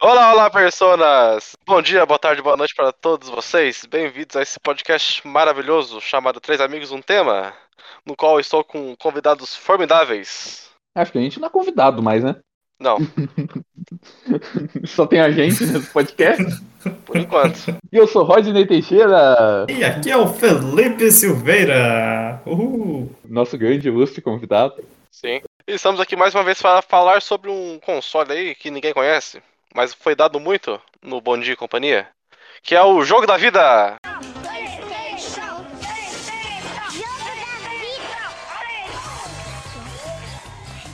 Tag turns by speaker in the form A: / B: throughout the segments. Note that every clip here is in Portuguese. A: Olá, olá, personas! Bom dia, boa tarde, boa noite para todos vocês. Bem-vindos a esse podcast maravilhoso chamado Três Amigos Um Tema, no qual estou com convidados formidáveis.
B: Acho que a gente não é convidado mais, né?
A: Não,
B: Só tem a gente nesse podcast.
A: por enquanto.
B: E eu sou Rodney Teixeira,
C: E aqui é o Felipe Silveira. Uhul.
B: nosso grande ilustre convidado.
A: Sim. E estamos aqui mais uma vez para falar sobre um console aí que ninguém conhece, mas foi dado muito no Bom Dia e Companhia, que é o Jogo da Vida!
D: PlayStation! PlayStation!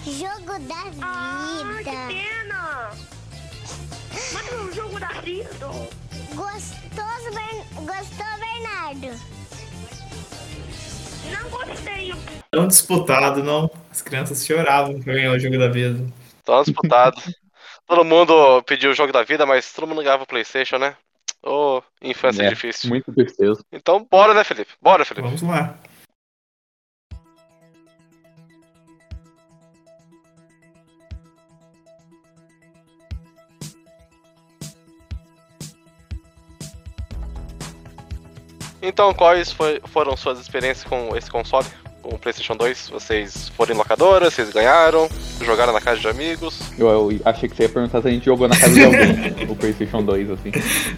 D: Jogo da vida! Jogo da
E: Ah, que
D: vida!
E: pena! Mas não é um jogo da vida.
D: Gostoso, Bern... Gostou, Bernardo?
E: Não gostei.
C: Tão disputado, não. As crianças choravam pra ganhar o jogo da vida.
A: Tão disputado. todo mundo pediu o Jogo da Vida, mas todo mundo ganhava o PlayStation, né? Ô, infância
B: É,
A: difícil.
B: Muito tristeza.
A: Então bora, né, Felipe? Bora, Felipe.
C: Vamos lá.
A: Então, quais foi- foram suas experiências com esse console? Com o PlayStation 2? Vocês foram em locadora? Vocês ganharam? Jogaram na casa de amigos?
B: Eu, eu achei que você ia perguntar se a gente jogou na casa de alguém, o PlayStation 2, assim.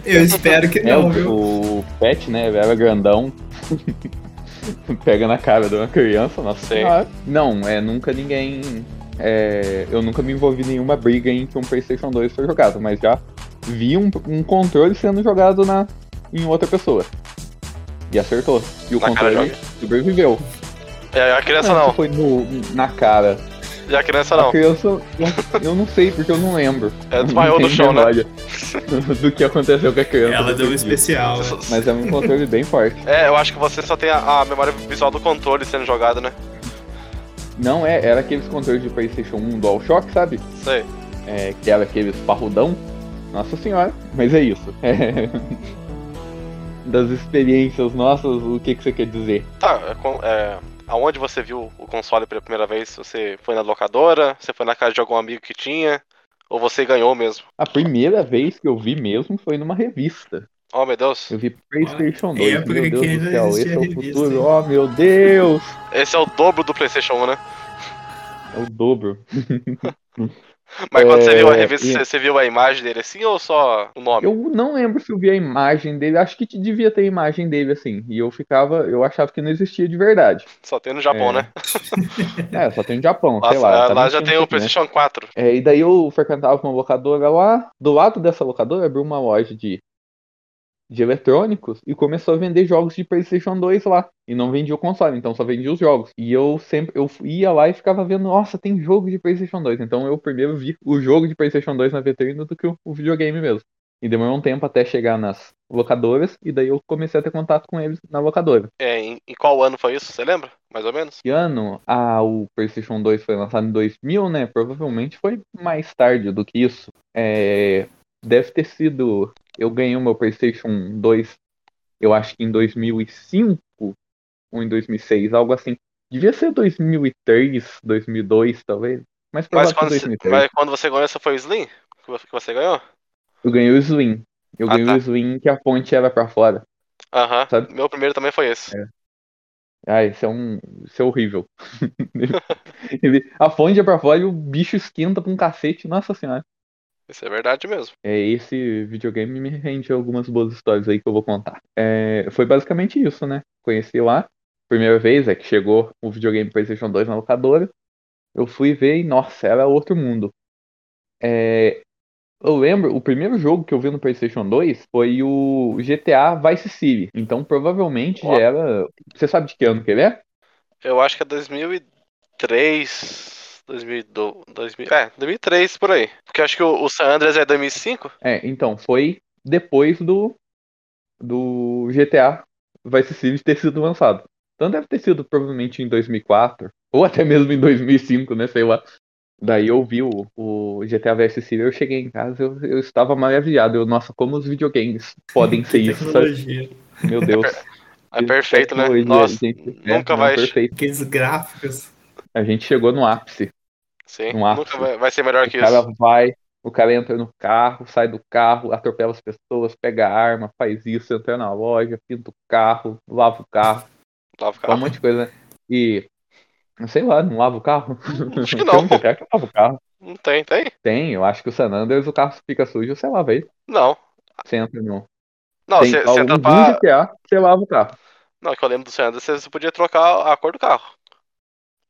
C: Eu espero que
B: É,
C: não, viu?
B: o, o Pet, né? Era grandão. Pega na cara de uma criança, nossa
A: Sim.
B: senhora. Não, é, nunca ninguém. é, eu nunca me envolvi em nenhuma briga em que um PlayStation 2 foi jogado, mas já vi um, um controle sendo jogado na, em outra pessoa. E acertou. E o
A: Na cara
B: controle sobreviveu.
A: E a criança
B: Não,
A: não.
B: Foi É, tipo, no, na cara.
A: E a criança
B: A
A: não.
B: criança. eu- Eu não sei, porque eu não lembro.
A: É, desmaiou
B: Não
A: no
B: tenho
A: chão, né?
B: memória Do que aconteceu com a criança.
C: Ela deu um
B: depois disso.
C: especial.
B: Mas é um controle bem forte.
A: É, eu acho que você só tem a, a memória visual do controle sendo jogado, né?
B: Não é, era aqueles controles de Playstation 1 DualShock, sabe?
A: Sei.
B: É, que era aqueles parrudão. Nossa senhora, mas é isso. É. Das experiências nossas, o que, que você quer dizer?
A: Tá, é com- é, aonde você viu o console pela primeira vez? Você foi na locadora? Você foi na casa de algum amigo que tinha? Ou você ganhou mesmo?
B: A primeira vez que eu vi mesmo foi numa revista.
A: Oh, meu Deus.
B: Eu vi Playstation 2.
C: época
B: meu
C: que
B: Deus do
C: ainda
B: céu,
C: existia
B: esse é o
C: revista,
B: futuro.
C: hein?
B: Oh, meu Deus!
A: Esse é o dobro do PlayStation 1, né?
B: É o dobro.
A: Mas quando você viu a
B: É,
A: revista,
B: e-
A: você, você viu a imagem dele assim ou só o nome?
B: Eu não lembro se eu vi a imagem dele. Acho que devia ter imagem dele assim. E eu ficava, eu achava que não existia de verdade.
A: Só tem no Japão,
B: É.
A: né?
B: É, só tem no Japão,
A: Lá,
B: sei lá.
A: lá-
B: tá
A: lá
B: muito
A: já tem
B: difícil,
A: o
B: né?
A: PlayStation 4.
B: É, e daí eu frequentava uma locadora lá. Do lado dessa locadora abriu uma loja de, de eletrônicos e começou a vender jogos de PlayStation 2 lá. E não vendia o console, então só vendia os jogos. E eu sempre eu ia lá e ficava vendo, nossa, tem jogo de PlayStation 2. Então eu primeiro vi o jogo de PlayStation 2 na vitrine do que o, o videogame mesmo. E demorou um tempo até chegar nas locadoras, e daí eu comecei a ter contato com eles na locadora.
A: É, em, em qual ano foi isso? Você lembra? Mais ou menos?
B: Que ano ah, o PlayStation 2 foi lançado em 2000, né? Provavelmente foi mais tarde do que isso. É, deve ter sido. Eu ganhei o meu PlayStation 2, eu acho que em 2005 ou em 2006, algo assim. Devia ser 2003, 2002, talvez. Mas
A: Mas
B: provavelmente
A: quando, você-
B: 2003.
A: mas quando você ganhou, essa foi o Slim? Que vo- que você ganhou?
B: Eu ganhei o Slim. Eu
A: Ah,
B: ganhei
A: tá.
B: o Slim que a ponte era pra fora.
A: Aham.
B: Sabe? É.
A: Meu primeiro também foi esse.
B: Ah, isso é um. Isso é horrível. Ele- a fonte é pra fora e o bicho esquenta pra um cacete, nossa senhora.
A: Isso é verdade mesmo.
B: É, esse videogame me rende algumas boas histórias aí que eu vou contar. É, foi basicamente isso, né? Conheci lá. Primeira vez é que chegou o videogame PlayStation 2 na locadora. Eu fui ver e, nossa, era outro mundo. É, eu lembro, o primeiro jogo que eu vi no PlayStation 2 foi o GTA Vice City. Então, provavelmente
A: Ó.
B: já era. Você sabe de que ano que ele é?
A: Eu acho que é 2003. 2002, 2000, é, 2003 por aí. Porque eu acho que o, o San Andreas é 2005.
B: É, então, foi depois do, do GTA Vice City ter sido lançado. Então deve ter sido provavelmente em 2004, ou até mesmo em 2005, né, sei lá. Daí eu vi o, o GTA Vice City, eu cheguei em casa, eu, eu estava maravilhado. Eu, nossa, como os videogames podem ser isso, né? sabe?
C: Tecnologia.
B: Meu Deus.
A: É perfeito, né?
B: Tecnologia,
A: Nossa,
B: gente, é,
A: nunca
B: não,
A: vai.
B: perfeito.
C: Aqueles gráficos.
B: A gente chegou no ápice.
A: Sim,
B: Um ápice.
A: nunca vai, vai ser melhor
B: O
A: que
B: cara
A: isso.
B: vai, O cara entra no carro, sai do carro, atropela as pessoas, pega a arma, faz isso, entra na loja, pinta o carro, lava o carro,
A: Lava o
B: faz um
A: carro.
B: monte de coisa. né? E. Sei lá, não lava o carro?
A: Acho que não, pô.
B: Tem um cara que lava o carro.
A: Não tem, tem?
B: Tem, eu acho que o San Andreas, o carro fica sujo, você lava ele.
A: Não.
B: Você entra no.
A: Não,
B: tem
A: Ah, você você tá
B: algum
A: entra pra.
B: GTA, você lava o carro.
A: Não, é que eu lembro do Senado, você você podia trocar a cor do carro.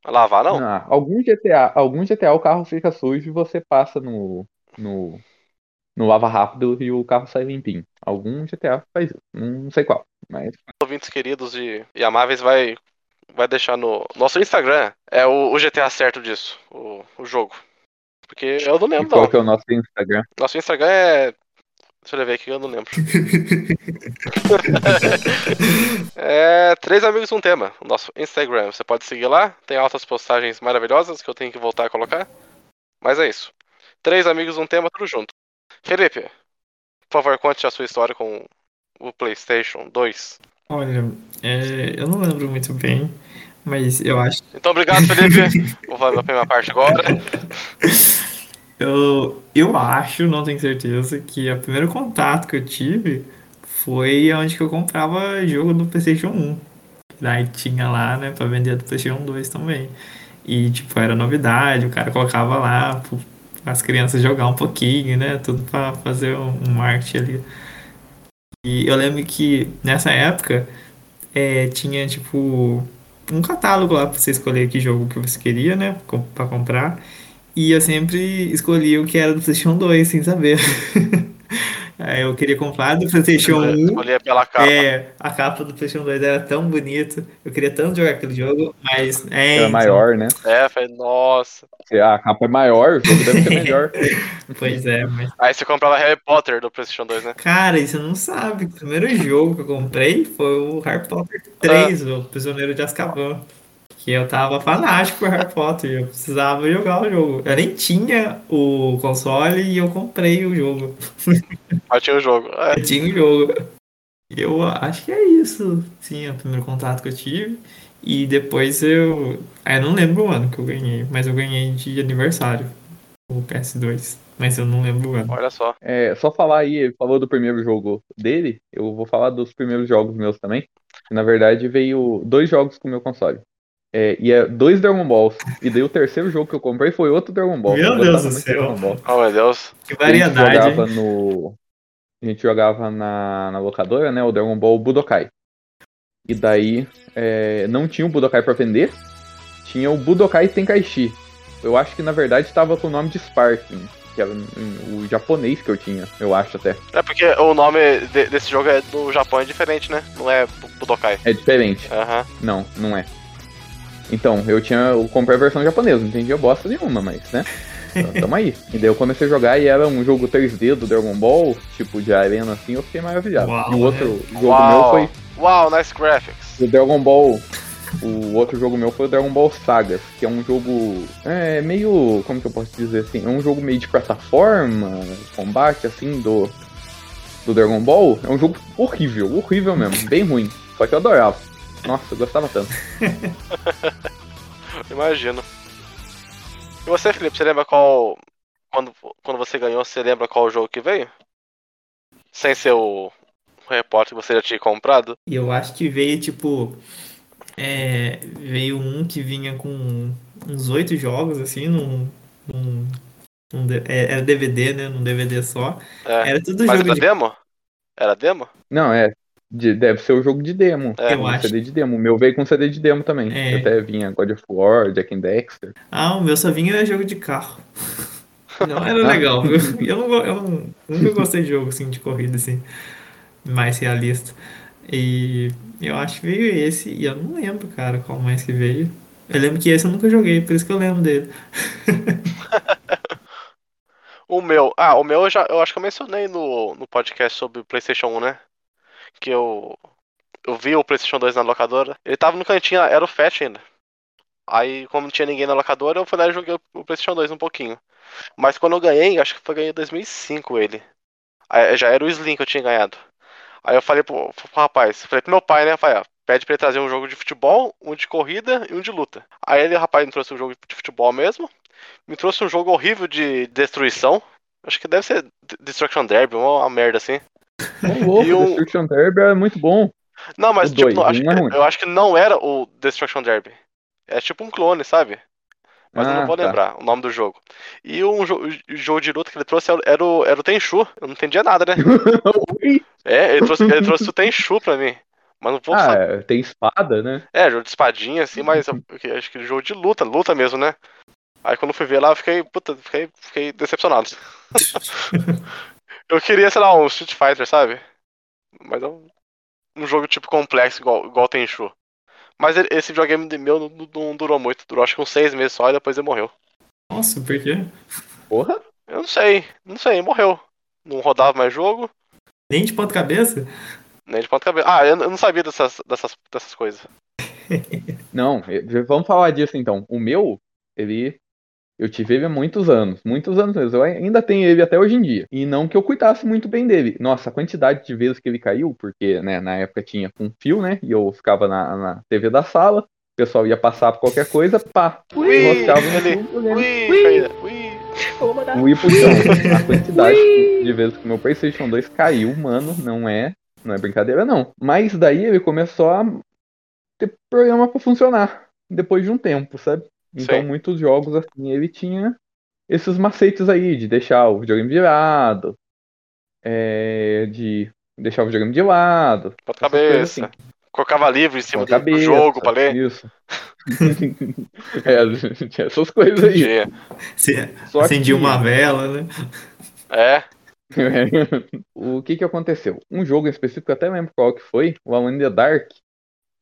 A: Lavar, não?
B: Ah, algum GTA, algum GTA o carro fica sujo e você passa no, no, no lava rápido e o carro sai limpinho. Algum GTA faz isso, não sei qual, mas
A: ouvintes queridos e, e amáveis vai, vai deixar no nosso Instagram. É o, o GTA certo disso, o, o jogo. Porque eu não
B: e
A: lembro,
B: qual
A: não.
B: que é o nosso Instagram?
A: Nosso Instagram é. Deixa eu ver aqui, eu não lembro. é Três Amigos Um Tema, o nosso Instagram. Você pode seguir lá, tem altas postagens maravilhosas que eu tenho que voltar a colocar. Mas é isso. Três Amigos Um Tema, tudo junto. Felipe, por favor, conte a sua história com o PlayStation 2.
C: Olha, é, eu não lembro muito bem, mas eu acho.
A: Então, obrigado, Felipe. Vou fazer a primeira parte agora.
C: Eu, eu acho, não tenho certeza, que o primeiro contato que eu tive foi onde que eu comprava jogo do PlayStation 1. Daí tinha lá, né, pra vender do PlayStation 2 também. E, tipo, era novidade, o cara colocava lá pro- as crianças jogar um pouquinho, né, tudo pra fazer um, um marketing ali. E eu lembro que nessa época é, tinha, tipo, um catálogo lá pra você escolher que jogo que você queria, né, com- pra comprar. E eu sempre escolhi o que era do PlayStation 2, sem saber. Aí eu queria comprar do PlayStation 1.
A: Escolher pela capa.
C: É, a capa do PlayStation 2 era tão bonita. Eu queria tanto jogar aquele jogo, mas é,
B: Era
C: então,
B: maior, né?
A: É, falei, nossa.
B: Se a capa é maior, o jogo deve ser melhor.
C: Pois é, mas.
A: Aí você comprava Harry Potter do PlayStation 2, né?
C: Cara, e você não sabe. O primeiro jogo que eu comprei foi o Harry Potter 3,
B: Ah.
C: o Prisioneiro de Azkaban. Que eu tava fanático por Harry Potter. Eu precisava jogar o jogo. Eu nem tinha o console e eu comprei o jogo.
A: Aí tinha o jogo. É.
C: Eu tinha o jogo. Eu acho que é isso, sim, é o primeiro contato que eu tive. E depois eu. Ah, eu não lembro o ano que eu ganhei, mas eu ganhei de aniversário o PS2. Mas eu não lembro o ano.
A: Olha só.
B: É, só falar aí, ele falou do primeiro jogo dele, eu vou falar dos primeiros jogos meus também. que, Na verdade, veio dois jogos com o meu console. É, e é dois Dragon Balls. E daí o terceiro jogo que eu comprei foi outro Dragon Ball.
C: Meu
B: Eu gostava
C: Deus do
B: muito de
C: céu.
B: Dragon Ball.
A: Oh, meu Deus.
B: A
C: Que
B: gente
C: variedade. né? hein?
B: jogava no. A gente jogava na, na locadora, né? O Dragon Ball Budokai. E daí é, não tinha o Budokai pra vender, tinha o Budokai Tenkaichi. Eu acho que na verdade tava com o nome de Sparking, que era um- um- o japonês que eu tinha, eu acho até.
A: É porque o nome de- desse jogo é do Japão é diferente, né? Não é Bu- Budokai.
B: É diferente.
A: Aham.
B: Não, não é. Então, eu tinha. Eu comprei a versão japonesa, não entendia bosta nenhuma, mas, né? Então, tamo aí. E daí eu comecei a jogar e era um jogo 3D do Dragon Ball, tipo de arena assim, eu fiquei maravilhado.
C: Uau,
B: e o outro jogo
A: Uau.
B: meu
A: Uau, nice graphics.
B: foi o Dragon Ball. O outro jogo meu foi o Dragon Ball Sagas, que é um jogo. É meio. Como que eu posso dizer assim? É um jogo meio de plataforma, combate assim, do. Do Dragon Ball. É um jogo horrível, horrível mesmo, bem ruim. Só que eu adorava. Nossa, eu gostava tanto.
A: Imagino. E você, Felipe, você lembra qual. Quando, quando você ganhou, você lembra qual jogo que veio? Sem ser o, o repórter que você já tinha comprado?
C: E eu acho que veio, tipo. é, veio um que vinha com uns oito jogos, assim, num. num, num D- é, era DVD, né? Num DVD só.
A: É.
C: Era tudo
A: Mas
C: jogo
A: era
C: de.
A: demo? Era demo?
B: Não, é. de- deve ser o jogo de demo.
A: É.
C: Eu
B: um
C: acho.
B: CD de demo. O meu veio com CD de demo também.
C: É.
B: que Até vinha God of War, Jack and Dexter.
C: Ah, o meu só vinha jogo de carro. Não era legal, viu? Eu, não, go- eu não- nunca gostei de jogo assim de corrida assim, mais realista. E eu acho que veio esse, e eu não lembro, cara, qual mais que veio. Eu lembro que esse eu nunca joguei, por isso que eu lembro dele.
A: O meu. Ah, o meu eu, já, eu acho que eu mencionei no, no podcast sobre o PlayStation 1, né? Que eu. Eu vi o PlayStation 2 na locadora. Ele tava no cantinho, era o Fat ainda. Aí, como não tinha ninguém na locadora, eu fui lá e joguei o PlayStation 2 um pouquinho. Mas quando eu ganhei, acho que foi ganhei em 2005 ele. Aí, já era o Slim que eu tinha ganhado. Aí eu falei pro, pro rapaz, falei pro meu pai, né? Falei, ó, pede pra ele trazer um jogo de futebol, um de corrida e um de luta. Aí ele, rapaz, me trouxe um jogo de futebol mesmo. Me trouxe um jogo horrível de destruição Acho que deve ser D- Destruction Derby, uma, uma merda assim.
B: É louco,
A: E o-
B: Destruction Derby é muito bom.
A: Não, mas
B: O
A: tipo,
B: dois,
A: não, acho
B: um
A: que-
B: é ruim.
A: eu acho que não era o Destruction Derby. É tipo um clone, sabe? Mas eu não
B: Ah,
A: vou
B: tá.
A: lembrar o nome do jogo. E um jo- o jogo de luta que ele trouxe era o- era o, era o Tenchu. Eu não entendia nada, né?
B: Ui.
A: É, ele trouxe, ele trouxe o Tenchu pra mim. Mas não vou
B: ah,
A: saber.
B: é, tem espada, né?
A: É, jogo de espadinha, assim, mas eu- eu acho que jogo de luta, luta mesmo, né? Aí quando eu fui ver lá, eu fiquei, puta, fiquei, fiquei decepcionado. eu queria, sei lá, um Street Fighter, sabe? Mas é um, um jogo tipo complexo, igual, igual Tenchu. Mas ele- esse videogame de meu não, não- não durou muito, durou acho que uns seis meses só e depois ele morreu.
C: Nossa, por quê?
B: Porra.
A: Eu não sei, não sei, morreu. Não rodava mais jogo,
C: Nem de ponta cabeça?
A: nem de ponta cabeça. Ah, eu, eu não sabia dessas, dessas, dessas coisas.
B: Não, eh, vamos falar disso então. O meu, ele. Eu tive ele há muitos anos, muitos anos mesmo. Eu ainda tenho ele até hoje em dia. E não que eu cuidasse muito bem dele. Nossa, a quantidade de vezes que ele caiu, porque né, na época tinha com fio, né? E eu ficava na, na TV da sala, o pessoal ia passar por qualquer coisa, pá.
A: Ui,
B: enroscava no
A: ele-
B: fio, ele-
A: Ui,
E: Ui.
A: caída, ui.
B: Um impulsão. A quantidade de vezes que meu PlayStation 2 caiu, mano, não é, não é brincadeira não. Mas daí ele começou a ter programa pra funcionar depois de um tempo, sabe? Então
A: Sim.
B: muitos jogos assim ele tinha esses macetes aí de deixar o videogame virado, é, de deixar o videogame de lado,
A: Ponta
B: essas coisas
A: cabeça. Colocava livro em cima
B: Com a
A: do jogo pra ler.
B: Isso. é, tinha essas coisas aí.
A: Tinha.
C: Você
B: Só
C: acendia
B: que-
C: uma vela, né?
A: É,
B: o que que aconteceu? Um jogo em específico, eu até lembro qual que foi, o Alone in the Dark,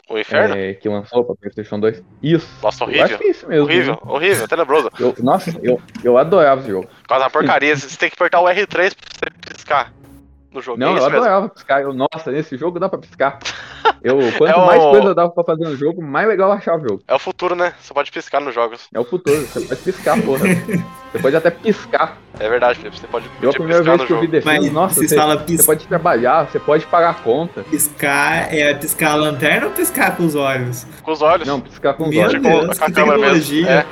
A: o inferno.
B: é, que lançou pra PlayStation 2. Isso.
A: Nossa,
B: Eu acho
A: horrível.
B: que é isso mesmo.
A: Horrível, horrível, até tenebroso.
B: Eu- nossa, eu, eu adorava esse jogo.
A: Por causa da porcaria, você tem que apertar o R3 pra você piscar no jogo.
B: Não,
A: é
B: eu
A: isso mesmo.
B: adorava piscar. Eu, nossa, nesse jogo dá pra piscar. Eu, quanto
A: É o-
B: mais coisa eu dava pra fazer no jogo, mais legal eu achava o jogo.
A: É o futuro, né? Você pode piscar nos jogos.
B: É o futuro, você pode piscar, porra. Você pode até piscar.
A: É verdade, Felipe. Você pode
B: Eu, a
A: pedir
B: primeira
A: piscar
B: vez
A: no
B: que eu vi
A: jogo.
B: descendo,
C: Mas
B: nossa,
C: você
B: você,
C: fala
B: você
C: pis-
B: pode trabalhar, você pode pagar a conta.
C: piscar, é piscar a lanterna ou piscar com os olhos?
A: Com os olhos.
B: Não, piscar com os
C: Meu
B: olhos.
A: Tipo,
C: Deus,
A: com a
C: que
A: câmera mesmo.
C: tecnologia.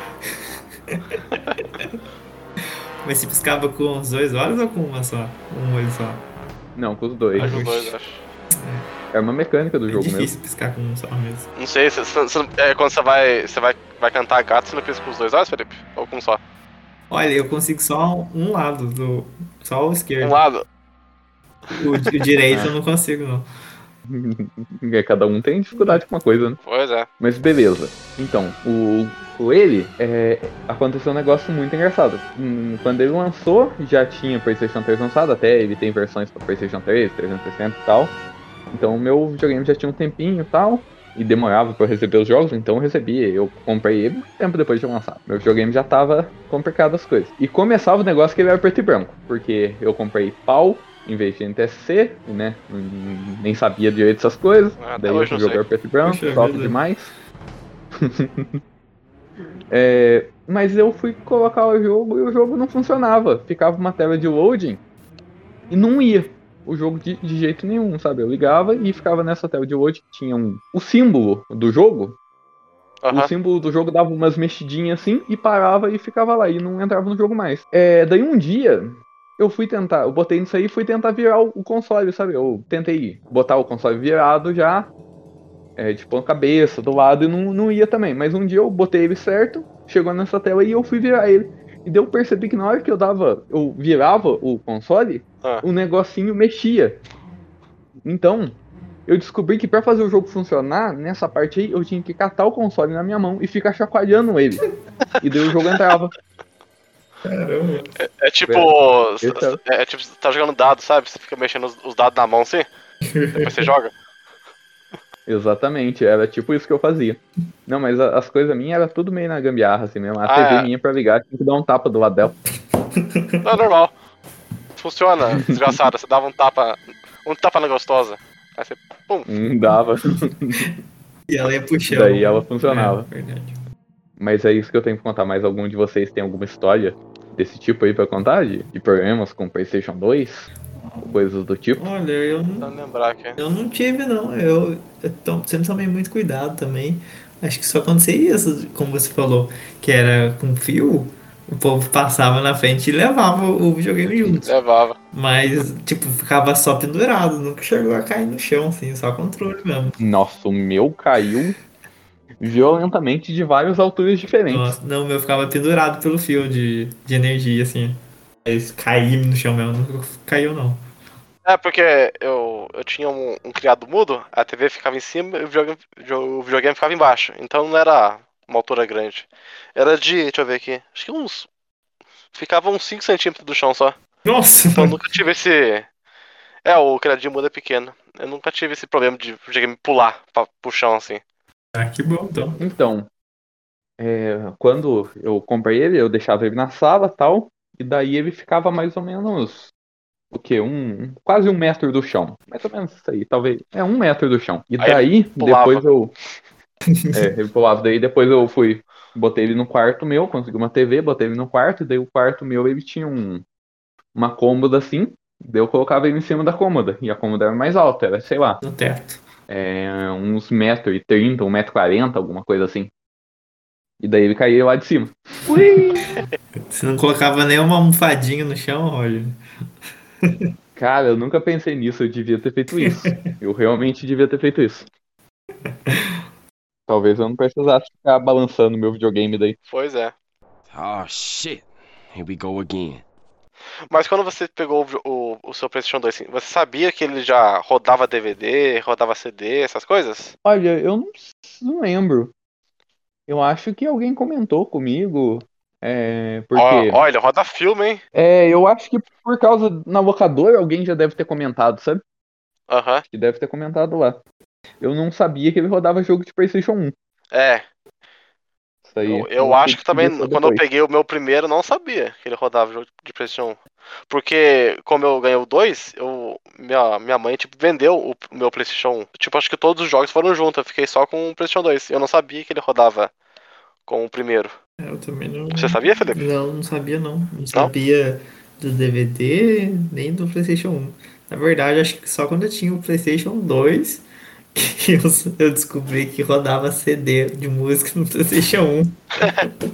A: É,
C: Mas se piscava com os dois olhos ou com uma só? Um olho só?
B: Não, com os dois.
A: acho os dois, acho.
B: É uma mecânica do
C: É
B: jogo mesmo.
C: difícil piscar com um só mesmo.
A: Não sei, você, você- você- é, quando você vai. Você vai, vai cantar gato, você não pisca com os dois olhos, Felipe? Ou com um só?
C: Olha, eu consigo só um lado do. Só o
B: É.
A: Um
C: esquerdo.
A: lado.
C: O, o direito
B: Ah.
C: eu não consigo, não.
B: É, Cada um tem dificuldade com uma coisa, né?
A: Pois é.
B: Mas beleza. Então, o, o ele é, aconteceu um negócio muito engraçado. Hum, Quando ele lançou, já tinha PlayStation 3 lançado, até ele tem versões para PlayStation 3, 360 e tal. Então, o meu videogame já tinha um tempinho e tal. E demorava pra eu receber os jogos, então eu recebi. Eu comprei ele muito tempo depois de lançar. Meu videogame já tava complicado as coisas. E começava o negócio que ele era preto e branco, porque eu comprei pau em vez de NTSC, né? Hum, Nem sabia direito essas coisas.
A: Ah, Até
B: Daí
A: hoje
B: o
A: não
B: jogo
A: sei.
B: era preto e branco,
C: Puxa
B: top
C: vida.
B: demais. É, mas eu fui colocar o jogo e o jogo não funcionava. Ficava uma tela de loading e não ia o jogo de, de jeito nenhum, sabe? Eu ligava e ficava nessa tela de loading que tinha um, o símbolo do jogo.
A: Aham.
B: O símbolo do jogo dava umas mexidinhas assim e parava e ficava lá e não entrava no jogo mais. É, daí um dia eu fui tentar, eu botei nisso aí e fui tentar virar o, o console, sabe? Eu tentei botar o console virado já, é, de ponta cabeça, do lado, e não, não ia também. Mas um dia eu botei ele certo, chegou nessa tela e eu fui virar ele. E daí eu percebi que na hora que eu dava, eu virava o console,
A: Ah.
B: o negocinho mexia. Então, eu descobri que pra fazer o jogo funcionar, nessa parte aí, eu tinha que catar o console na minha mão e ficar chacoalhando ele. E daí o jogo entrava.
C: Caramba.
A: É tipo.
B: Esse é o-
A: É, é tipo, você tá jogando dado, sabe? Você fica mexendo os, os dados na mão assim. Depois você joga.
B: Exatamente, era tipo isso que eu fazia. Não, mas a- as coisas minhas era tudo meio na gambiarra, assim mesmo. A
A: Ah,
B: TV
A: é.
B: minha pra ligar, tinha que dar um tapa do lado dela.
A: Não, é normal. Funciona, desgraçada. Você dava um tapa. Um tapa na gostosa. Aí você. Pum.
B: Hum, dava.
C: E ela ia puxando.
B: Daí ela funcionava.
C: É, verdade.
B: Mas é isso que eu tenho que contar. Mas algum de vocês tem alguma história desse tipo aí pra contar? De, de problemas com PlayStation 2? Ou coisas do tipo?
C: Olha, eu não.
A: Deixa eu lembrar aqui.
C: Eu não tive, não. Eu, eu to- sempre tomei muito cuidado também. Acho que só acontecia isso, como você falou, que era com fio. O povo passava na frente e levava o videogame junto.
A: Levava.
C: Mas, tipo, ficava só pendurado, nunca chegou a cair no chão, assim, só controle mesmo.
B: Nossa, o meu caiu violentamente de várias alturas diferentes.
C: Nossa, não, o meu ficava pendurado pelo fio de, de energia, assim. Mas caí no chão mesmo, nunca caiu não.
A: É, porque eu, eu tinha um, um criado mudo, a TV ficava em cima e o videogame, o videogame ficava embaixo. Então não era uma altura grande. Era de, deixa eu ver aqui, acho que uns. Ficava uns 5 centímetros do chão só.
C: Nossa,
A: Então eu nunca tive esse. É, o criadinho mudo é pequeno. Eu nunca tive esse problema de videogame pular pra, pro chão assim.
C: ah, que bom então.
B: Então, é, quando eu comprei ele, eu deixava ele na sala tal, e daí ele ficava mais ou menos o quê? Um, quase um metro do chão. Mais ou menos isso aí, talvez. É um metro do chão. E
A: Aí
B: daí,
A: pulava.
B: depois eu. É, ele pulava. Daí depois eu fui. Botei ele no quarto meu, consegui uma TV, botei ele no quarto, e daí o quarto meu ele tinha um, uma cômoda assim. Daí eu colocava ele em cima da cômoda. E a cômoda era mais alta, era, sei lá,
C: No teto.
B: é, uns 1,30m, 1,40m, alguma coisa assim. E daí ele caía lá de cima.
C: Você não colocava nem uma almofadinha no chão, Roger?
B: Cara, eu nunca pensei nisso, eu devia ter feito isso. Eu realmente devia ter feito isso. Talvez eu não precisasse ficar balançando meu videogame daí.
A: Pois é.
F: Oh shit. Here we go again.
A: Mas quando você pegou o, o, o seu PlayStation 2, assim, você sabia que ele já rodava DVD, rodava CD, essas coisas?
B: Olha, eu não, s- não lembro. Eu acho que alguém comentou comigo. É, porque.
A: Ó, olha, roda filme, hein?
B: É, eu acho que por causa na locadora alguém já deve ter comentado, sabe?
A: Aham.
B: Que deve ter comentado lá. Eu não sabia que ele rodava jogo de PlayStation 1.
A: É.
B: Isso aí.
A: Eu, eu acho que também,
B: Depois.
A: quando eu peguei o meu primeiro, eu não sabia que ele rodava jogo de PlayStation 1. Porque, como eu ganhei o 2, eu, minha, minha mãe, tipo, vendeu o, o meu PlayStation 1. Tipo, acho que todos os jogos foram juntos, eu fiquei só com o PlayStation 2. Eu não sabia que ele rodava com o primeiro.
C: Eu também não.
A: Você sabia, Felipe?
C: Não, não sabia não. Não sabia do DVD nem do PlayStation 1. Na verdade, acho que só quando eu tinha o PlayStation 2 que eu, eu descobri que rodava CD de música no PlayStation 1.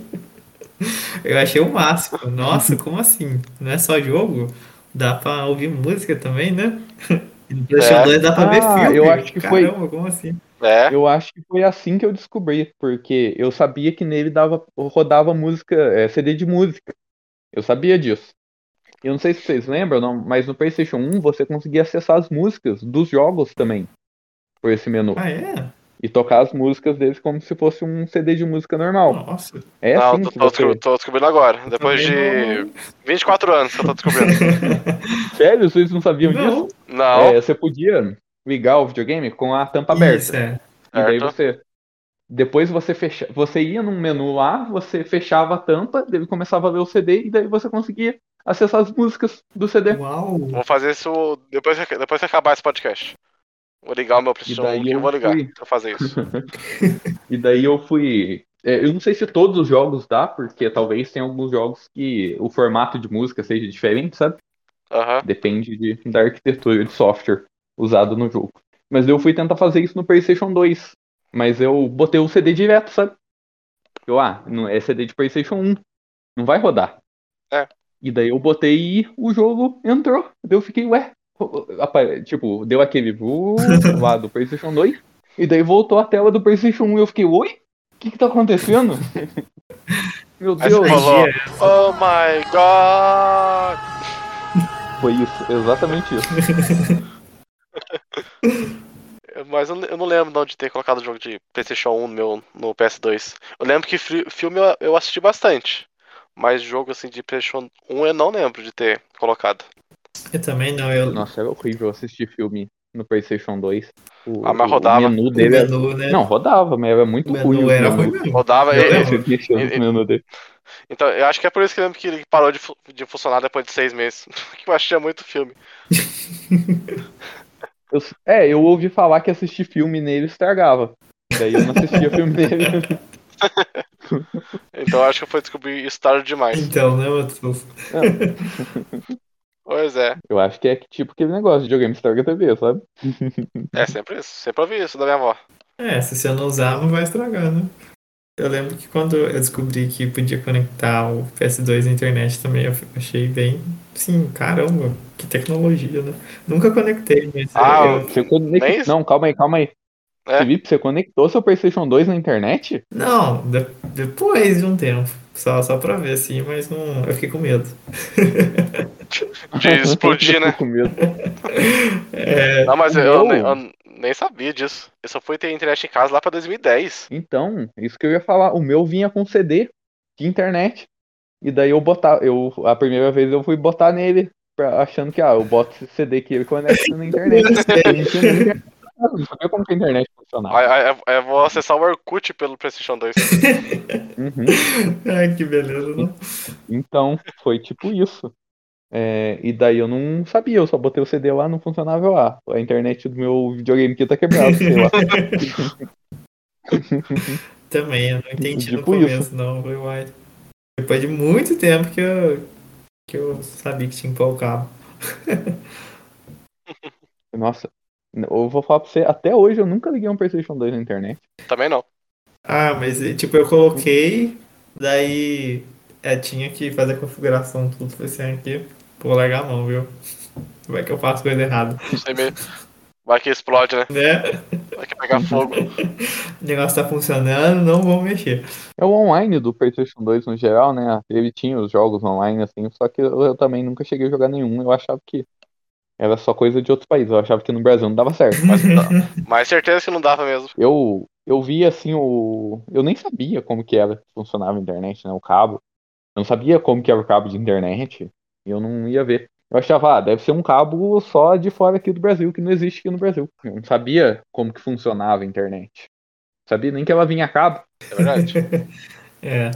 C: eu achei o máximo. Nossa, como assim? Não é só jogo? Dá pra ouvir música também, né? E no PlayStation
A: É.
C: 2 dá pra ver
B: Ah,
C: filme.
B: eu acho que foi-
C: Caramba, como assim?
A: É.
B: Eu acho que foi assim que eu descobri, porque eu sabia que nele dava, rodava música, é, CD de música. Eu sabia disso. Eu não sei se vocês lembram, não, mas no PlayStation 1 você conseguia acessar as músicas dos jogos também, por esse menu.
C: Ah, é?
B: E tocar as músicas deles como se fosse um CD de música normal.
C: Nossa. eu
B: É
A: não,
B: assim
A: tô,
B: que
A: tô
B: você-
A: descobri- tô descobrindo agora. Depois
C: também
A: de
C: não-
A: 24 anos que eu tô descobrindo.
B: Sério? Vocês não sabiam
C: Não.
B: disso?
A: Não,
B: É, você podia ligar o videogame com a tampa aberta.
C: Isso, é.
B: E daí
A: Certo.
B: você. Depois você fecha, você ia num menu lá, você fechava a tampa, daí ele começava a ler o CD e daí você conseguia acessar as músicas do CD.
C: Uau.
A: vou fazer isso depois, que- depois que acabar esse podcast. Vou ligar o meu PlayStation
B: daí
A: 1 que eu
B: eu
A: vou ligar
B: fui.
A: pra fazer isso.
B: E daí eu fui, é, eu não sei se todos os jogos dá, porque talvez tenha alguns jogos que o formato de música seja diferente, sabe?
A: Aham.
B: Depende de, da arquitetura de software usado no jogo. Mas eu fui tentar fazer isso no PlayStation 2. Mas eu botei o CD direto, sabe? Eu, ah, não é CD de PlayStation 1. Não vai rodar.
A: É.
B: E daí eu botei e o jogo entrou. Daí eu fiquei, ué. o- o- apa- Tipo, deu aquele vu lá do PlayStation 2. E daí voltou a tela do PlayStation 1 e eu fiquei, oi? O que que tá acontecendo? Meu
A: Aí você
B: Deus.
A: falou, oh my god!
B: Foi isso, exatamente isso.
A: Mas eu eu não lembro de onde ter colocado o jogo de Playstation 1 no meu no PS2. Eu lembro que fri- filme eu- eu assisti bastante. Mas jogo assim de Playstation 1 eu não lembro de ter colocado.
C: Eu também não, eu
B: Nossa, era horrível assistir filme no PlayStation 2. O,
A: Ah, mas
B: o-
A: rodava.
B: O menu
C: o
B: dele era...
C: menu, né?
B: Não, rodava, mas era muito
C: o menu
B: ruim. os
C: era
B: menus.
C: ruim mesmo.
A: Rodava
C: Eu
A: e-
C: lembro.
B: Eu tinha chance
A: é.
B: no menu dele.
A: Então, eu acho que é por isso que eu lembro que ele parou de, fu- de funcionar depois de seis meses. que eu achei muito filme.
B: Eu- é, eu ouvi falar que assistir filme nele estragava. Daí eu não assistia filme nele.
A: Então eu acho que eu fui descobrir isso tarde demais.
C: Então, né, Matheus?
A: Pois é.
B: Eu acho que é que, tipo aquele negócio de videogame estraga a TV, sabe?
A: É sempre isso. Sempre ouvi isso da minha avó.
C: É, se você não usar, não vai estragar, né? Eu lembro que quando eu descobri que podia conectar o PS2 à internet também, eu f- achei bem. Sim, caramba, que tecnologia, né? Nunca conectei, mas
A: Ah,
C: eu-
B: É, Você conectou.
A: Nem-
B: Não, calma aí, calma aí.
A: É.
B: Felipe, você conectou seu PlayStation 2 na internet?
C: Não, de- depois de um tempo. Só, só pra ver, sim, mas não, eu fiquei com medo.
A: De explodir, né?
B: Com medo.
C: É.
A: Não, mas eu, eu
B: Não.
A: nem, eu nem sabia disso. Eu só fui ter internet em casa lá pra 2010.
B: Então, isso que eu ia falar. O meu vinha com CD de internet. E daí eu botava. Eu, a primeira vez eu fui botar nele, pra- achando que, ah, eu boto esse CD que ele conecta na internet. Eu não tinha nem internet. Eu não sabia como que a internet funcionava.
C: Ah.
A: Aí, aí- aí eu vou acessar o Orkut pelo PlayStation 2.
B: Uhum.
C: Ai, que beleza, né? não?
B: Então, foi tipo isso. É, e daí eu não sabia, eu só botei o CD lá, não funcionava eu lá. A internet do meu videogame aqui tá quebrada, sei lá.
C: Também, eu não entendi no
B: Tipo
C: começo, não. Foi uai. Depois de muito tempo que eu, que eu sabia que tinha que pôr o cabo.
B: Nossa, eu vou falar pra você, até hoje eu nunca liguei um PlayStation 2 na internet.
A: Também não.
C: Ah, mas eh, tipo, eu coloquei, daí é, tinha que fazer a configuração, tudo. Falei assim, aqui, pô, largar a mão, viu? Como é que eu faço coisa errada?
A: Não sei mesmo. Vai que explode, né?
C: Né?
A: Vai que pega fogo.
C: O negócio tá funcionando, não vou mexer.
B: É o online do PlayStation 2 no geral, né? Ele tinha os jogos online assim, só que eu, eu também nunca cheguei a jogar nenhum. Eu achava que era só coisa de outros países, eu achava que no Brasil não dava certo.
A: Mas, não- mas certeza que não dava mesmo.
B: Eu, eu vi assim o. Eu nem sabia como que era que funcionava a internet, né? O cabo. Eu não sabia como que era o cabo de internet. E eu não ia ver. Eu achava, ah, deve ser um cabo só de fora aqui do Brasil, que não existe aqui no Brasil. Eu não sabia como que funcionava a internet. Sabia nem que ela vinha a cabo.
A: É verdade.
C: É.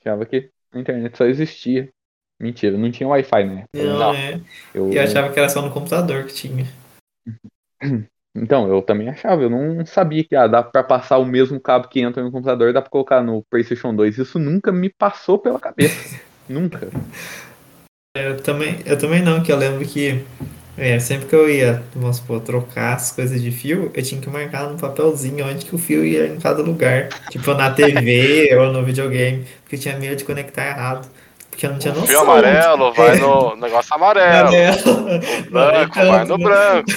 B: Achava que a internet só existia. Mentira, não tinha Wi-Fi, né?
C: Não,
A: Não.
C: é.
B: Eu,
C: E eu achava que era só no computador que tinha.
B: Então, eu também achava, eu não sabia que ah, dá pra passar o mesmo cabo que entra no computador, dá pra colocar no PlayStation 2. Isso nunca me passou pela cabeça. nunca.
C: Eu também, eu também não, que eu lembro que é, sempre que eu ia, vamos supor, trocar as coisas de fio, eu tinha que marcar num papelzinho onde que o fio ia em cada lugar. Tipo na TV ou no videogame, porque eu tinha medo de conectar errado. Porque eu não tinha
A: Fio
C: noção. É.
A: amarelo, vai no negócio amarelo.
C: Amarelo.
A: O branco, vai no branco.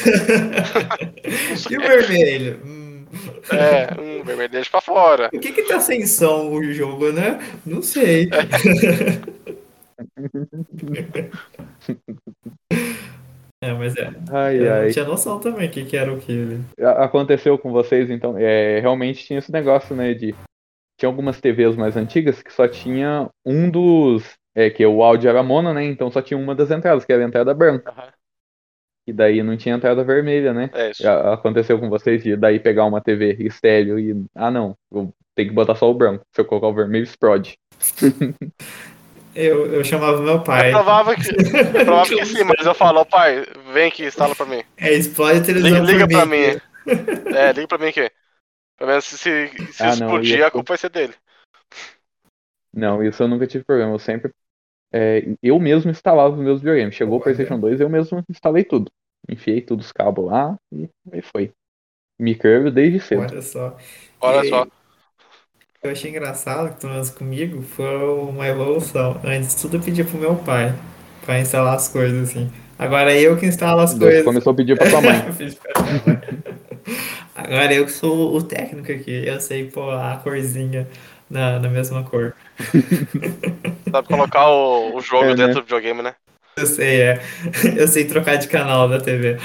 C: E o vermelho? Hum,
A: É, um vermelho deixa pra fora.
C: Por que que tá sem som o jogo, né? Não sei. É, mas é.
B: Ai,
C: Eu não
B: ai.
C: tinha noção também o que, que era o que. né?
B: A- Aconteceu com vocês, então. É, realmente tinha esse negócio, né? De. Tinha algumas TVs mais antigas que só tinha um dos. É, que o áudio era mono, né? Então só tinha uma das entradas, que era a entrada branca.
A: Aham.
B: E daí não tinha entrada vermelha, né?
A: É isso.
B: Já aconteceu com vocês de daí pegar uma TV estéreo e. Ah não, eu tenho que botar só o branco. Se eu colocar o vermelho, explode.
C: Eu, eu chamava meu
A: É
C: pai.
A: provável que, é provável que sim, mas eu falo, "Ô, pai, vem aqui, instala pra mim.
C: É, explode a
A: Liga,
C: televisão
A: liga
C: por
A: pra
C: mim.
A: mim. É, liga pra mim aqui. Pelo menos se, se, se
B: Ah, não,
A: explodir,
B: ia-
A: a culpa vai ser dele.
B: Não, isso eu nunca tive problema. Eu sempre. é, eu mesmo instalava os meus videogames. Chegou o PlayStation 2, eu mesmo instalei tudo. Enfiei todos os cabos lá e aí foi. Micro desde cedo.
C: Olha só.
A: Olha
C: E-
A: só.
C: Eu achei engraçado que, pelo menos comigo, foi uma evolução. Antes, tudo eu pedia pro meu pai pra instalar as coisas, assim. Agora é eu que instalo as
B: Daí você
C: coisas.
B: começou a pedir pra tua mãe.
C: Eu fiz pra minha mãe. Agora eu que sou o técnico aqui. Eu sei pôr a corzinha na, na mesma cor.
A: Sabe colocar o, o jogo
B: É, né?
A: dentro do videogame, né?
C: Eu sei, é. Eu sei trocar de canal da TV.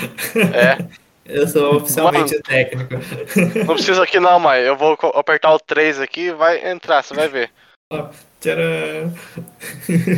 A: É.
C: Eu sou oficialmente o técnico.
A: Não precisa aqui não, mãe. Eu vou co- apertar o 3 aqui e vai entrar, você vai ver.
C: Tcharam.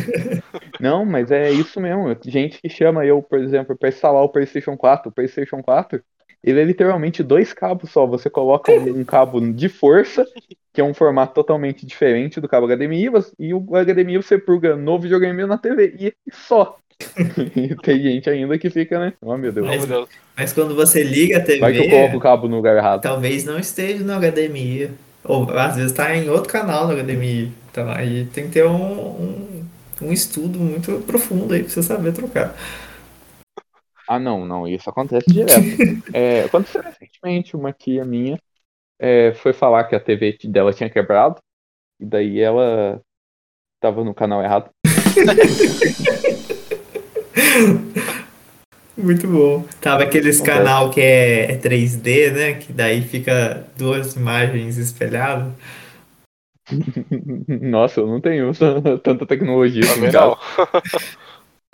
B: Não, mas é isso mesmo. Gente que chama eu, por exemplo, pra instalar o PlayStation 4. O PlayStation 4, ele é literalmente dois cabos só. Você coloca um um cabo de força, que é um formato totalmente diferente do cabo HDMI, você- e o HDMI você pluga no videogame ou na TV. E é só. E tem gente ainda que fica, né? Oh, meu Deus.
A: Oh, meu Deus.
C: Mas quando você liga a TV.
B: Vai que eu coloco o cabo no lugar errado.
C: Talvez não esteja no HDMI. Ou às vezes tá em outro canal no HDMI. Então aí tem que ter um, um, um estudo muito profundo aí pra você saber trocar.
B: Ah, não, não, isso acontece direto. É, aconteceu recentemente uma tia minha, é, foi falar que a TV dela tinha quebrado. E daí ela tava no canal errado.
C: Muito bom. Tava aqueles canal que é, é 3D, né? Que daí fica duas imagens espelhadas.
B: Nossa, eu não tenho t- tanta tecnologia assim,
A: Também
B: cara.
A: não.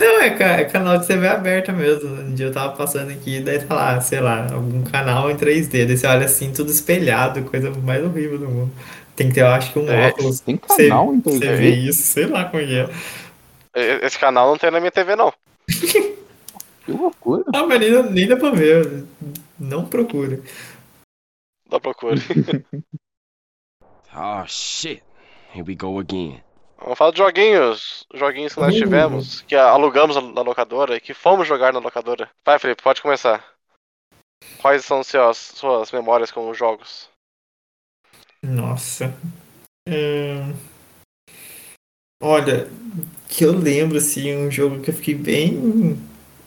C: Não, é, ca- é canal de TV aberta mesmo. Um dia eu tava passando aqui, daí tá lá, sei lá, algum canal em 3D. Daí você olha assim, tudo espelhado, coisa mais horrível do mundo. Tem que ter, eu acho que um
A: É,
C: óculos.
B: Tem
C: Você,
B: canal então, em
C: você
B: 3D?
C: vê isso, sei lá como é.
A: E- Esse canal não tem na minha TV, não.
B: Que loucura.
C: Ah, mas nem, dá- nem dá pra ver. Não procura.
A: Dá procura.
F: Oh shit. Here we go again.
A: Vamos falar de joguinhos. Joguinhos que nós
C: Hum.
A: tivemos, que alugamos na- na locadora e que fomos jogar na locadora. Vai, Felipe, pode começar. Quais são suas, suas memórias com os jogos?
C: Nossa. Hum. Olha, que eu lembro, assim, um jogo que eu fiquei bem.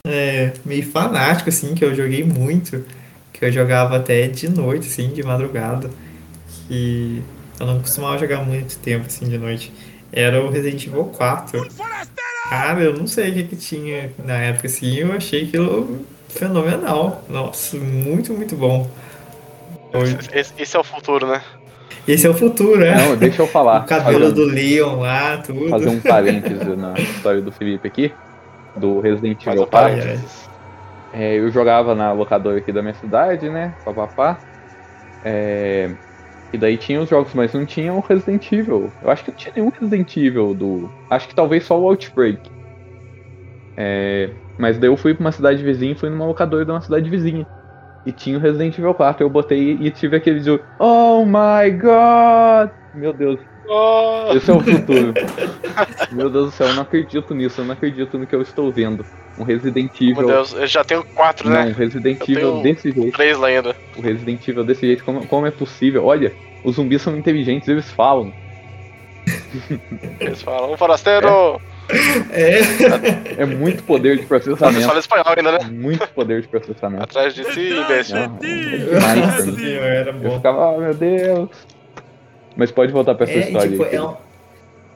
C: é, meio fanático, assim, que eu joguei muito. Que eu jogava até de noite, assim, de madrugada. Que eu não costumava jogar muito tempo, assim, de noite. Era o Resident Evil 4. Cara, eu não sei o que, que tinha na época, assim. Eu achei aquilo fenomenal. Nossa, muito, muito bom. Hoje-
A: Esse, esse é o futuro, né?
C: Esse é o futuro, né?
B: Não, deixa eu falar.
C: O cabelo
B: Fazer-
C: do Leon lá, tudo.
B: Tá fazer um parêntese na história do Felipe aqui, do Resident
A: Faz
B: Evil
A: um
B: 4.
A: parênteses.
B: É, eu jogava na locadora aqui da minha cidade, né? Papapá. É, e daí tinha os jogos, mas não tinha o Resident Evil. Eu acho que não tinha nenhum Resident Evil do. Acho que talvez só o Outbreak. É, mas daí eu fui pra uma cidade vizinha, fui numa locadora de uma cidade vizinha. E tinha o Resident Evil 4. Eu botei e tive aquele jogo. Oh my god! Meu Deus,
A: Oh,
B: esse é o futuro. Meu Deus do céu, eu não acredito nisso, eu não acredito no que eu estou vendo. Um Resident Evil.
A: meu Deus, eu já tenho quatro,
B: Não,
A: né?
B: um Resident
A: Eu
B: Evil
A: tenho-
B: desse jeito.
A: Três lá ainda.
B: O Resident Evil desse jeito, como, como é possível? Olha, os zumbis são inteligentes, eles falam.
A: Eles falam, "Ô, forasteiro!
C: É,
B: É muito poder de
A: Eles
B: processamento.
A: falam espanhol ainda, né?
B: Muito poder de processamento.
A: Atrás de si, imbecil.
B: Não, é demais pra
C: nossa
B: mim.
C: senhora, era
B: Eu
C: bom.
B: ficava, ah, meu Deus. Mas pode voltar pra essa
C: É,
B: história
C: tipo,
B: aí.
C: é um,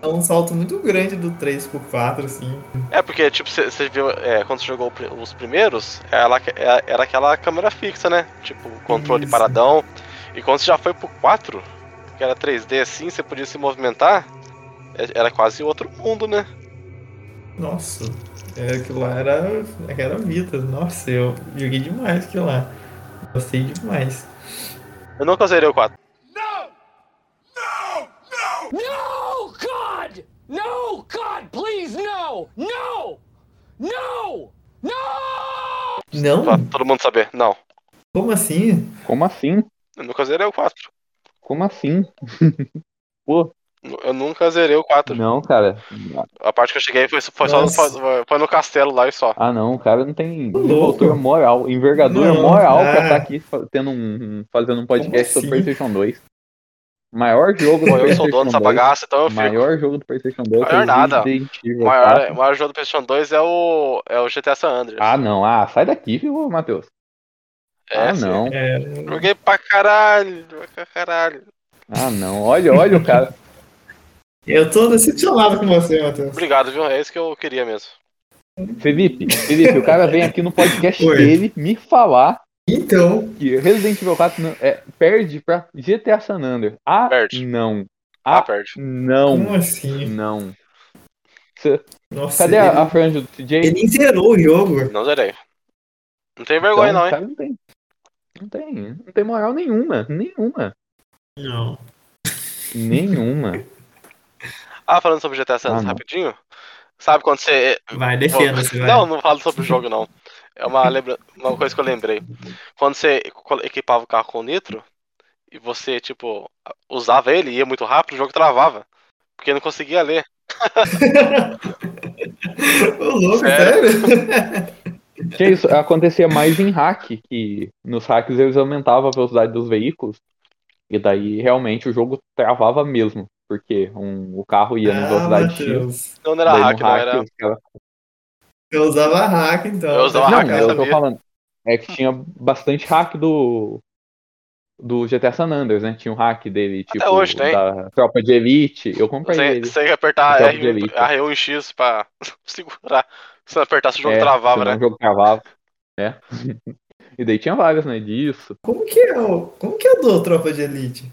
C: é um salto muito grande do 3 pro 4, assim.
A: É porque, tipo, você viu, é, quando você jogou o pri- os primeiros, ela, é- era aquela câmera fixa, né? Tipo, controle
C: Isso.
A: paradão. E quando você já foi pro 4, que era 3D assim, você podia se movimentar, é- era quase outro mundo, né?
C: Nossa, é, aquilo lá era, era vida. Nossa, eu joguei demais aquilo lá. Gostei demais.
A: Eu nunca zerei o 4.
G: No, God! No, God, please, no! No! No!
C: Não?
A: Pra todo mundo saber. Não.
C: Como assim?
B: Como assim?
A: Eu nunca zerei o 4.
B: Como assim?
A: Nu- Eu nunca zerei o 4.
B: Não, cara.
A: A parte que eu cheguei foi, foi só
C: Nossa.
A: foi, foi no castelo lá e só.
B: Ah, não, o cara não tem
C: Louco.
B: envoltura moral, envergadura
C: Não,
B: moral pra
C: é.
B: estar aqui fa- tendo um, um- fazendo um podcast sobre
C: assim?
B: PlayStation 2. Maior jogo do
A: Bom, eu
B: PlayStation
A: sou o dono dessa
B: 2.
A: bagaça, então eu fico.
B: Maior jogo do PlayStation 2
A: Maior nada.
B: Resident Evil
A: O maior,
B: 4.
A: o maior jogo do PlayStation 2 é o, é o GTA San Andreas.
B: Ah, não. Ah, sai daqui, viu, Matheus?
A: é,
B: ah,
A: sim.
B: não.
C: É,
A: Joguei pra caralho, pra caralho.
B: Ah, não. Olha, olha o cara.
C: eu tô decepcionado com você, Matheus.
A: Obrigado, viu? É isso que eu queria mesmo.
B: Felipe, Felipe, o cara vem aqui no podcast
C: Oi.
B: dele me falar
C: Então,
B: que Resident Evil 4 não- é, perde pra GTA San Andreas. Ah,
A: Perde.
B: não.
A: Ah,
B: Ah,
A: perde.
B: não.
C: como assim?
B: Não.
C: Nossa,
B: Cadê a, a
C: ele,
B: franja do TJ?
C: ele nem zerou o jogo.
A: Não zerei. Não tem vergonha,
B: Então,
A: não,
B: o
A: hein?
B: cara não tem. Não tem. Não tem moral nenhuma. Nenhuma.
C: Não.
B: Nenhuma.
A: Ah, falando sobre GTA San
B: tá. Ah,
A: Andreas
B: não.
A: rapidinho. Sabe quando você.
C: Vai, defenda, você vai.
A: Não, não falo sobre o jogo, não. É uma, lembra... uma coisa que eu lembrei. Quando você co- equipava o carro com o nitro e você, tipo, usava ele e ia muito rápido, o jogo travava. Porque não conseguia ler.
C: Ô, louco,
A: Sério?
B: Que isso acontecia mais em hack, que nos hacks eles aumentavam a velocidade dos veículos, e daí realmente o jogo travava mesmo, porque um- o carro ia na
C: Ah,
B: velocidade X,
C: Matheus.
A: Não era
B: daí
A: hack,
B: no
A: não
B: hack
A: era.
B: os caras-
C: Eu usava hack, então.
A: Eu Hum. usava
B: Não,
A: hack, eu
B: eu tô
A: sabia.
B: falando, é que tinha bastante hack do do GTA San Andreas, né? Tinha um hack dele, tipo,
A: hoje tem.
B: da tropa de elite. Eu comprei
A: Sem,
B: ele.
A: sem apertar
B: Jogo de
A: R1,
B: elite.
A: R1X pra segurar. Se não apertasse, o jogo
B: É,
A: travava,
B: senão
A: né?
B: O jogo travava. É. e daí tinha vários, né? Disso.
C: Como que é o. Como que é o do Tropa de Elite?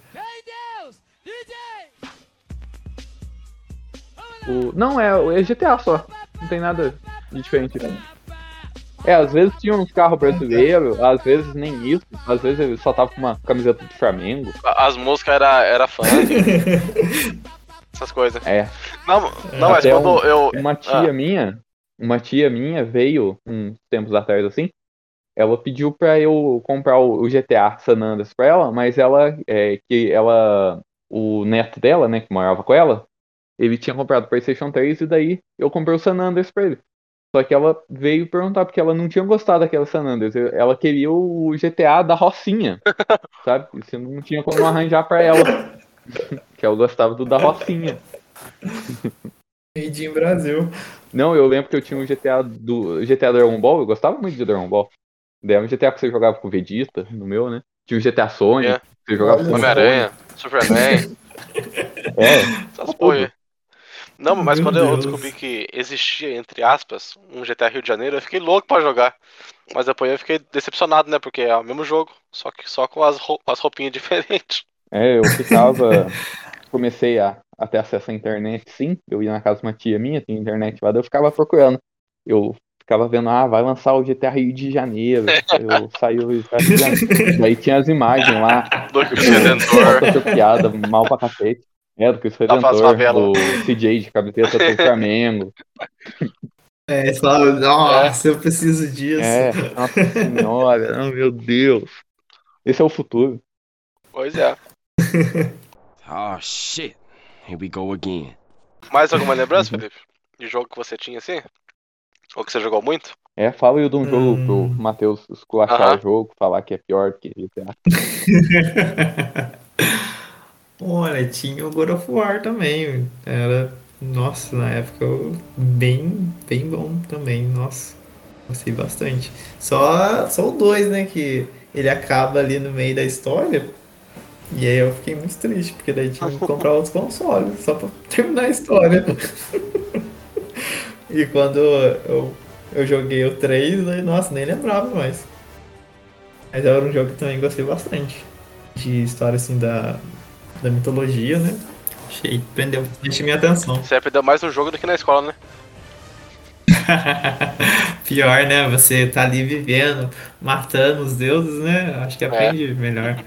B: O... Não, é, é GTA só. Não tem nada de diferente. É, às vezes tinha uns carros brasileiros, às vezes nem isso. Às vezes ele só tava com uma camiseta do Flamengo.
A: A- As músicas era, era funk. Essas coisas.
B: É.
A: Não, não mas
B: Até
A: quando eu.
B: Uma tia minha, uma tia minha veio uns tempos atrás assim. Ela pediu pra eu comprar o o GTA San Andreas pra ela, mas ela é, que ela o neto dela, né, que morava com ela, ele tinha comprado o PlayStation 3 e daí eu comprei o San Andreas pra ele. Só que ela veio perguntar porque ela não tinha gostado daquela San Andreas, eu- ela queria o GTA da Rocinha, sabe? Isso eu não tinha como arranjar pra ela. que ela gostava do da Rocinha.
C: Made in Brasil.
B: Não, eu lembro que eu tinha um GTA do GTA Dragon Ball, eu gostava muito de Dragon Ball. Daí era um GTA que você jogava com o Vegeta, no meu, né? Tinha o GTA Sonic,
A: É.
B: que você jogava com o
A: Homem-Aranha, Superman,
B: Sonic. É,
A: essas coisas. Não, mas
C: Meu
A: quando eu
C: Deus.
A: descobri que existia, entre aspas, um GTA Rio de Janeiro, eu fiquei louco pra jogar. Mas depois eu fiquei decepcionado, né? Porque é o mesmo jogo, só que só com as, rou- com as roupinhas diferentes.
B: é, eu ficava. Comecei a, a ter acesso à internet, sim. Eu ia na casa de uma tia minha, tinha internet lá, daí eu ficava procurando. Eu ficava vendo, ah, vai lançar o GTA Rio de Janeiro. Eu saí o GTA Rio de Janeiro. Daí tinha as imagens lá.
A: Do que o Redentor.
B: Nossa, piada, mal pra cacete. É, do que o
A: Lá faz Tá favela.
B: Redentor, o CJ de cabeça do Flamengo.
C: É, fala, nossa, eu preciso disso.
B: É, nossa senhora, oh, meu Deus. Esse é o futuro.
A: Pois é.
F: Oh shit. Here we go again.
A: Mais alguma lembrança,
B: Uhum.
A: Felipe? De jogo que você tinha assim? Ou que você jogou muito?
B: É, fala aí de um jogo
C: Hum.
B: pro Matheus esculachar
A: Aham.
B: o jogo, falar que é pior do que GTA.
C: Olha, tinha o God of War também. Era, nossa, na época eu- bem, bem bom também. Nossa, gostei bastante. Só, só o 2, né? Que ele acaba ali no meio da história. E aí eu fiquei muito triste, porque daí tinha que comprar outros consoles só pra terminar a história. E quando eu, eu joguei o 3, aí, nossa, nem lembrava mais. Mas era um jogo que também gostei bastante. De história assim da, da mitologia, né? Achei, prendeu bastante minha atenção.
A: Você aprendeu mais no jogo do que na escola, né?
C: Pior, né? Você tá ali vivendo, matando os deuses, né? Acho que aprende melhor.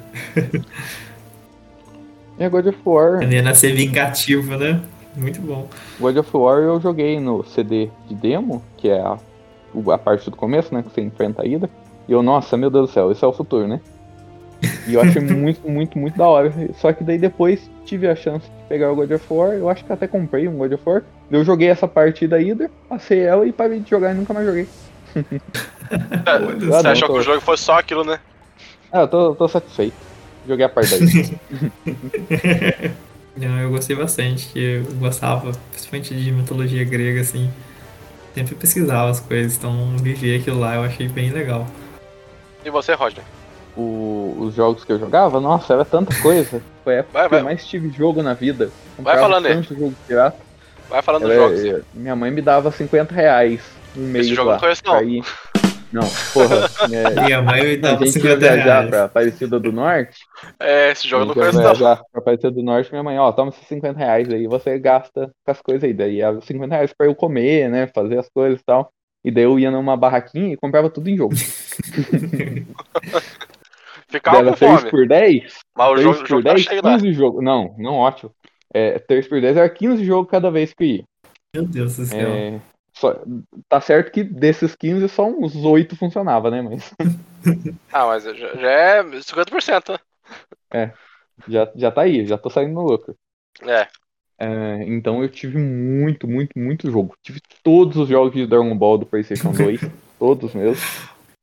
B: É God of War.
C: Aprendendo a ser vingativo, né? Muito bom.
B: God of War eu joguei no CD de demo, que é a, o- a parte do começo, né? Que você enfrenta a ida. E eu, nossa, meu Deus do céu, esse é o futuro, né? E eu achei muito, muito, muito da hora. Só que daí depois tive a chance de pegar o God of War. Eu acho que até comprei um God of War. Eu joguei essa partida ida, passei ela e parei de jogar e nunca mais joguei.
A: Você
B: Ah, não,
A: achou
B: tô-
A: que o jogo foi só aquilo, né?
B: Ah, eu tô, tô satisfeito. Joguei a parte daí.
C: Não, eu gostei bastante, que eu gostava principalmente de mitologia grega, assim. Sempre pesquisava as coisas, então viver aquilo lá eu achei bem legal.
A: E você, Roger?
B: O- os jogos que eu jogava, nossa, era tanta coisa. Foi a época
A: Vai,
B: que
A: vai.
B: eu mais tive jogo na vida. Comprava
A: falando aí.
B: tanto jogo pirata.
A: Vai falando dos
B: Era-
A: jogos.
B: eh, minha mãe me dava 50 reais um mês
A: jogo eu
B: lá.
A: não conheço, não.
B: Pra ir- Não, porra. é,
C: Minha mãe me
B: a
C: dava
B: gente ia
C: 50
B: viajar
C: reais.
B: pra Aparecida do Norte.
A: É, esse jogo eu não
B: a gente ia
A: conheço, não.
B: viajar pra Aparecida do Norte, minha mãe, ó, toma esses 50 reais aí, você gasta com as coisas aí. Daí era 50 reais pra eu comer, né, fazer as coisas e tal. E daí eu ia numa barraquinha e comprava tudo em jogo.
A: Ficava
B: Dava
A: com
B: 3
A: fome.
B: por 10,
A: Mas o
B: 3
A: jogo, o
B: por
A: jogo tá
B: 10,
A: cheio lá.
B: 15 jogos. Não, não, ótimo. É, 3 por 10 era 15 jogos cada vez que ia.
C: Meu Deus do céu.
B: É, só- tá certo que desses 15, só uns 8 funcionava, né? Mas
A: Ah, mas já, já é 50%, né?
B: já, já tá aí, já tô saindo no lucro.
A: É.
B: É, então eu tive muito, muito, muito jogo. Tive todos os jogos de Dragon Ball do PlayStation 2, todos mesmo.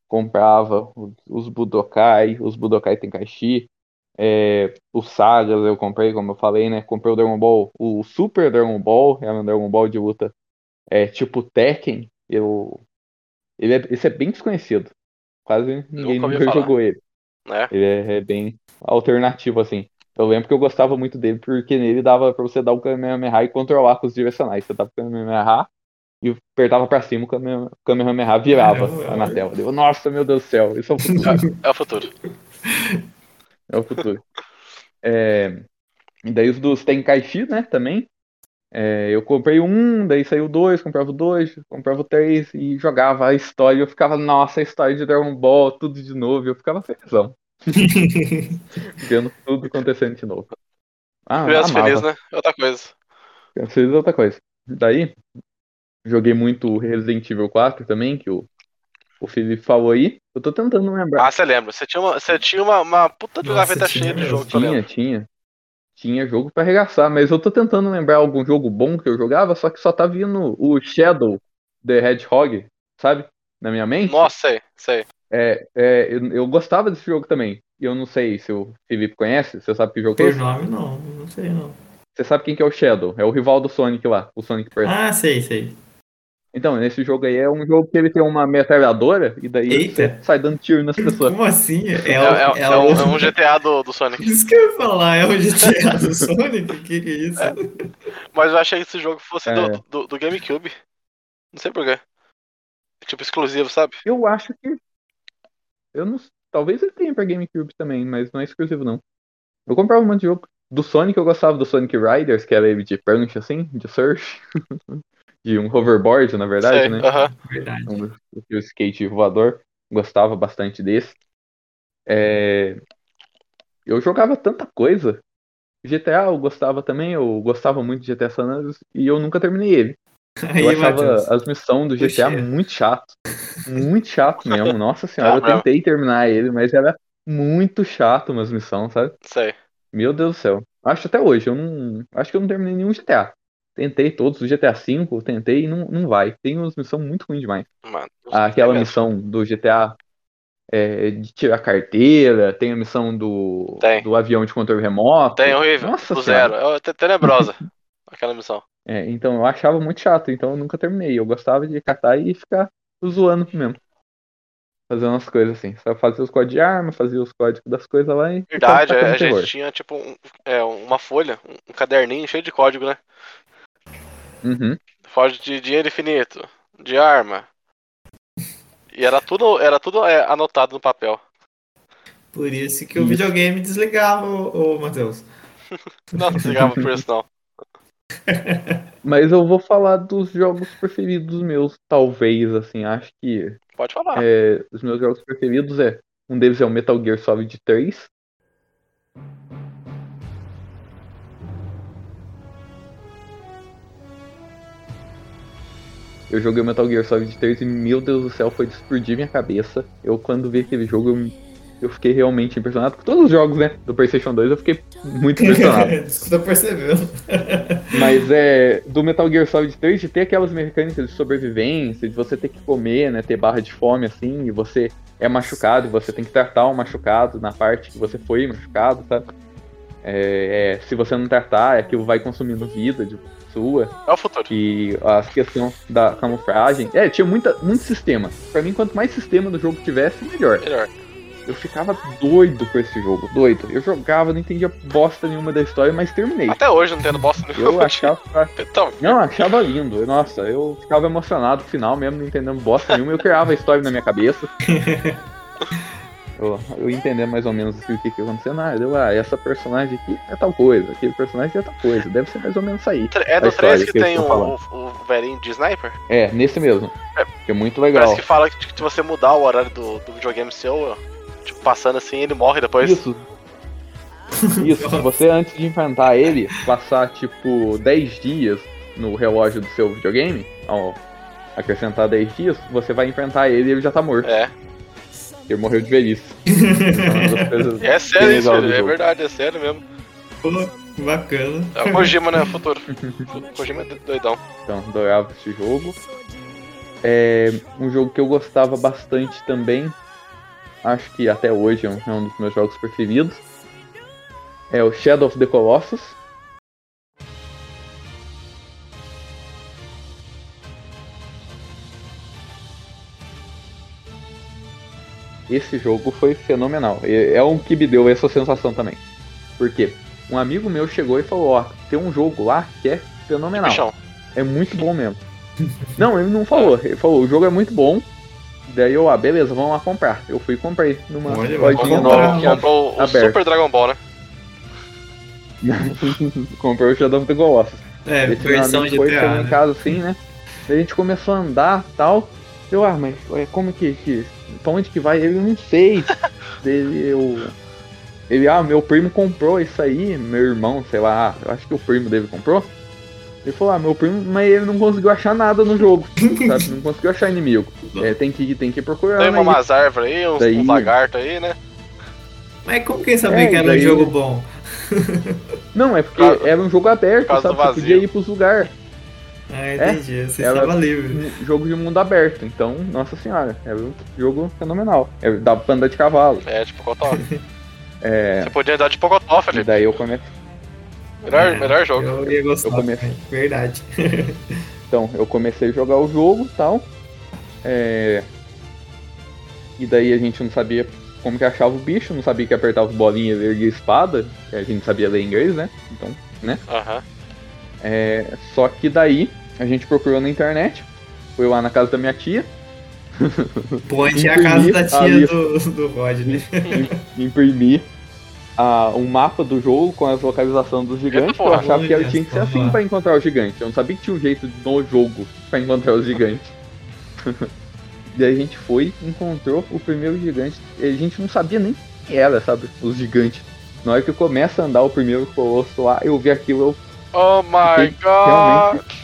B: Comprava os, os Budokai, os Budokai Tenkaichi, é, os Sagas eu comprei, como eu falei, né? Comprei o Dragon Ball, o Super Dragon Ball, era um Dragon Ball de luta, é, tipo Tekken. Eu, ele é, esse é bem desconhecido, quase ninguém
A: Nunca ouvi
B: nunca
A: falar.
B: jogou ele.
A: né?
B: Ele é, é bem alternativo, assim. Eu lembro que eu gostava muito dele, porque nele dava pra você dar o Kamehameha e controlar com os direcionais. Você dava o Kamehameha e apertava pra cima, o Kamehame- Kamehameha virava
C: Caramba.
B: na tela. Eu, Nossa, meu Deus do céu, isso é o futuro.
A: É o futuro.
B: É o futuro. É, e daí os dos Tenkaichi, né, também. É, eu comprei um, daí saiu dois, comprava o dois, comprava o três e jogava a história. Eu ficava, nossa, a história de Dragon Ball, tudo de novo. Eu ficava felizão, vendo tudo acontecendo de novo. Ah, eu
A: Criança
B: amava.
A: feliz, né? É Outra coisa.
B: Criança feliz é outra coisa. Daí, joguei muito Resident Evil 4 também, que o, o Felipe falou aí. Eu tô tentando lembrar.
A: Ah, você lembra? Você tinha uma, você tinha uma, uma puta de
C: Nossa,
A: gaveta
C: tinha
A: cheia de
C: mesmo.
A: jogo, que eu
B: Tinha,
A: lembro.
B: tinha. Tinha jogo pra arregaçar, mas eu tô tentando lembrar algum jogo bom que eu jogava, só que só tá vindo o Shadow the Hedgehog, sabe? Na minha mente.
A: Nossa, sei, sei.
B: É, é, eu, eu gostava desse jogo também. E eu não sei se o Felipe conhece, você sabe que jogo é
C: Por
B: esse?
C: nome não, não sei não.
B: Você sabe quem que é o Shadow? É o rival do Sonic lá, o Sonic Person.
C: Ah, sei, sei.
B: Então, nesse jogo aí é um jogo que ele tem uma metralhadora e daí
C: Eita.
B: você sai dando tiro nas pessoas.
C: Como assim? É,
A: É,
C: o,
A: é-
C: é
A: é um,
C: o-
A: é um GTA do, do Sonic.
C: Isso que eu ia falar, é o GTA do Sonic? O que, que é isso?
A: Mas eu achei que esse jogo fosse do,
B: É.
A: do, do GameCube. Não sei porquê. Tipo, exclusivo, sabe?
B: Eu acho que. Eu não. Talvez ele tenha pra GameCube também, mas não é exclusivo, não. Eu comprava um monte de jogo. Do Sonic eu gostava do Sonic Riders, que era ele de prancha, assim, de surf. de um hoverboard, na verdade,
A: sei.
B: né?
A: aham.
C: Verdade.
B: Um dos- o skate voador. Gostava bastante desse. É, Eu jogava tanta coisa. GTA eu gostava também, eu gostava muito de GTA San Andreas e eu nunca terminei ele.
C: Aí,
B: Eu achava
C: Matheus.
B: as missões do
C: Puxa.
B: GTA muito chato. Muito chato mesmo. Nossa senhora,
A: Ah,
B: eu
A: não.
B: tentei terminar ele, mas era muito chato umas missões, sabe?
A: Sei.
B: Meu Deus do céu. Acho até hoje, eu não. Acho que eu não terminei nenhum GTA. Tentei todos, o GTA V, eu tentei e não, não vai. Tem umas missões muito ruins demais. Ah,
A: Mano.
B: Aquela
A: é mesmo.
B: missão do GTA é, de tirar carteira, tem a missão do,
A: Tem.
B: do avião de controle remoto.
A: Tem é horrível.
B: Nossa
A: do
B: senhora.
A: zero. É te- tenebrosa. Aquela missão.
B: É, então eu achava muito chato, então eu nunca terminei. Eu gostava de catar e ficar zoando mesmo. Fazendo umas coisas assim. Só fazia os códigos de arma, fazia os códigos das coisas lá e. ficava
A: Verdade, é,
B: tacando
A: a gente
B: Então, tá terror.
A: tinha tipo um- é, uma folha, um- um caderninho cheio de código, né?
B: Uhum.
A: Foge de dinheiro infinito, de arma. E era tudo, era tudo é, anotado no papel.
C: Por isso que o videogame desligava, ô, ô Matheus.
A: Não, não ligava por isso não.
B: Mas eu vou falar dos jogos preferidos meus, talvez, assim. Acho que
A: Pode falar.
B: é, os meus jogos preferidos é. Um deles é o Metal Gear Solid 3. Eu joguei o Metal Gear Solid 3 e, meu Deus do céu, foi de explodir minha cabeça. Eu, quando vi aquele jogo, eu, eu fiquei realmente impressionado. Com todos os jogos, né, do PlayStation 2, eu fiquei muito impressionado.
C: Você tá percebendo.
B: Mas é, do Metal Gear Solid 3, de ter aquelas mecânicas de sobrevivência, de você ter que comer, né, ter barra de fome, assim, e você é machucado, e você tem que tratar o machucado na parte que você foi machucado, sabe? É, é, se você não tratar, aquilo vai consumindo vida de sua
A: É o futuro.
B: que a questão da camuflagem. É, tinha muita, muito sistema. Pra mim, quanto mais sistema do jogo tivesse, melhor.
A: Melhor.
B: Eu ficava doido com esse jogo, doido. Eu jogava, não entendia bosta nenhuma da história, mas terminei.
A: Até hoje não tendo bosta
B: Eu
A: nenhuma.
B: achava.
A: Então,
B: Não, achava lindo. Nossa, eu ficava emocionado no final mesmo, não entendendo bosta nenhuma. Eu criava a história na minha cabeça. Eu, eu entendendo mais ou menos o que, o que que aconteceu. Ah, eu, ah, essa personagem aqui é tal coisa, aquele personagem é tal coisa. Deve ser mais ou menos isso aí.
A: tre- é
B: A
A: do
B: história
A: 3 que
B: que eu
A: tem
B: tô
A: o,
B: falando.
A: o, o velhinho de sniper?
B: É, nesse mesmo. Que é muito legal.
A: Parece que fala que se você mudar o horário do, do videogame seu, tipo, passando assim, ele morre depois.
B: Isso. Isso, se você antes de enfrentar ele, passar tipo 10 dias no relógio do seu videogame, ao acrescentar 10 dias, você vai enfrentar ele e ele já tá morto.
A: É.
B: Ele morreu de velhice. Então, é uma das coisas
A: É sério
B: bem
A: isso,
B: legal do
A: velho. É
B: jogo.
A: verdade, é sério mesmo.
C: Pô, que bacana.
A: É o Kojima, né? Futuro. O Kojima é doidão.
B: Então, adorava esse jogo. É um jogo que eu gostava bastante também. Acho que até hoje é um, é um dos meus jogos preferidos. É o Shadow of the Colossus. Esse jogo foi fenomenal. E- É um que me deu essa sensação também. Porque um amigo meu chegou e falou: Ó, tem um jogo lá que é fenomenal.
A: Bichão.
B: É muito bom mesmo. não, ele não falou. Ele falou, o jogo é muito bom. Daí eu, ah, beleza, vamos lá comprar. Eu fui e comprei numa
C: Olha, vai
B: lojinha
C: comprar.
B: nova. que abre-
A: Comprou o
B: aberto.
A: Super Dragon Ball, né?
B: comprei o Shadow of the Colossus.
C: É,
B: Esse meu
C: versão
B: amigo foi,
C: GTA,
B: chegou em
C: né?
B: casa assim, né? Daí a gente começou a andar tal. Eu, ah, mas ué, como que, que. Pra onde que vai? Ele não sei. Ele, eu. Ele, ah, meu primo comprou isso aí, meu irmão, sei lá, eu acho que o primo dele comprou. Ele falou, ah, meu primo, mas ele não conseguiu achar nada no jogo, sabe? Não conseguiu achar inimigo. É, tem que, tem que procurar.
A: Tem umas árvores aí, uns,
B: Daí-
A: uns lagartos aí, né?
C: né? Mas como que eu sabia
B: É,
C: que era
B: daí-
C: um jogo bom?
B: Não, é porque
A: Por causa-
B: era um jogo aberto,
A: causa
B: sabe?
A: do
B: Você podia
A: vazio.
B: ir pros lugares.
C: Ah, entendi. Você
B: É? Ela-
C: estava livre. né?
B: Um jogo de mundo aberto, então, nossa senhora, era um jogo fenomenal. É, dá pra andar de cavalo.
A: É, de Pocotó.
B: É,
A: Você podia andar de Pocotó,
B: e
A: Felipe.
B: daí eu comecei.
A: Melhor,
C: É,
A: melhor jogo.
C: Eu ia gostar.
B: Eu comecei.
C: também, Verdade.
B: Então, eu comecei a jogar o jogo e tal. É... E daí a gente não sabia como que achava o bicho, não sabia que apertava os bolinhas e erguia a espada. que A gente sabia ler inglês, né? Então,
A: Aham.
B: é... Só que daí a gente procurou na internet. Foi lá na casa da minha tia,
C: Ponte é a casa da
B: Ali.
C: tia do, do né? Rodney.
B: imprimi a, um mapa do jogo com as localizações dos gigantes.
A: porra.
B: eu achava que
C: Olha
B: tinha que ser
C: só.
B: assim pra encontrar o gigante. Eu não sabia que tinha um jeito no jogo pra encontrar os gigantes. Daí a gente foi, encontrou o primeiro gigante. E A gente não sabia nem quem era, sabe? Os gigantes. Na hora que começa a andar o primeiro colosso lá, eu vi aquilo, eu
A: Oh my
B: Fiquei
A: god!
B: realmente.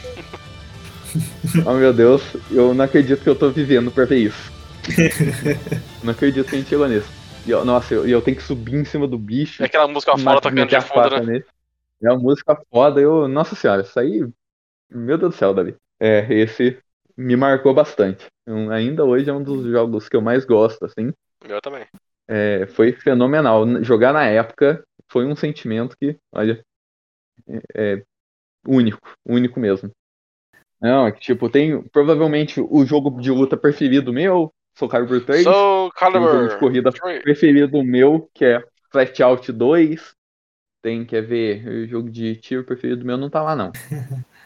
B: Oh meu Deus, eu não acredito que eu tô vivendo pra ver isso. não acredito que a gente chegou nisso. E eu- nossa, eu, e eu tenho que subir em cima do bicho.
A: É aquela música fora
B: matar-
A: tocando
B: meter
A: de
B: a
A: fundo,
B: faca
A: né?
B: nele. É uma música foda, eu. Nossa senhora, isso aí. Meu Deus do céu, Davi. É, esse me marcou bastante. Um- ainda hoje é um dos jogos que eu mais gosto, assim.
A: Meu também.
B: É, foi fenomenal. N- Jogar na época foi um sentimento que, olha, é, é único, único mesmo. Não, é que tipo, tem provavelmente o jogo de luta preferido meu, Soul Calibur 3,
A: Soul
B: tem o jogo de
A: Calibur
B: corrida
A: 3.
B: preferido meu, que é Flatout 2, tem, quer ver, o jogo de tiro preferido meu não tá lá não.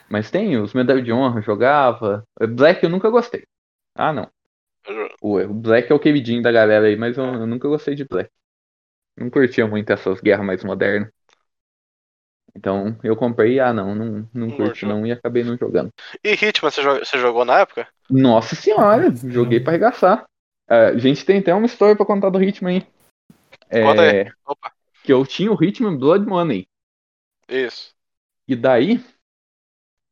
B: Mas tem os Medalha de Honra, eu jogava, Black eu nunca gostei. Ah, não. O o Black é o queridinho da galera aí, mas eu, eu nunca gostei de Black. Não curtia muito essas guerras mais modernas. Então eu comprei, ah não, não, não
A: Não
B: curti
A: gostou.
B: não e acabei não jogando.
A: E Hitman, você jogou, você jogou na época?
B: Nossa senhora, joguei pra arregaçar. Ah, a gente tem até uma história pra contar do Hitman aí. É,
A: Conta aí. Opa.
B: Que eu tinha o Hitman Blood Money.
A: Isso.
B: E daí,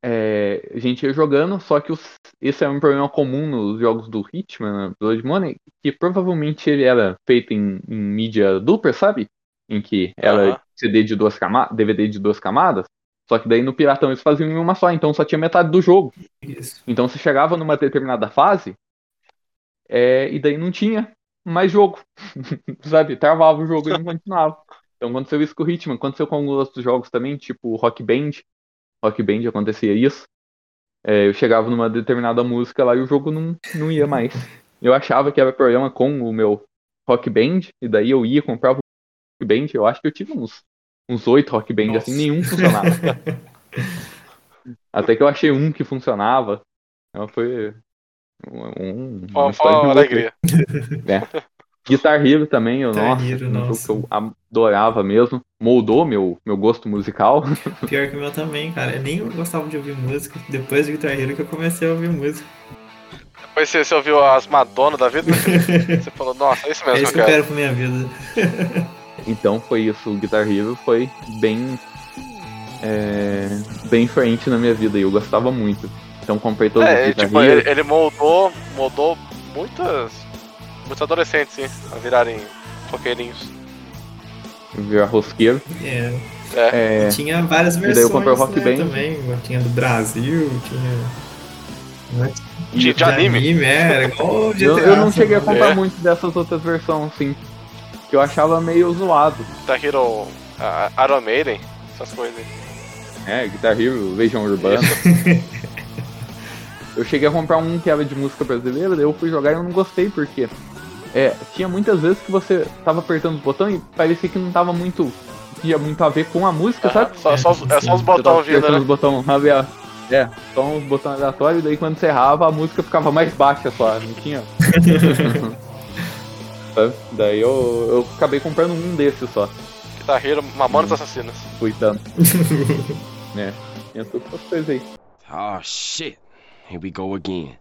B: é, a gente ia jogando, só que os- esse é um problema comum nos jogos do Hitman, né, Blood Money, que provavelmente ele era feito em, em mídia dupla, sabe? Em que era
A: Aham.
B: CD de duas camadas, DVD de duas camadas. Só que daí no Piratão eles faziam em uma só, então só tinha metade do jogo.
C: Isso.
B: Então você chegava numa determinada fase, é, e daí não tinha mais jogo. Sabe? Travava o jogo e não continuava. Então aconteceu isso com o Hitman, aconteceu com alguns outros jogos também, tipo Rock Band. Rock Band acontecia isso. É, eu chegava numa determinada música lá e o jogo não, não ia mais. Eu achava que era problema com o meu Rock Band, e daí eu ia, comprava o Rock Band, eu acho que eu tive uns uns oito Rock Band, assim,
C: Nossa.
B: nenhum funcionava. Até que eu achei um que funcionava. Então foi um, um,
A: Foi
B: uma
A: uma, foi
B: história
A: uma
B: muito
A: alegria.
B: Guitar Hero também, eu,
C: Guitar
B: nossa,
C: Hero,
B: um jogo
C: nossa.
B: que eu adorava mesmo. Moldou meu, meu gosto musical.
C: Pior que o meu também, cara. Eu nem gostava de ouvir música. Depois do Guitar Hero que eu comecei a ouvir música.
A: Depois você, você ouviu as Madonna da vida, você falou, nossa, é isso
C: É
A: mesmo
C: isso
A: que
C: que
A: eu quero.
C: eu quero pra minha vida.
B: Então foi isso, o Guitar Hero foi bem é, bem diferente na minha vida e eu gostava muito. Então comprei todos os
A: É, e,
B: Guitar
A: tipo,
B: Hero.
A: ele, ele moldou, moldou muitas, muitos adolescentes, sim, a virarem roqueirinhos.
B: virar rosqueiro.
C: É.
A: É.
B: É,
C: Tinha várias
B: daí eu
C: versões
B: comprei o Rock
C: né,
B: Band.
C: também. Tinha do Brasil, tinha. né,
A: De, de anime.
C: é, era igual o GTA.
B: eu, eu não cheguei a
C: sabe?
B: comprar
A: É.
B: muito dessas outras versões, assim, que eu achava meio zoado.
A: Da Hero, a- a- Iron Maiden, essas coisas. aí.
B: É, Guitar Hero, Legião Urbana. Eu cheguei a comprar um que era de música brasileira, daí eu fui jogar e eu não gostei, porque É, tinha muitas vezes que você tava apertando os botões e parecia que não tava muito. Tinha muito a ver com a música, sabe?
A: Só, só os- é só os
B: Você tava
A: botões vindo,
B: apertando os
A: né?
B: botões rabia- É, só uns botões aleatórios, e daí quando você errava a música ficava mais baixa só, não tinha. Sabe? daí eu, eu acabei comprando um desses só,
A: Guitarreiro, Mamonas Assassinas.
B: fui dando. é, entrou essas coisas aí.
F: Oh shit. Here we go again.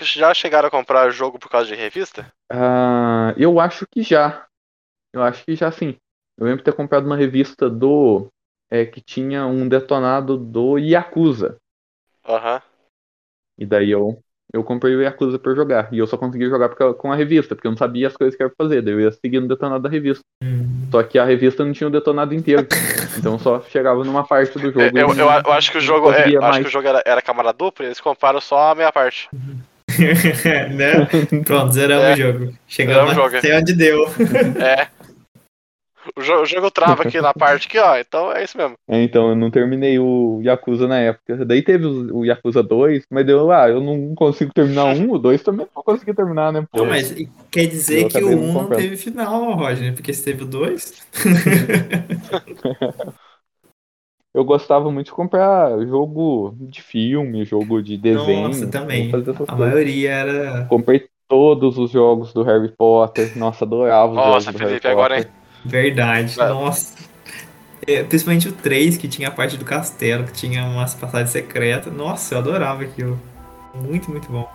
A: Já chegaram a comprar jogo por causa de revista?
B: Ah, eu acho que já. Eu acho que já sim. Eu lembro de ter comprado uma revista do. É, que tinha um detonado do Yakuza.
A: Aham.
B: E daí eu, eu comprei o Yakuza pra jogar. E eu só consegui jogar porque- com a revista, porque eu não sabia as coisas que eu ia fazer. Daí eu ia seguindo o detonado da revista.
C: Hum.
B: Só que a revista não tinha o detonado inteiro. Então eu só chegava numa parte do jogo.
A: É, Eu,
B: e
A: eu,
B: não-
A: eu acho que o jogo, é,
B: conseguia
A: eu acho que
B: mais.
A: o jogo era, era camada dupla, eles compraram só a meia parte.
C: né? Pronto, zeramos
A: É.
C: o jogo. Chegamos
A: Zeramos o jogo, é.
C: até onde deu.
A: É. O jo- o jogo trava aqui na parte aqui, ó. Então é isso mesmo.
B: É, então, eu não terminei o Yakuza na época. Daí teve os- o Yakuza 2, mas deu, ah, eu não consigo terminar um, o 2 também não vou conseguir terminar, né? Pô.
C: Não, mas quer dizer
B: Eu
C: que o
B: acabei não
C: 1 não
B: comprando.
C: teve final, Roger, porque se teve o 2.
B: Eu gostava muito de comprar jogo de filme, jogo de desenho.
C: Nossa, também.
B: fazer essas
C: A
B: coisas.
C: maioria era.
B: Comprei todos os jogos do Harry Potter. Nossa, adorava os jogos
A: Nossa,
B: do
A: Felipe,
B: Harry
A: agora,
B: Potter.
A: hein?
C: Verdade,
A: Ah.
C: nossa. É, principalmente o 3, que tinha a parte do castelo, que tinha umas passagens secretas. Nossa, eu adorava aquilo. Muito, muito bom.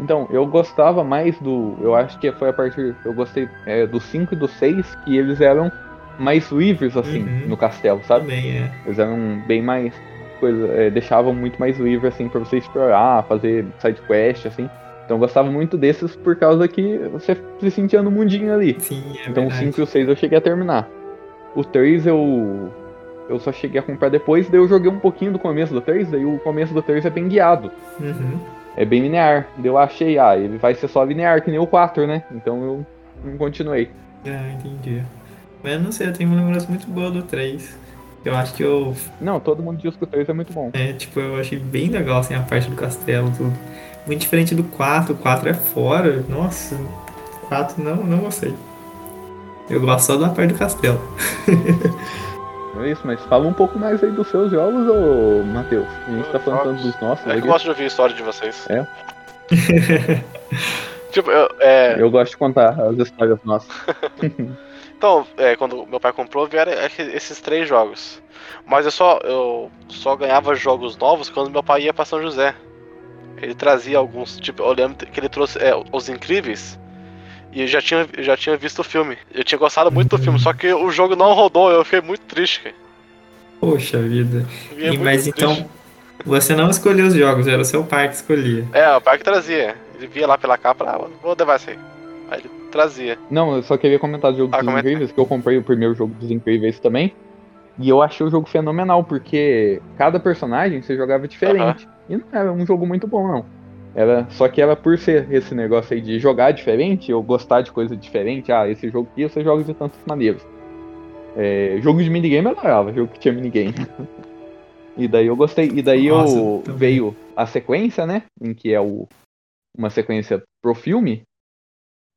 B: Então, eu gostava mais do. Eu acho que foi a partir. Eu gostei é, do 5 e do 6 que eles eram mais livres, assim,
C: Uhum.
B: no castelo, sabe?
C: Também, é.
B: Eles eram bem mais. Coisa, é, deixavam muito mais livre, assim, pra você explorar, fazer side quest, assim. Então eu gostava muito desses por causa que você se sentia no mundinho ali.
C: Sim, é
B: Então o
C: verdade.
B: 5 e o 6 eu cheguei a terminar. O 3 eu. Eu só cheguei a comprar depois, daí eu joguei um pouquinho do começo do 3, daí o começo do 3 é bem guiado.
C: Uhum.
B: É bem linear. Daí eu achei, ah, ele vai ser só linear, que nem o 4, né? Então eu não continuei.
C: Ah, entendi. Mas eu não sei, eu tenho uma lembrança muito boa do 3. Eu acho que eu
B: Não, todo mundo diz que o 3 é muito bom.
C: É, tipo, eu achei bem legal, assim, a parte do castelo, tudo. Muito diferente do 4, o 4 é fora. Nossa, o 4 não, não gostei. Eu gosto só da parte do castelo.
B: É isso, mas fala um pouco mais aí dos seus jogos, ô Matheus. A gente tá falando tanto dos nossos.
A: É que eu
B: aqui.
A: gosto de ouvir a história de vocês.
B: É.
A: tipo, eu, é,
B: Eu gosto de contar as histórias nossas.
A: Então, é, quando meu pai comprou, vieram é, que esses três jogos. Mas eu só, eu só ganhava jogos novos quando meu pai ia pra São José. Ele trazia alguns, tipo, eu lembro que ele trouxe é, Os Incríveis. E eu já tinha, eu já tinha visto o filme. Eu tinha gostado muito do filme, só que o jogo não rodou, eu fiquei muito triste, cara.
C: Poxa vida.
A: Eu fiquei
C: E,
A: é muito
C: mas
A: triste.
C: então, você não escolheu os jogos, era o seu pai que escolhia.
A: É, o pai que trazia. Ele via lá pela capa, ah, vou levar isso aí. Aí ele trazia.
B: Não, eu só queria comentar do jogo
A: Ah,
B: dos
A: comenta.
B: Incríveis, que eu comprei o primeiro jogo dos Incríveis também. E eu achei o jogo fenomenal, porque cada personagem você jogava diferente. E não era um jogo muito bom, não. Era, só que era por ser esse negócio aí de jogar diferente, eu gostar de coisa diferente. Ah, esse jogo aqui você joga de tantas maneiras. É, jogo de minigame eu adorava, jogo que tinha minigame. e daí eu gostei. E daí
C: Nossa,
B: eu
C: também.
B: veio a sequência, né? Em que é o, uma sequência pro filme.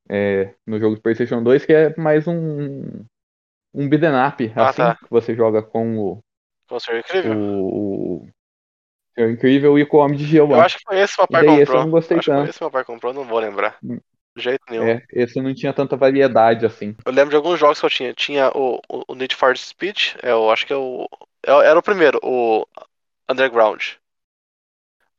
B: é, no jogo do Playstation 2, que é mais um. Um beat'em up,
A: Ah,
B: assim,
A: tá.
B: que você joga com o,
A: Com o Senhor um Incrível.
B: o, o Senhor Incrível e com o Homem de Gelo. né?
A: Eu acho que foi esse que meu
B: Hum, E
A: pai
B: daí, esse
A: comprou.
B: eu não gostei
A: acho que foi
B: tanto.
A: esse que meu pai comprou, não vou lembrar.
B: Hum.
A: De jeito nenhum.
B: É, esse não tinha tanta variedade assim.
A: Eu lembro de alguns jogos que eu tinha. Tinha o, o- o Need for Speed, é, eu acho que é o. é- Era o primeiro, o Underground.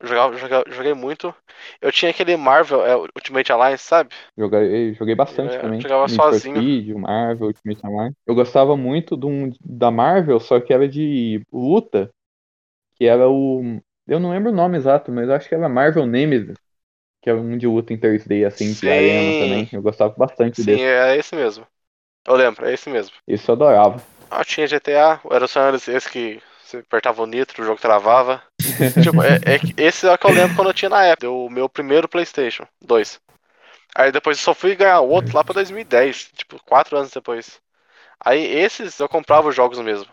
A: Eu Jogava, jogava- joguei muito. Eu tinha aquele Marvel, é, Ultimate Alliance, sabe?
B: Joguei, joguei bastante
A: É, eu
B: também.
A: jogava
B: Need for
A: sozinho.
B: Speed, o Marvel, Ultimate Alliance. Eu gostava muito de um- da Marvel, só que era de luta, que era o. Eu não lembro o nome exato, mas eu acho que era Marvel Nemesis, que era um de luta em 3D, assim, de
A: Sim.
B: arena também. Eu gostava bastante
A: Sim,
B: desse.
A: é esse mesmo. Eu lembro, é esse mesmo.
B: Esse eu adorava.
A: Ah, tinha GTA, era o San Andreas, esse que você apertava o nitro, o jogo travava. tipo, é, é que- esse é o que eu lembro quando eu tinha na época, o meu primeiro PlayStation 2. Aí depois eu só fui ganhar outro lá pra 2010, tipo, 4 anos depois. Aí esses eu comprava os jogos mesmo.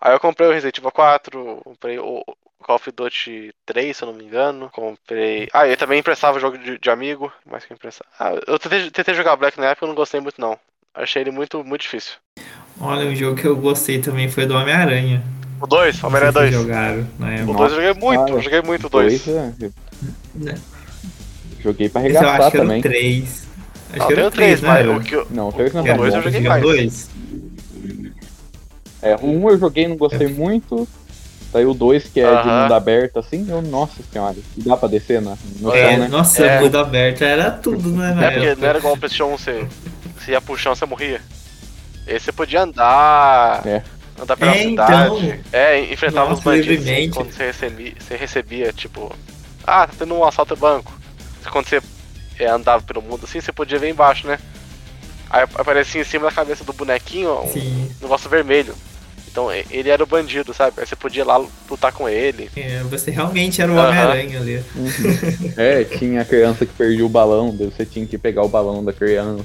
A: Aí eu comprei o Resident Evil 4, comprei o, Call of Duty 3, se eu não me engano. Comprei. Ah, eu também emprestava jogo de, de amigo. Mais que emprestar. Ah, eu tentei, tentei jogar Black na época eu não gostei muito, não. Achei ele muito, muito difícil.
C: Olha, um jogo que eu gostei também foi do Homem-Aranha.
A: O 2,
C: Não sei
A: Homem-Aranha
C: se
A: 2.
C: jogaram né? na
A: O
C: época.
A: 2 eu joguei muito,
B: Cara,
A: eu joguei muito o 2.
C: é Né?
B: é, Joguei pra
C: Esse eu acho
B: arregaçar
C: que era o
B: também.
C: 3. Acho
A: Não,
C: que
A: tem
C: era
A: o 3,
C: né?
A: Ah, mas
C: velho?
A: o que eu-
B: Não, o 3 não
A: Porque
B: tá
A: o dois
B: bom.
A: eu joguei
C: Tinha
A: mais.
C: dois.
B: É, o 1 eu joguei não gostei muito. Daí o 2, que é de
A: Aham.
B: mundo aberto, assim, eu, nossa senhora, dá pra descer na, no
A: É,
B: chão, né?
C: Nossa,
A: É.
C: mundo aberto era tudo, né, na
A: É porque não
C: época.
A: era igual o PlayStation 1, você, você ia pro chão, você morria. Esse você podia andar,
B: É.
A: andar pela
C: É, então.
A: cidade. É, e enfrentava
C: Nossa,
A: os bandidos assim,
C: livremente.
A: quando você recebia, você recebia, tipo, ah, tá tendo um assalto ao banco. Quando você é, andava pelo mundo assim, você podia ver embaixo, né? Aí ap- aparecia em cima da cabeça do bonequinho um
C: Sim,
A: negócio vermelho. Então e- ele era o bandido, sabe? Aí você podia ir lá lutar com ele.
C: é, você realmente era o
A: Aham.
C: Homem-Aranha ali.
B: É, tinha a criança que perdia o balão, daí você tinha que pegar o balão da criança.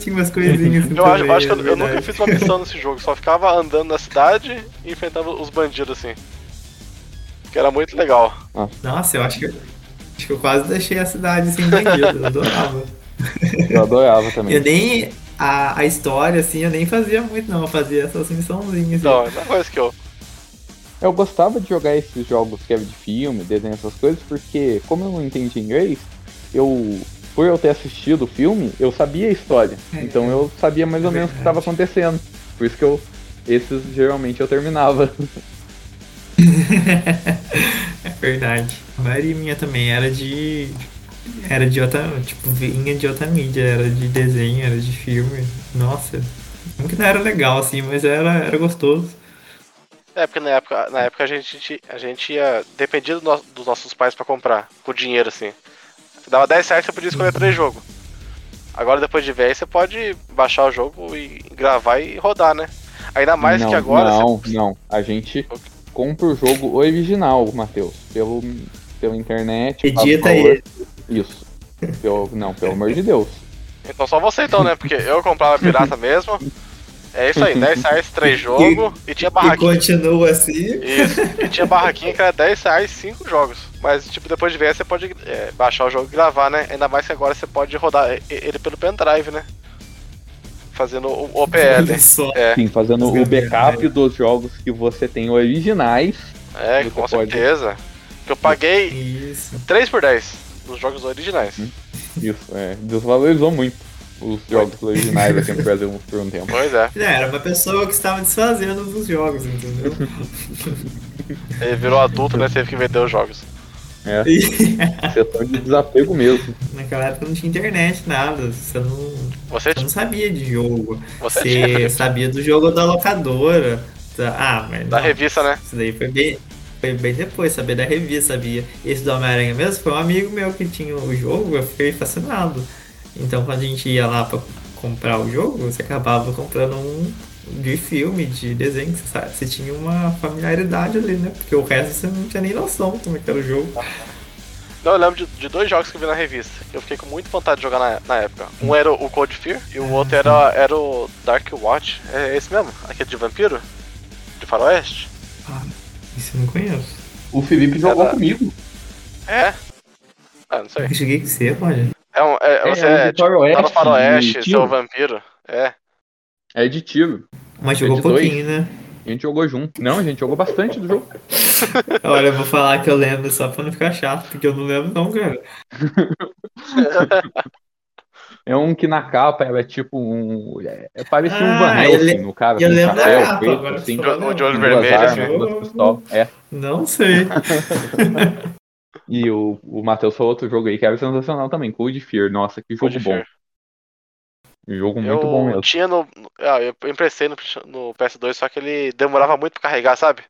C: Tinha umas coisinhas assim
A: Eu acho, eu
C: também,
A: acho que eu,
C: é
A: eu nunca
C: verdade.
A: fiz uma missão nesse jogo, só ficava andando na cidade e enfrentava os bandidos assim. Que era muito legal.
C: Nossa, eu acho que eu, acho que eu quase deixei a cidade sem bandido, eu adorava.
B: Eu adorava
C: Eu
B: também.
C: nem. A, a história, assim, eu nem fazia muito, não. Eu fazia essas missãozinhas.
A: Então, é
C: Assim.
A: a mesma coisa que eu.
B: Eu gostava de jogar esses jogos que era de filme, desenho, essas coisas, porque como eu não entendi inglês, eu. Por eu ter assistido o filme, eu sabia a história.
C: É.
B: Então eu sabia mais ou
C: É
B: menos o que
C: verdade.
B: estava acontecendo. Por isso que eu. Esses geralmente eu terminava.
C: é verdade. A maioria minha também era de. Era de outra. Tipo, vinha de outra mídia. Era de desenho, era de filme. Nossa. Não que não era legal, assim, mas era, era gostoso.
A: É, porque na época, na época a gente, a gente ia. Dependia do no- dos nossos pais pra comprar, com dinheiro assim. Você dava 10 reais, você podia escolher três jogos. Agora, depois de velho, você pode baixar o jogo e gravar e rodar, né? Ainda mais
B: não,
A: que agora.
B: Não,
A: você-
B: não. A gente compra o jogo original, Matheus. Pelo, pela internet. faz
C: Edita aí.
B: favor. Isso. Pelo- não, pelo amor de Deus.
A: Então só você então, né? Porque eu comprava pirata mesmo. É isso aí, 10 reais, três jogos. E tinha
C: E
A: barraquinha.
C: continua assim.
A: Isso. E tinha barraquinha que era 10 reais, 5 jogos. Mas, tipo, depois de ver, você pode é, baixar o jogo e gravar, né? Ainda mais que agora você pode rodar e- ele pelo pendrive, né? Fazendo o OPL.
C: Olha só.
A: É,
B: Sim, fazendo o backup dos jogos que você tem originais.
A: é,
B: Você
A: com
B: pode.
A: certeza. Que eu paguei
C: Isso.
A: 3 por 10 dos jogos originais.
B: Isso, é. Desvalorizou muito os jogos originais aqui no Brasil por um tempo.
A: Pois é.
C: É, Era uma pessoa que estava desfazendo dos jogos, entendeu?
A: Ele virou adulto, né? Teve que vender os jogos.
B: É,
C: E
B: setor de desapego mesmo.
C: naquela época não tinha internet, nada. Você não.
A: Você,
C: Eu não sabia de jogo.
A: você
C: Você
A: tinha.
C: sabia do jogo da locadora. tá- Ah, mas.
A: Da
C: não,
A: revista, né?
C: Isso daí foi bem, foi bem depois, saber da revista, sabia? Esse do Homem-Aranha mesmo foi um amigo meu que tinha o jogo, eu fiquei fascinado. Então quando a gente ia lá pra comprar o jogo, você acabava comprando um de filme, de desenho, que você, sabe, você tinha uma familiaridade ali, né? Porque o resto você não tinha nem noção como é que era o jogo.
A: Ah. Não, eu lembro de, de dois jogos que eu vi na revista, que eu fiquei com muita vontade de jogar na, na época. Um era o Cold Fear e o outro era, era o Dark Watch. É esse mesmo? Aquele de vampiro? De faroeste?
C: Isso eu não conheço.
H: O Felipe jogou
A: Ela-
H: comigo.
A: É. Ah, não sei.
C: Eu cheguei com você, olha.
A: É um, é,
B: É,
A: você
B: é um
A: é,
B: de
A: tipo, tá no
B: faroeste,
A: faroeste,
B: de
A: seu
B: tiro.
A: vampiro. É.
B: É de tiro.
C: Mas jogou
B: de dois.
C: pouquinho, né?
B: A gente jogou junto. Não, a gente jogou bastante do jogo.
C: Olha, eu vou falar que eu lembro só pra não ficar chato, porque eu não lembro não, cara.
B: Tipo, É um que na capa era tipo um. É, é- parecia um
C: Ah,
B: Van
C: eu
B: Helsing,
C: le-
B: o cara
C: eu
B: com
C: lembro da
B: chapéu,
C: capa,
B: feito,
C: agora
B: assim,
C: que
B: com
C: você falou.
A: O de olho
C: Duas
B: duas
A: vermelho,
C: armas.
A: assim.
B: armas, duas pistolas. É.
C: Não sei.
B: E o, o Matheus falou outro jogo aí que era sensacional também, Cold Fear. Nossa, que jogo
A: Cold
B: bom. Um
A: Fear.
B: Jogo
A: Eu
B: muito bom mesmo.
A: tinha no. Ah, eu emprestei no, no PS2, só que ele demorava muito pra carregar, sabe?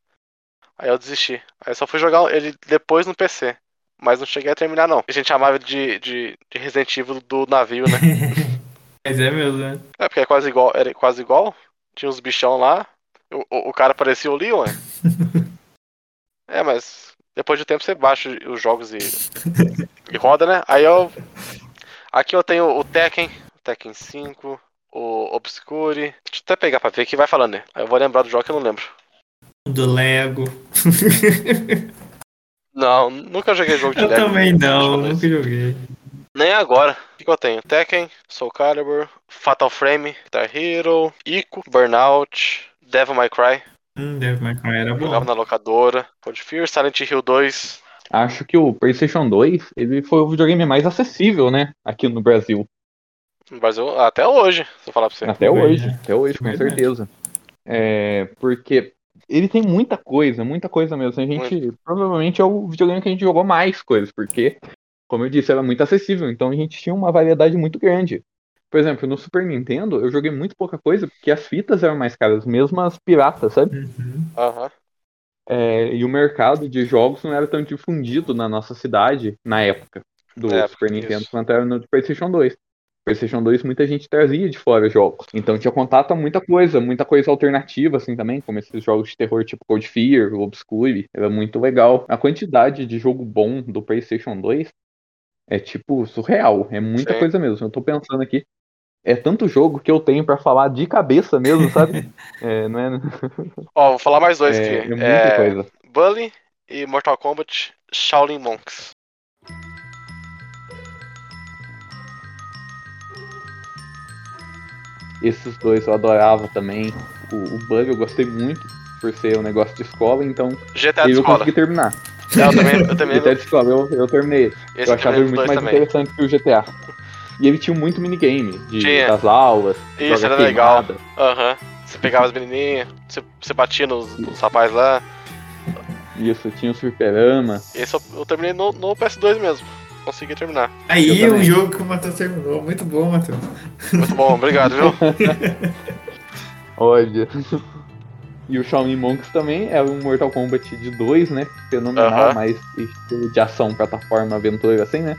A: Aí eu desisti. Aí eu só fui jogar ele depois no PC. Mas não cheguei a terminar, não. A gente chamava de, de, de Resident Evil do navio, né?
C: Mas é mesmo, né?
A: É, porque é quase igual, era quase igual. Tinha uns bichão lá. O, o, o cara parecia o Leon, né? É, mas depois de um tempo você baixa os jogos e, e roda, né? Aí eu. Aqui eu tenho o Tekken, o Tekken 5, o Obscure. Deixa eu até pegar pra ver que vai falando, né? Aí eu vou lembrar do jogo que eu não lembro.
C: do Lego.
A: Não, nunca joguei jogo de
C: Eu
A: Lego.
C: também
A: Deixa eu
C: não, nunca
A: ver.
C: joguei.
A: Nem agora. O que eu tenho? Tekken, Soul Calibur, Fatal Frame, Guitar Hero, Ico, Burnout, Devil May Cry.
C: Hum, Devil May Cry era
A: Jogava
C: bom.
A: na locadora. Cold Fear, Silent Hill 2.
B: Acho que o PlayStation 2 ele foi o videogame mais acessível, né? Aqui no Brasil.
A: No Brasil, até hoje, se eu falar pra você.
B: Até
C: Verdade.
B: hoje, até hoje, com
C: Verdade.
B: certeza. É, porque ele tem muita coisa, muita coisa mesmo. A gente provavelmente é o videogame que a gente jogou mais coisas, porque, como eu disse, era muito acessível, então a gente tinha uma variedade muito grande. Por exemplo, no Super Nintendo eu joguei muito pouca coisa, porque as fitas eram mais caras, mesmo as piratas, sabe?
C: Uhum.
A: Aham.
B: É, e o mercado de jogos não era tão difundido na nossa cidade na época do
A: É,
B: Super
A: isso.
B: Nintendo quanto era no PlayStation 2. PlayStation 2 muita gente trazia de fora jogos. Então tinha contato a muita coisa, muita coisa alternativa assim também, como esses jogos de terror tipo Cold Fear, Obscure, era muito legal. A quantidade de jogo bom do PlayStation 2 é tipo surreal, é muita
A: Sim.
B: coisa mesmo. Eu tô pensando aqui, é tanto jogo que eu tenho pra falar de cabeça mesmo, sabe? É, não é,
A: Ó, vou falar mais dois
B: é, é
A: aqui.
B: muita
A: É,
B: coisa.
A: Bully e Mortal Kombat Shaolin Monks.
B: Esses dois eu adorava também. O, o Bug eu gostei muito, por ser um negócio de escola, então
A: GTA de
B: eu
A: escola.
B: consegui terminar.
A: Eu também, eu também
B: GTA de escola, eu, eu terminei.
A: esse
B: eu
A: eu
B: achava
A: também
B: ele
A: dos
B: muito
A: dois
B: mais
A: também.
B: interessante que o GTA. E ele tinha muito minigame de,
A: Tinha.
B: das aulas.
A: Isso,
B: joga
A: era legal.
B: queimada.
A: Aham. Você pegava as menininhas, você, você batia nos, nos rapazes lá.
B: Isso, tinha um o Superama.
A: Esse eu, eu terminei no, no PS2 mesmo. Consegui terminar.
C: Aí
B: Eu
C: o
B: também.
C: jogo que o Matheus terminou, muito bom, Matheus.
A: Muito bom, obrigado, viu?
B: Olha. E o Shaolin Monks também é um Mortal Kombat de dois, né? Fenomenal,
A: Aham.
B: mas estilo de ação, plataforma, aventura, assim, né?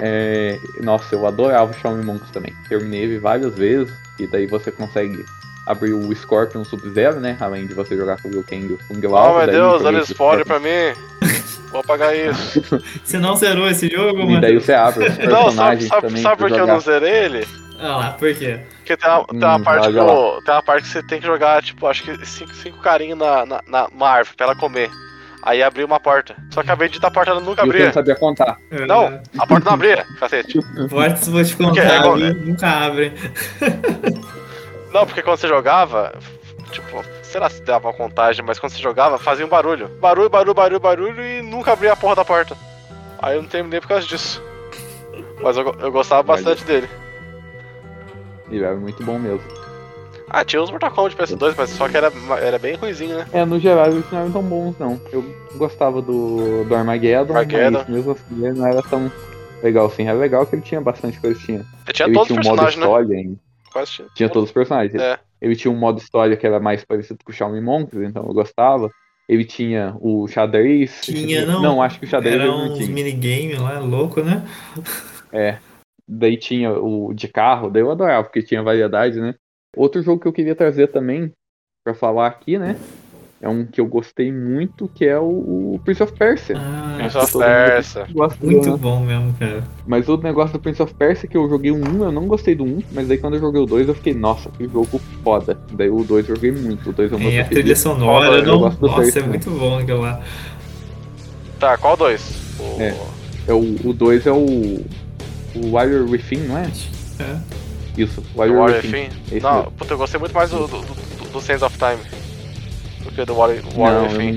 B: É, Nossa, eu adorava o Shaolin Monks também. Terminei ele várias vezes, e daí você consegue abrir o Scorpion Sub-Zero, né? Além de você jogar com o Liu Kang e o Kung Lao.
A: Oh, meu
B: daí
A: Deus,
B: você
A: olha o
B: entra-
A: spoiler pra mim. Vou apagar isso.
C: Você não zerou esse jogo,
B: E daí
C: Matheus?
B: você abre os
A: Não, sabe,
B: personagens
A: sabe,
B: também.
A: sabe por
B: pra
A: que eu
B: jogar.
A: não zerei ele?
C: Ah lá, por quê?
A: Porque tem uma, tem uma
B: Hum,
A: parte que
B: olha
A: o- tem uma parte que você tem que jogar, tipo, acho que cinco, cinco carinhos na, na, na uma árvore pra ela comer. Aí abriu uma porta. Só que a bendita porta ela nunca
B: E eu não
A: abria.
B: sabia contar.
A: Não, a porta não abria, cacete.
C: Portas, vou te
A: Porque é
C: contar,
A: igual-
C: viu? nunca abrem.
A: Não, porque quando você jogava, tipo, sei lá se dava uma contagem, mas quando você jogava, fazia um barulho. Barulho, barulho, barulho, barulho e nunca abria a porra da porta. Aí eu não terminei por causa disso. Mas eu, go- eu gostava
B: Olha.
A: bastante dele.
B: E era muito bom mesmo.
A: Ah, tinha os Mortal Kombat PS2, mas só que era, era bem ruizinho, né?
B: É, no geral eles não eram tão bons, não. Eu gostava do, do Armageddon,
A: Armageddon.
B: mas mesmo assim ele não era tão legal assim. Era legal que ele tinha bastante coisa. Tinha,
A: Eu tinha
B: ele
A: todos os
B: tinha um modo
A: personagens, né?
B: história, ainda.
A: Quase tinha.
B: tinha todos os personagens.
A: É.
B: Ele tinha um modo história que era mais parecido com o Shaolin Monks, então eu gostava. Ele tinha o Xadrez.
C: Tinha, não.
B: Não, acho que o Xadrez ele
C: Era
B: não
C: uns
B: tinha.
C: minigame lá, louco, né?
B: Daí tinha o de carro, daí eu adorava, porque tinha variedade, né? Outro jogo que eu queria trazer também, pra falar aqui, né? É um que eu gostei muito, que é o, o Prince of Persia.
C: Ah,
A: Prince of
B: É, todo mundo
A: Persia.
B: Gosto
C: muito
B: do- um, né?
C: bom mesmo, cara.
B: Mas o negócio do Prince of Persia é que eu joguei o 1, eu não gostei do 1, mas daí quando eu joguei o 2 eu fiquei, nossa, que jogo foda. Daí o 2 eu joguei muito, o 2 eu
C: E a
B: gostei.
C: trilha sonora,
A: eu
C: não...
B: gosto do
C: nossa,
B: Percy,
C: é
B: né?
C: muito bom aquilo lá.
A: Tá, qual dois? O...
B: É. É o, o 2 é o. O Warrior Within, não é?
C: É.
B: Isso, o
A: Do
B: Warrior,
A: Warrior
B: Within.
A: Fim?
B: Esse
A: Não,
B: mesmo.
A: puta, eu gostei muito mais do, do, do, do Sands of Time do que do Warrior,
B: não,
A: Warrior
B: eu
A: Fim.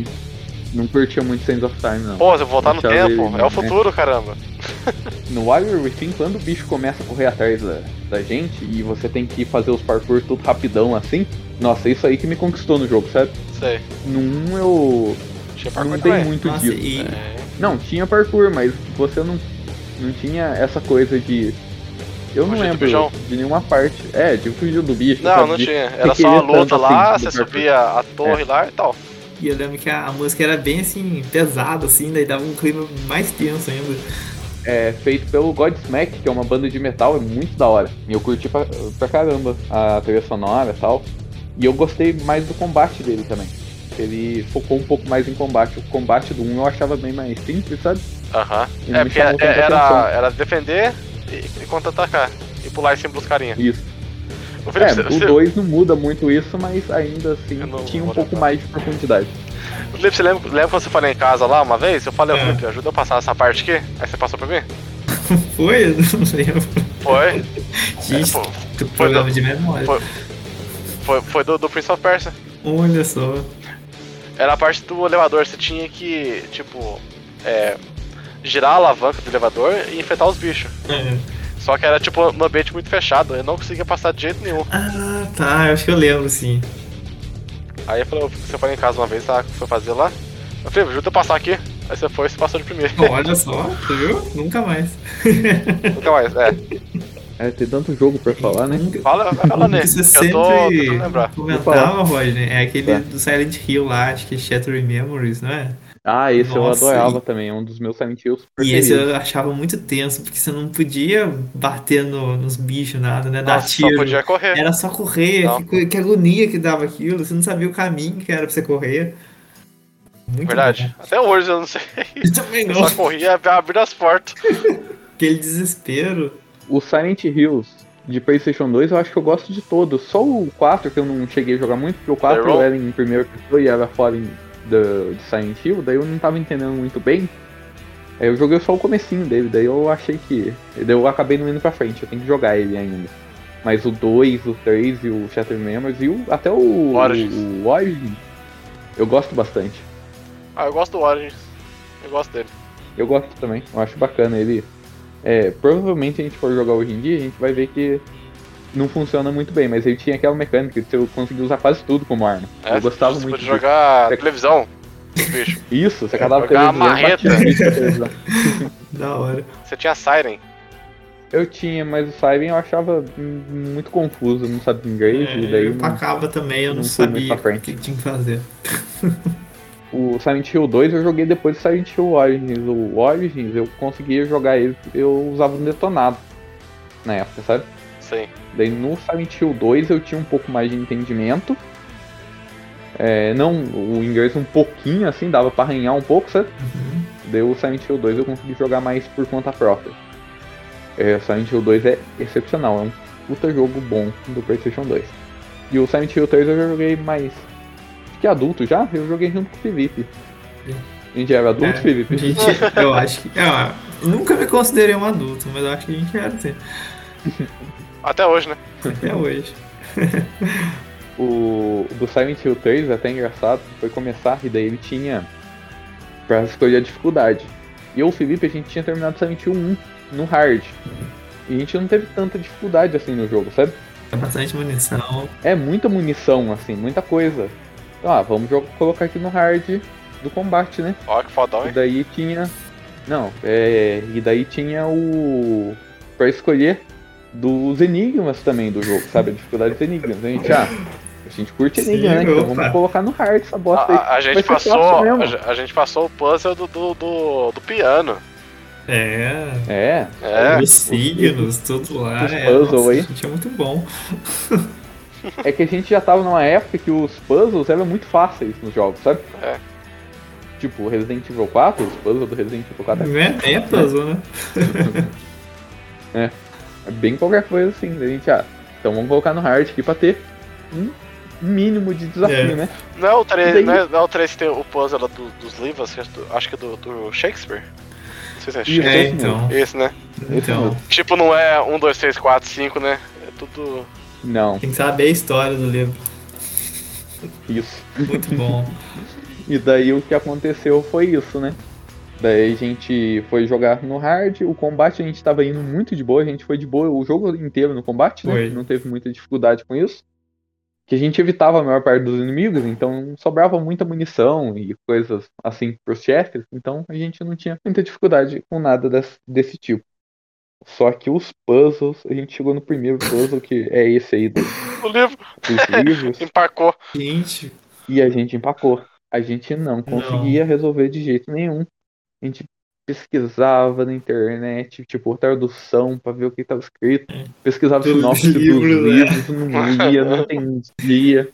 B: não, não curtia muito Sands of Time, não.
A: Pô, se eu voltar no
B: Deixa eu
A: tempo,
B: ver,
A: é o
B: né?
A: futuro, caramba.
B: No Warrior Within, quando o bicho começa a correr atrás da, da gente e você tem que fazer os parkour tudo rapidão assim, nossa, isso aí que me conquistou no jogo, sabe?
A: Sei.
B: No 1 eu.
A: Tinha parkour
B: Não tem
A: também.
B: muito né?
C: Nossa,
B: disso.
C: e
A: É.
B: Não, tinha parkour, mas você não, não tinha essa coisa de. Eu não
A: Fugir do
B: lembro
A: bichão?
B: de nenhuma parte. É, de fugir do bicho.
A: Não,
B: sabe?
A: não
B: De-
A: tinha. Era
B: que
A: só uma
B: querer
A: luta
B: tanto
A: lá,
B: assim,
A: você
B: do parkour. É.
A: subia a torre lá e tal.
C: E eu lembro que a, a música era bem assim, pesada, assim, daí dava um clima mais tenso ainda.
B: É feito pelo Godsmack, que é uma banda de metal, é muito da hora. E eu curti pra, pra caramba a trilha sonora e tal. E eu gostei mais do combate dele também. Ele focou um pouco mais em combate. O combate do 1 eu achava bem mais simples, sabe?
A: Aham.
B: E
A: É,
B: não
A: porque
B: chamou tanta
A: era,
B: atenção.
A: era defender e, e contra-atacar. E pular em cima dos carinha.
B: Isso.
A: Ô, Felipe,
B: É,
A: você-
B: o
A: você-
B: 2 não muda muito isso, mas ainda assim
A: Eu não
B: tinha um
A: vou
B: pouco
A: lembrar.
B: mais de profundidade.
A: Felipe, você lembra, lembra quando você falei em casa lá uma vez? Eu falei, ô
C: É.
A: Felipe, ajuda eu passar essa parte aqui? Aí você passou pra mim?
C: Foi? Eu não lembro.
A: Foi. É,
C: Gente,
A: pô,
C: que problema de memória.
A: foi- Foi, foi do, do Prince of Persia.
C: Olha só.
A: Era a parte do elevador, você tinha que, tipo, é, girar a alavanca do elevador e enfrentar os bichos.
C: É.
A: Só que era, tipo, num ambiente muito fechado, eu não conseguia passar de jeito nenhum.
C: Ah, tá. Eu acho que eu lembro, sim.
A: Aí eu falei, ô, Felipe, você foi lá em casa uma vez, tá? Foi fazer lá? Eu falei, ajuda eu passar aqui. Aí você foi e você passou de primeiro.
C: Olha só, tu viu? Nunca mais.
A: Nunca mais, é.
B: É, tem tanto jogo pra falar, né?
C: Nunca-
A: Fala, fala, né?
C: Você
A: Eu tô
C: sempre
A: tentando lembrar.
C: comentava, Roger, é aquele
B: Tá.
C: do Silent Hill lá, acho que é Shattered Memories, não é?
B: Ah, esse
C: Nossa,
B: eu adorava também, é um dos meus Silent Hills
C: E esse
B: preferidos.
C: eu achava muito tenso, porque você não podia bater no- nos bichos, nada, né? Dar
A: Nossa, só
C: tiro. É
A: podia correr.
C: Era só correr,
A: Não.
C: que, que agonia que dava aquilo, você não sabia o caminho que era pra você correr. Muito
A: Verdade. Até hoje eu não sei.
C: bom. Eu também
A: Eu
C: não.
A: só corria abrindo as portas.
C: Aquele desespero.
B: O Silent Hills de PlayStation 2 eu acho que eu gosto de todos. Só o 4 que eu não cheguei a jogar muito, porque o 4
A: Daryl?
B: era em primeira pessoa e era fora em- do, de Silent Hill, daí eu não tava entendendo muito bem. Aí eu joguei só o comecinho dele, daí eu achei que. Daí eu acabei não indo pra frente, eu tenho que jogar ele ainda. Mas o 2, o 3 e o Shattered Memories e o, até o
A: Origins.
B: o Origins, eu gosto bastante.
A: Ah, eu gosto do Origins. Eu gosto dele.
B: Eu gosto também, eu acho bacana ele. É, provavelmente a gente for jogar hoje em dia, a gente vai ver que não funciona muito bem, mas ele tinha aquela mecânica que você conseguia usar quase tudo como arma.
A: É,
B: eu gostava
A: você
B: muito É
A: podia jogar
B: Você-
A: televisão. os bichos.
B: disso. Isso, você acabava
A: jogar uma
B: televisão, batia
A: marreta.
B: na televisão.
C: Da hora.
A: Você tinha Siren.
B: Eu tinha, mas o Siren eu achava hum, muito confuso, não sabia inglês,
C: É,
B: e daí
C: eu pacava também, eu não,
B: não fui muito pra
C: sabia o
B: frente.
C: que tinha que fazer.
B: o Silent Hill 2 eu joguei depois do Silent Hill Origins. O Origins eu conseguia jogar ele, eu usava um detonado na época, sabe?
A: Sim.
B: Daí no Silent Hill 2 eu tinha um pouco mais de entendimento. É, não, o inglês um pouquinho assim, dava pra arranhar um pouco, sabe? Daí o Silent Hill 2 eu consegui jogar mais por conta própria. É, Silent Hill 2 é excepcional, é um puta jogo bom do PlayStation 2. E o Silent Hill 3 eu já joguei mais. Que adulto já? Eu joguei junto com o Felipe. A gente era adulto,
C: É,
B: Felipe?
C: Gente, eu acho que. ah, eu nunca me considerei um adulto, mas eu acho que a gente era assim,
A: Até hoje, né?
C: até hoje.
B: O do Silent Hill 3, até engraçado, foi começar e daí ele tinha pra escolher a dificuldade. E eu e o Felipe, a gente tinha terminado Silent Hill 1 no hard. E a gente não teve tanta dificuldade assim no jogo, sabe?
C: Tinha bastante munição.
B: É muita munição, assim, muita coisa. Então, ah, vamos jo- colocar aqui no hard do combate, né?
A: Ó, que fodão,
B: E
A: hein?
B: daí tinha. Não, é. E daí tinha o. Pra escolher dos enigmas também do jogo, sabe? A dificuldade dos enigmas. A gente, ah, a gente curte
C: Sim,
B: enigma, né? Então
C: opa.
B: vamos colocar no hard essa
A: A,
B: bosta aí.
A: a- a gente
B: Vai ser
A: passou.
B: fácil mesmo.
A: A, ge- a gente passou o puzzle do, do, do, do piano.
C: É.
B: É,
A: É.
C: Os signos, tudo lá.
B: os
C: é,
B: puzzle
C: nossa,
B: aí.
C: Gente, é muito bom.
B: é que a gente já tava numa época que os puzzles eram muito fáceis nos jogos, sabe?
A: É.
B: Tipo, Resident Evil 4, os puzzles do Resident Evil 4
C: Não é, é puzzle, né?
B: É bem qualquer coisa assim, da gente, ah, então vamos colocar no hard aqui pra ter um mínimo de desafio,
C: É.
B: né?
A: Não é o 3,
B: Daí-
A: não é, não é o 3 que tem o puzzle lá do- dos livros, acho que é do- acho que é do, do Shakespeare. Não sei se é
B: Isso.
A: Shakespeare.
C: É, então.
A: Esse, né?
C: Então,
A: Tipo, não é 1, 2, 3, 4, 5, né? É tudo.
B: Não,
C: tem que saber a história do livro.
B: isso.
C: Muito bom.
B: E daí o que aconteceu foi isso, né? Daí a gente foi jogar no hard, o combate a gente tava indo muito de boa, a gente foi de boa o jogo inteiro no combate, né?
C: Foi.
B: Não teve muita dificuldade com isso. Que a gente evitava a maior parte dos inimigos, então sobrava muita munição e coisas assim pros chefes, então a gente não tinha muita dificuldade com nada des- desse tipo. Só que os puzzles, a gente chegou no primeiro puzzle, que é esse aí do-
A: O livro
B: dos livros.
A: empacou.
C: Gente,
B: E a gente empacou. A gente não conseguia resolver de jeito nenhum. A gente pesquisava na internet, tipo, tradução pra ver o que tava escrito.
C: É.
B: Pesquisava
C: Dos
B: sinopse dos
C: livros, né?
B: livros, não lia, não entendia.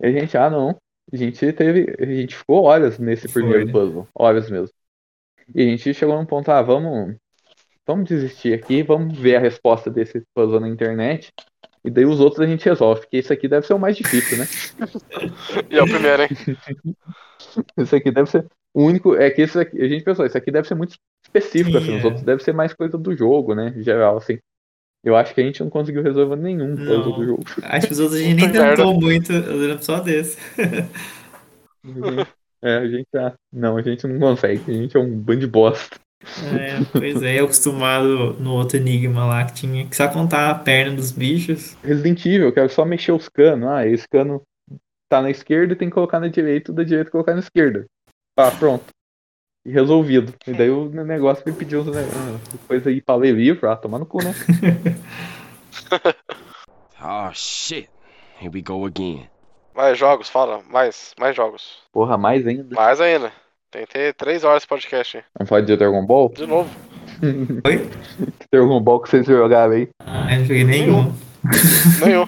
B: E a gente, ah não. A gente teve. A gente ficou horas nesse
C: Foi,
B: primeiro
C: né?
B: puzzle. Horas mesmo. E a gente chegou num ponto, ah, vamos. Vamos desistir aqui, vamos ver a resposta desse puzzle na internet. E daí os outros a gente resolve, porque esse aqui deve ser o mais difícil, né?
A: E é o primeiro, hein?
B: Esse aqui deve ser o único. É que esse aqui, a gente pensou, esse aqui deve ser muito específico,
C: Sim,
B: assim. Os
C: é.
B: outros deve ser mais coisa do jogo, né? em Geral, assim. Eu acho que a gente não conseguiu resolver nenhum coisa
C: Não.
B: do jogo.
C: Acho que os outros a gente nem
A: Puta merda.
C: tentou muito, eu lembro só desse.
B: É, a gente tá. Não, a gente não consegue. A gente é um bando de bosta.
C: É, pois é, eu acostumado no outro enigma lá que tinha que só contar a perna dos bichos.
B: Resident Evil, eu quero só mexer os canos. Ah, esse cano tá na esquerda e tem que colocar na direita, da direita colocar na esquerda. Ah, pronto. E resolvido. E daí o negócio me pediu né, coisa aí pra ler livro, ah, tomar no cu, né?
F: Oh shit. Here we go again.
A: Mais jogos, fala. Mais, mais jogos.
B: Porra, mais ainda.
A: Mais ainda. Tem que ter três horas de podcast, hein?
B: Vamos falar de Dragon Ball?
A: De novo.
C: Oi?
B: Dragon Ball que vocês jogaram aí.
C: Ah, eu não joguei nenhum.
A: Nenhum.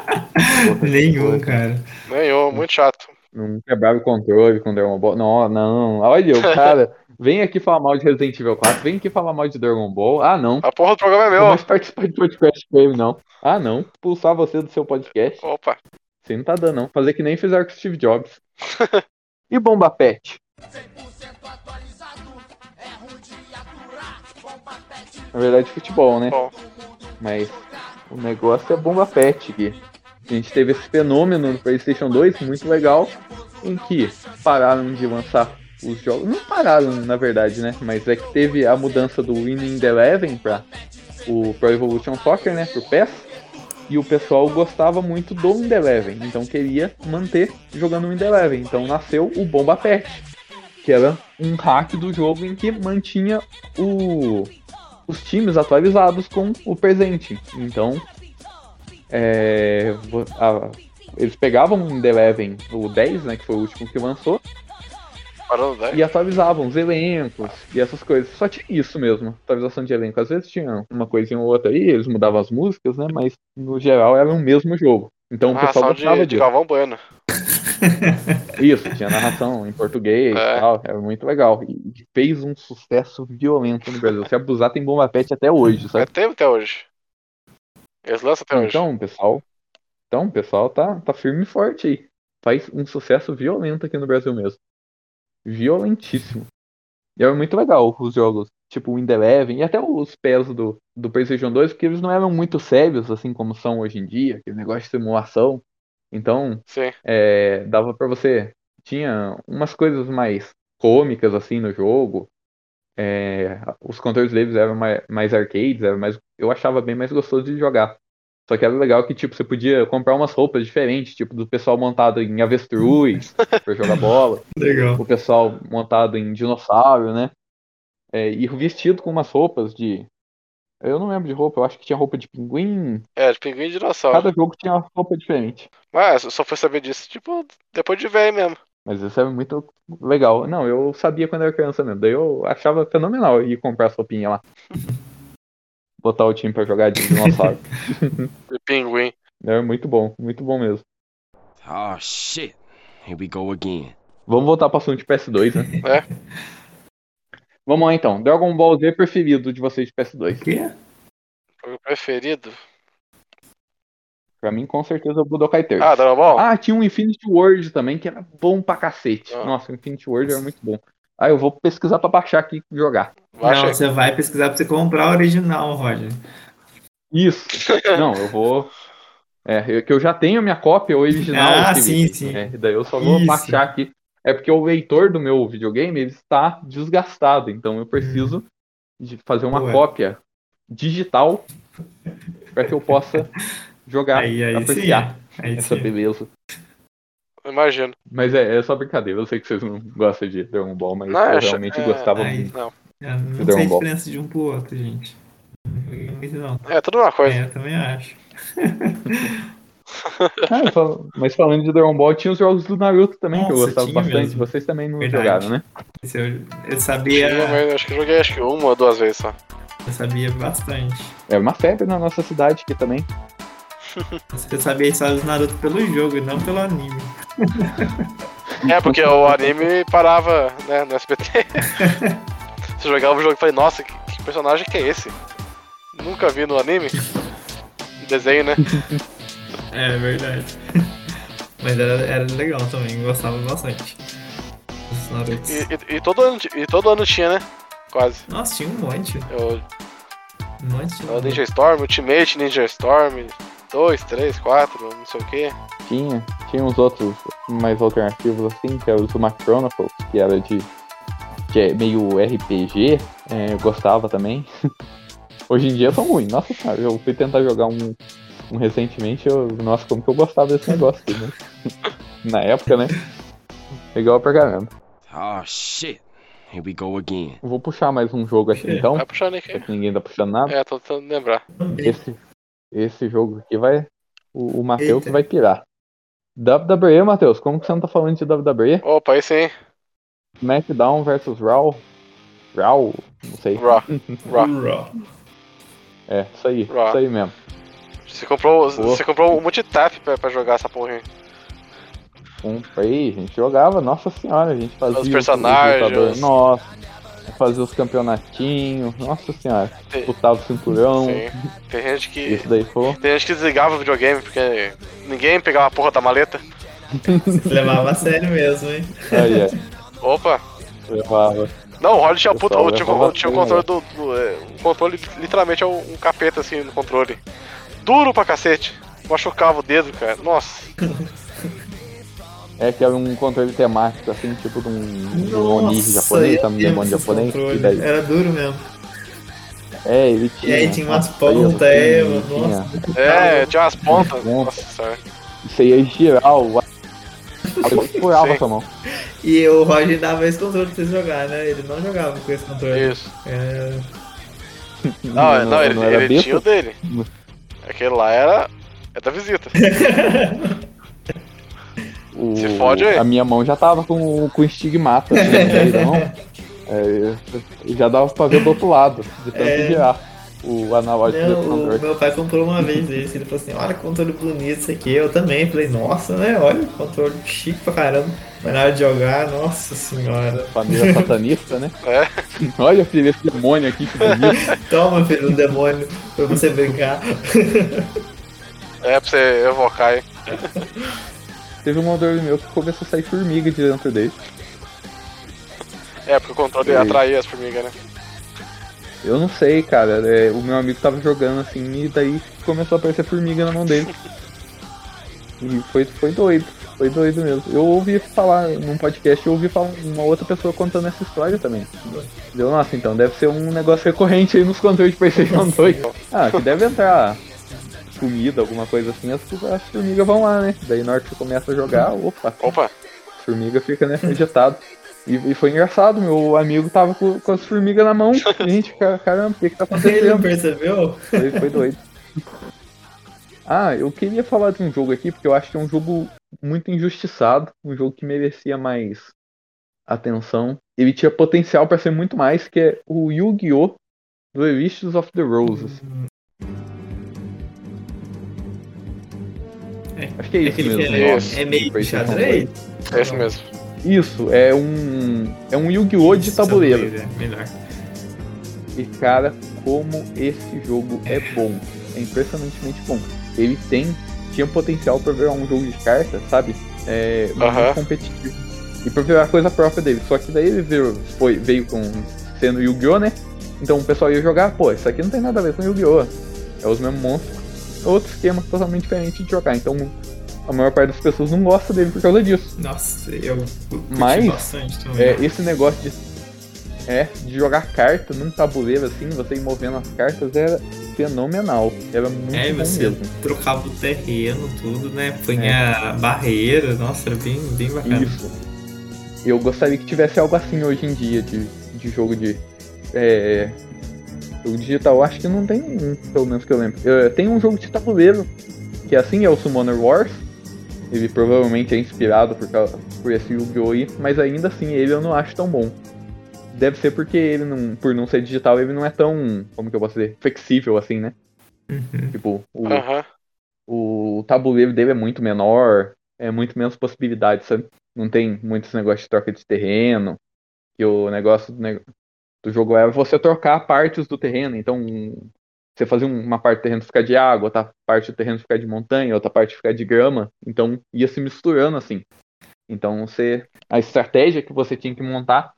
C: Nenhum, cara.
A: Nenhum. Muito chato.
B: Não quebrava o controle com Dragon Ball. Não, não. Olha, o cara vem aqui falar mal de Resident Evil 4, vem aqui falar mal de Dragon Ball. Ah, não.
A: A porra do programa é
B: Não
A: meu.
B: mais participar de podcast com ele, não. Ah, não. Expulsar você do seu podcast.
A: Opa.
B: Você não tá dando, não. Fazer que nem fizeram com o Steve Jobs. e Bomba Pet? Na verdade, futebol, né?
A: Bom.
B: Mas o negócio é Bomba Pet aqui. A gente teve esse fenômeno no PlayStation 2, muito legal, em que pararam de lançar os jogos. Não pararam, na verdade, né? Mas é que teve a mudança do Winning the Eleven pra o Pro Evolution Soccer, né? Pro PES. E o pessoal gostava muito do Wind Eleven, então queria manter jogando Wind Eleven. Então nasceu o Bomba Pet, que era um hack do jogo em que mantinha o- os times atualizados com o presente. Então, é, vo- a- eles pegavam o Wind Eleven, o 10, né, que foi o último que lançou,
A: Parando 10.
B: e atualizavam os elencos e essas coisas. Só tinha isso mesmo, atualização de elenco. Às vezes tinha uma coisinha ou outra aí, eles mudavam as músicas, né? Mas no geral era o mesmo jogo. Então o
A: Ah,
B: pessoal
A: só
B: gostava
A: de, de
B: disso.
A: Galvão Bueno. É
B: Isso, tinha narração em português
A: É.
B: e tal. Era muito legal. E fez um sucesso violento no Brasil. Se abusar, tem bomba pet até hoje,
A: É
B: sabe?
A: tempo até hoje. Eles lançam até hoje.
B: Então, pessoal. Então, pessoal, tá, tá firme e forte aí. Faz um sucesso violento aqui no Brasil mesmo. Violentíssimo. E era muito legal os jogos, tipo o Wind Eleven, e até os pés do, do PlayStation 2, porque eles não eram muito sérios, assim como são hoje em dia, aquele negócio de simulação. Então,
A: Sim.
B: é, dava pra você. Tinha umas coisas mais cômicas assim no jogo. É, os controles deles eram mais, mais arcades, era mais, eu achava bem mais gostoso de jogar. Só que era legal que tipo você podia comprar umas roupas diferentes, tipo do pessoal montado em avestruz pra jogar bola
C: Legal.
B: o pessoal montado em dinossauro, né? É, e vestido com umas roupas de. Eu não lembro de roupa, eu acho que tinha roupa de pinguim.
A: É, de pinguim e dinossauro.
B: Cada jogo tinha uma roupa diferente.
A: Mas eu só fui saber disso, tipo, depois de velho mesmo.
B: Mas isso é muito legal. Não, eu sabia quando era criança mesmo. Daí eu achava fenomenal ir comprar as roupinhas lá. Botar o time pra jogar de dinossauro.
A: De pinguim.
B: Era muito bom, muito bom mesmo.
F: Oh shit. Here we go again.
B: Vamos voltar pro assunto de PS2, né?
A: É.
B: Vamos lá então. Dragon Ball Z preferido de vocês de PS2.
C: O quê?
A: Jogo preferido.
B: Pra mim, com certeza, é o Budokai 3.
A: Ah, Dragon Ball?
B: Ah, tinha um Infinity Word também, que era bom pra cacete.
A: Ah.
B: Nossa, o Infinity Word era muito bom. Ah, eu vou pesquisar pra baixar aqui e jogar.
A: Baixa
C: Não,
A: aí.
C: você vai pesquisar pra você comprar o original, Roger.
B: Isso. Não, eu vou. É, eu- que eu já tenho a minha cópia original.
C: Ah,
B: aqui,
C: sim,
B: Vitor.
C: sim.
B: É, daí eu só vou
C: Isso.
B: baixar aqui. É porque o leitor do meu videogame ele está desgastado, então eu preciso de fazer uma
C: Hum. Ué.
B: cópia digital pra que eu possa jogar,
C: Aí, aí sim.
B: apreciar
C: Aí
B: essa
C: sim.
B: beleza.
A: Imagino.
B: Mas é, é só brincadeira, eu sei que vocês não gostam de Dragon Ball, mas
A: Não, eu
B: eu
A: acho-
B: realmente
A: é,
B: gostava
C: aí.
B: muito.
A: Não.
C: Eu É, não
B: Dragon
C: sei a
B: Ball.
C: diferença de um pro outro, gente. Não joguei muito, não.
A: É tudo uma coisa.
C: É, eu também acho.
B: Ah, eu falo- mas falando de Dragon Ball, tinha os jogos do Naruto também que eu
C: Nossa,
B: gostava
C: tinha
B: bastante.
C: mesmo.
B: Vocês também não
C: Verdade.
B: jogaram, né?
C: Esse Eu, eu
A: Eu
C: sabia,
A: também, acho que joguei acho que uma ou duas vezes só.
C: eu sabia bastante.
B: É uma febre na nossa cidade aqui também.
C: Eu sabia a história do Naruto pelo jogo, e não pelo anime.
A: É, porque o anime parava, né, no SBT. Você um jogava o jogo e falei, nossa, que, que personagem que é esse? Nunca vi no anime. desenho, né?
C: É verdade. Mas era, era legal também, gostava bastante. Os Narutos.
A: E, e- e todo ano, ti- e todo ano tinha, né? Quase.
C: Nossa, tinha um monte.
A: Eu,
C: Um monte.
A: eu Ninja Storm, Ultimate Ninja Storm, 2, 3, 4, não sei o que.
B: Tinha, tinha uns outros mais alternativos assim, que era o Zuma Chronicles, que era de, que é meio RPG, é, eu gostava também. Hoje em dia são ruins, nossa cara, eu fui tentar jogar um, um recentemente, eu, nossa, como que eu gostava desse negócio aqui, né? Na época, né? Legal pra caramba.
F: Oh shit. Here we go again.
B: Vou puxar mais um jogo aqui então,
A: Vai puxando aqui.
B: já que ninguém tá puxando nada.
A: É, tô tentando lembrar.
B: Esse, esse jogo aqui vai. O, o Matheus
C: Eita.
B: vai pirar. WWE, Matheus, como que você não tá falando de WWE?
A: Opa, aí sim.
B: SmackDown versus Raw. Raw? Não sei.
A: Raw. Raw.
C: Raw.
B: É, isso aí.
A: Raw.
B: Isso aí mesmo.
A: Você comprou,
B: Boa.
A: você comprou um multitap pra, pra jogar essa porra aí.
B: Comprei, Um, a gente jogava, nossa senhora, a gente fazia.
A: Os personagens.
B: lutadores, nossa. Fazia os campeonatinhos, nossa senhora.
A: Sim.
B: Disputava o cinturão.
A: Sim. Tem gente que.
B: Isso daí foi.
A: Tem gente que desligava o videogame porque ninguém pegava a porra da maleta.
C: Levava a sério mesmo, hein?
B: Aí, é.
A: Opa!
B: Levava.
A: Não, o Holly tinha, puta,
B: Pessoal,
A: tinha,
B: eu vou
A: tinha o
B: bater,
A: controle do. do, é, o controle literalmente é um, um capeta assim no controle. Duro pra cacete. Machucava o dedo, cara. Nossa.
B: É que era um controle temático, assim, tipo de um de um Oni
C: Nossa,
B: japonês,
C: eu
B: sabe? Um
C: lembro
B: demônio
C: desses
B: japonês.
C: controles.
B: E daí,
C: Era duro mesmo.
B: é, ele tinha.
C: E aí tinha umas
B: nossa, aí eu
C: pontas, é,
B: tinha-
C: mano.
B: tinha-
C: Nossa, muito
A: É,
C: caro.
A: tinha umas pontas.
B: Bom.
A: Nossa senhora.
B: Você ia girar é o. Ele furava a sua mão.
C: E o Roger dava esse controle pra vocês jogar, né? Ele não jogava com esse controle.
A: Isso.
C: É,
A: Não, não, ele,
B: era
A: ele
B: besta?
A: tinha o dele. Aquele lá era. É da visita.
B: O-
A: Se fode aí.
B: A minha mão já tava com, com estigmata. Né? então, é, eu já dava pra ver do outro lado, de tanto
C: É.
B: girar o analógico do
C: Não, né, o
B: controle.
C: meu pai comprou uma vez esse, ele falou assim, olha que controle bonito isso aqui, eu também, falei, nossa, né, olha, controle chique pra caramba, mas na hora de jogar, nossa senhora,
B: Família satanista, né?
A: É.
B: Olha, filho, esse demônio aqui que bonito.
C: toma, filho do demônio, pra você brincar.
A: É pra você evocar aí.
B: Teve um controle meu que começou a sair formiga de dentro dele.
A: É, porque o controle
B: Sim.
A: atraía as formigas, né?
B: Eu não sei, cara. é, o meu amigo tava jogando assim e daí começou a aparecer formiga na mão dele. E foi, foi doido. Foi doido mesmo. Eu ouvi falar num podcast, eu ouvi falar uma outra pessoa contando essa história também. Deu, nossa, então deve ser um negócio recorrente aí nos controles de Playstation 2. Ah, que deve entrar comida, alguma coisa assim, as, as formigas vão lá, né? Daí na hora que você começa a jogar, opa,
A: Opa!
B: formiga fica, né, vegetado. E, e foi engraçado, meu amigo tava com, com as formigas na mão. Gente, ca- caramba, o que que tá
C: Ele não
B: acontecendo?
C: percebeu?
B: Foi, foi doido. Ah, eu queria falar de um jogo aqui, porque eu acho que é um jogo muito injustiçado, um jogo que merecia mais atenção. Ele tinha potencial pra ser muito mais, que é o Yu-Gi-Oh! do Elixirs of the Roses. Acho que é
C: É
B: isso
C: aquele que
B: mesmo.
C: é,
A: Nossa,
C: é meio
B: que
C: de xadrez?
A: É esse mesmo.
B: Isso, é um. É um Yu-Gi-Oh! de tabuleiro.
C: Tabuleiro, é Melhor.
B: E cara, como esse jogo é bom. É impressionantemente bom. Ele tem. Tinha potencial pra virar um jogo de cartas, sabe? É, mas
A: Aham.
B: muito competitivo. E pra virar coisa própria dele. Só que daí ele veio, foi, veio com. sendo Yu-Gi-Oh! né? Então o pessoal ia jogar, pô, isso aqui não tem nada a ver com Yu-Gi-Oh! É os mesmos monstros. Outro esquema totalmente diferente de jogar. Então a maior parte das pessoas não gosta dele por causa disso.
C: Nossa, eu curti
B: Mas,
C: bastante também.
B: É, esse negócio de. É, de jogar carta num tabuleiro assim, você ir movendo as cartas, era fenomenal. Era muito
C: É, e
B: bom
C: você
B: mesmo. É.
C: trocava o terreno, tudo, né? Punha barreira, nossa, era bem, bem bacana.
B: Isso. Eu gostaria que tivesse algo assim hoje em dia de, de jogo de. É. Jogo digital, acho que não tem um, pelo menos que eu lembro. Eh, tem um jogo de tabuleiro, que é assim, é o Summoner Wars. Ele provavelmente é inspirado por, causa- por esse Yu-Gi-Oh! aí, mas ainda assim ele eu não acho tão bom. Deve ser porque ele não. Por não ser digital, ele não é tão. Como que eu posso dizer? Flexível assim, né? Tipo, o,
A: Aham.
B: o tabuleiro dele é muito menor, é muito menos possibilidade, sabe? Não tem muito esse negócio de troca de terreno, que o negócio do, nego- do jogo é você trocar partes do terreno, então um- Você fazia uma parte do terreno ficar de água, outra parte do terreno ficar de montanha, outra parte ficar de grama. Então ia se misturando assim. Então você. A estratégia que você tinha que montar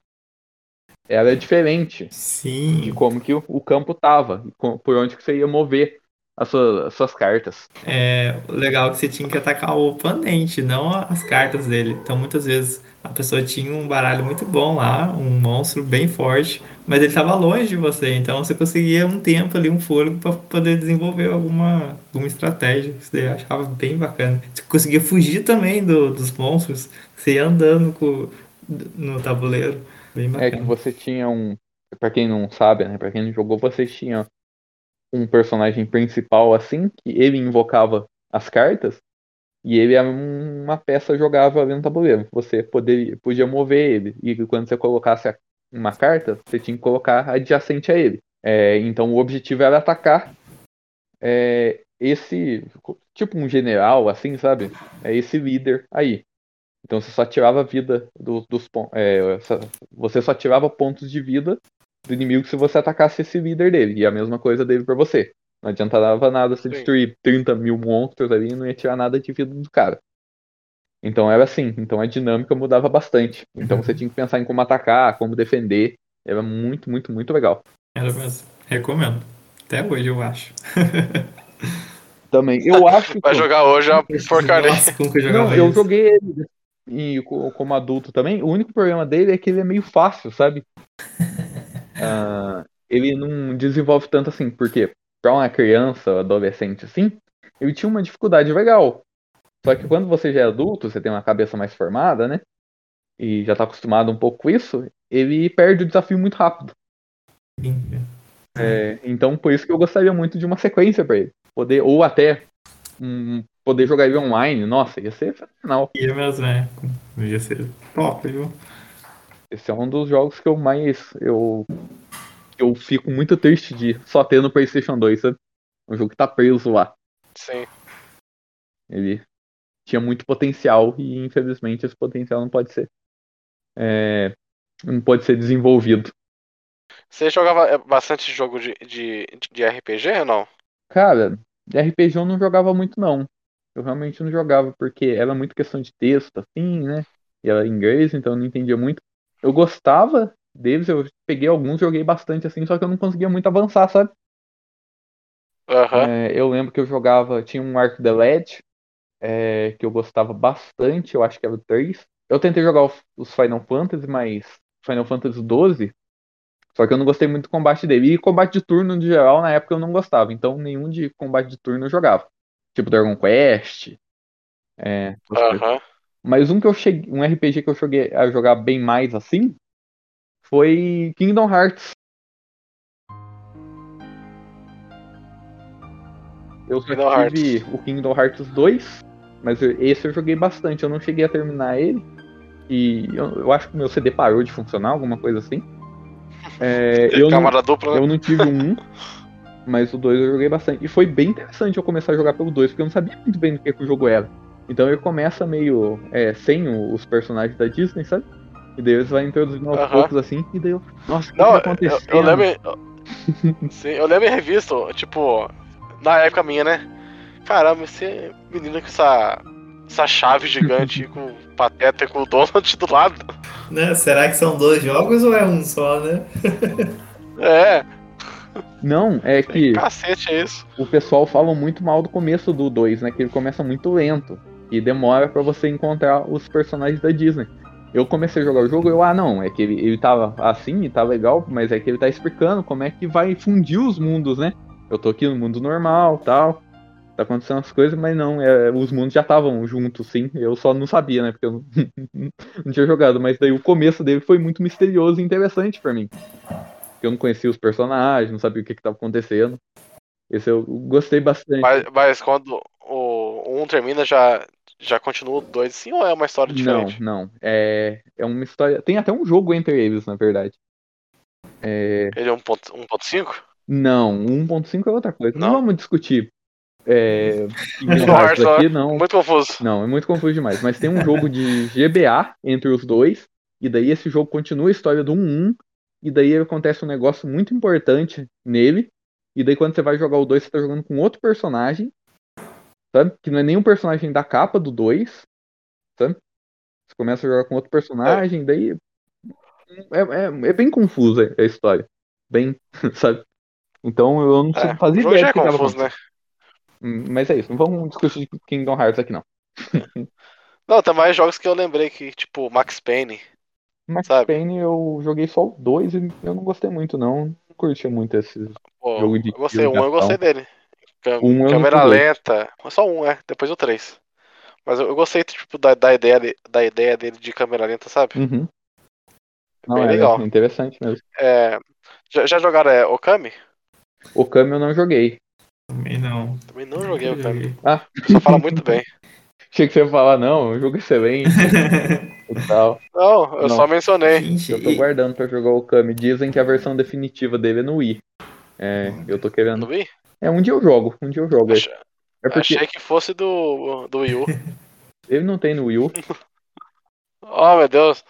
B: era diferente de
C: Sim.
B: como que o, o campo tava, e co- por onde que você ia mover as sua- as suas cartas.
C: É, o legal é que você tinha que atacar o oponente, não as cartas dele. Então, muitas vezes, a pessoa tinha um baralho muito bom lá, um monstro bem forte, mas ele estava longe de você. Então, você conseguia um tempo ali, um fôlego, para poder desenvolver alguma, alguma estratégia. Isso daí eu achava bem bacana. Você conseguia fugir também do- dos monstros, você ia andando com- no tabuleiro. Bem
B: É que
C: bacana.
B: você tinha um. Pra quem não sabe, né? Pra quem não jogou, você tinha um personagem principal assim, que ele invocava as cartas, e ele era um- uma peça jogável ali no tabuleiro. Você poderia, podia mover ele, e quando você colocasse a- uma carta, você tinha que colocar adjacente a ele. É, então o objetivo era atacar é, esse. Tipo um general, assim, sabe? É esse líder aí. Então você só tirava a vida do- dos pon- é, essa- você só tirava pontos de vida do inimigo se você atacasse esse líder dele. E a mesma coisa dele pra você. Não adiantava nada você
A: Sim.
B: destruir 30 mil monstros ali e não ia tirar nada de vida do cara. Então era assim. Então a dinâmica mudava bastante. Então você tinha que pensar em como atacar, como defender. Era muito, muito, muito legal.
C: Era mesmo. Recomendo. Até hoje, eu acho.
B: Também. Eu acho
A: Vai
B: que.
A: jogar hoje é uma porcaria.
C: Nossa, como que eu jogava
B: Não, eu
C: isso?
B: joguei ele né? e, co- como adulto também. O único problema dele é que ele é meio fácil, sabe? Ah, ele não desenvolve tanto assim, porque pra uma criança, adolescente assim, ele tinha uma dificuldade legal. Só que quando você já é adulto, você tem uma cabeça mais formada, né? E já tá acostumado um pouco com isso, ele perde o desafio muito rápido. É, então por isso que eu gostaria muito de uma sequência pra ele. Poder, ou até hum, poder jogar ele online, nossa, ia ser fenomenal.
C: Ia mesmo, é. Ia ser top, viu?
B: Esse é um dos jogos que eu mais. Eu, eu fico muito triste de só ter no PlayStation 2, sabe? Um jogo que tá preso lá.
A: Sim.
B: Ele tinha muito potencial e, infelizmente, esse potencial não pode ser. é, não pode ser desenvolvido.
A: Você jogava é, bastante jogo de, de, de RPG ou não?
B: Cara, RPG eu não jogava muito, não. Eu realmente não jogava, porque era muito questão de texto, assim, né? E era em inglês, então eu não entendia muito. Eu gostava deles, eu peguei alguns, joguei bastante, assim, só que eu não conseguia muito avançar, sabe?
A: Aham.
B: É, eu lembro que eu jogava, tinha um Arc the Ledge, é, que eu gostava bastante, eu acho que era o 3. Eu tentei jogar o- os Final Fantasy, mas Final Fantasy 12, só que eu não gostei muito do combate dele. E combate de turno, de geral, na época eu não gostava, então nenhum de combate de turno eu jogava. Tipo Dragon Quest, é, essas coisas.
A: Aham.
B: Mas um que eu cheguei, um RPG que eu cheguei a jogar bem mais assim foi Kingdom Hearts. Eu só
A: Kingdom Hearts.
B: tive o Kingdom Hearts 2, mas eu- esse eu joguei bastante, eu não cheguei a terminar ele. E eu, eu acho que o meu CD parou de funcionar, alguma coisa assim. É, eu, não,
A: Camada dupla, né?
B: eu não tive o um, mas o 2 eu joguei bastante. E foi bem interessante eu começar a jogar pelo 2, porque eu não sabia muito bem do que, que o jogo era. Então ele começa meio é, sem o- os personagens da Disney, sabe? E daí eles vão introduzindo aos
A: Aham.
B: poucos assim, e daí eu. Nossa, o que,
A: Não,
B: que tá
A: eu,
B: acontecendo?
A: eu lembro. eu- Sim, eu lembro em revista, tipo, na época minha, né? Caramba, esse menino com essa, essa chave gigante com o Pateta e com o Donald do lado.
C: Né? Será que são dois jogos ou é um só, né?
A: É,
B: Não, é que
A: cacete é isso.
B: o pessoal fala muito mal do começo do 2, né? Que ele começa muito lento. E demora pra você encontrar os personagens da Disney. Eu comecei a jogar o jogo, eu, ah não, é que ele, ele tava assim e tá legal, mas é que ele tá explicando como é que vai fundir os mundos, né? Eu tô aqui no mundo normal tal. Tá acontecendo as coisas, mas não, é, os mundos já estavam juntos, sim. Eu só não sabia, né? Porque eu não, não tinha jogado, mas daí o começo dele foi muito misterioso e interessante pra mim. Porque eu não conhecia os personagens, não sabia o que, que tava acontecendo. Esse eu gostei bastante.
A: Mas, mas quando o 1 um termina, já, já continua o 2 sim ou é uma história
B: Não,
A: diferente?
B: não. É, é uma história. Tem até um jogo entre eles, na verdade. É,
A: Ele é 1.5? 1.5?
B: não, 1.5 é outra coisa. Não,
A: Não?
B: vamos discutir é, Kingdom
A: Nossa.
B: Hearts aqui, não.
A: Muito confuso.
B: Não, é muito confuso demais. Mas tem um jogo de GBA entre os dois, e daí esse um, jogo continua a história do 1-1, e daí acontece um negócio muito importante nele, E daí quando você vai jogar o 2, você tá jogando com outro personagem, sabe? Que não é nenhum personagem da capa do 2, sabe? Você começa a jogar com outro personagem, daí. É, é- é bem confusa a história. Bem, sabe? Então eu não
A: É,
B: fazia
A: o jogo
B: ideia
A: já
B: do
A: é
B: que tava
A: confuso, né?
B: Hum, Mas é isso, não vamos discutir de Kingdom Hearts aqui não.
A: Não, tem mais jogos que eu lembrei que, tipo, Max Payne.
B: Max
A: Sabe?
B: Payne eu joguei só o 2 e eu não gostei muito não, não curti muito esses.
A: Pô,
B: Jogo de
A: eu gostei,
B: tiro,
A: um eu gostei dele. Cam-
B: Um eu não
A: Câmera
B: fui doido.
A: lenta. Só um, é. Depois o três. Mas eu, eu gostei, tipo, da, da, ideia, de- da ideia dele de câmera lenta, sabe?
B: Uhum. Não,
A: Bem
B: é
A: legal.
B: interessante mesmo.
A: É, já, já jogaram é, Okami?
B: O Kami eu não joguei.
C: Também não.
A: Também não joguei
C: Nunca
A: Okami.
C: joguei.
B: Ah,
A: Só fala muito bem.
B: achei que você ia falar, não, o jogo é excelente e tal.
A: Não, eu
B: Não.
A: só mencionei.
C: Gente,
B: Eu tô
C: e-
B: guardando pra jogar o Kami. Dizem que a versão definitiva dele é no Wii. É, eu tô
A: Não
B: querendo.
A: vi?
B: É, um dia eu jogo, um dia eu jogo.
A: Ach-
B: É porque
A: Achei que fosse do, do Wii U.
B: ele não tem no Wii U,
A: Oh, meu Deus.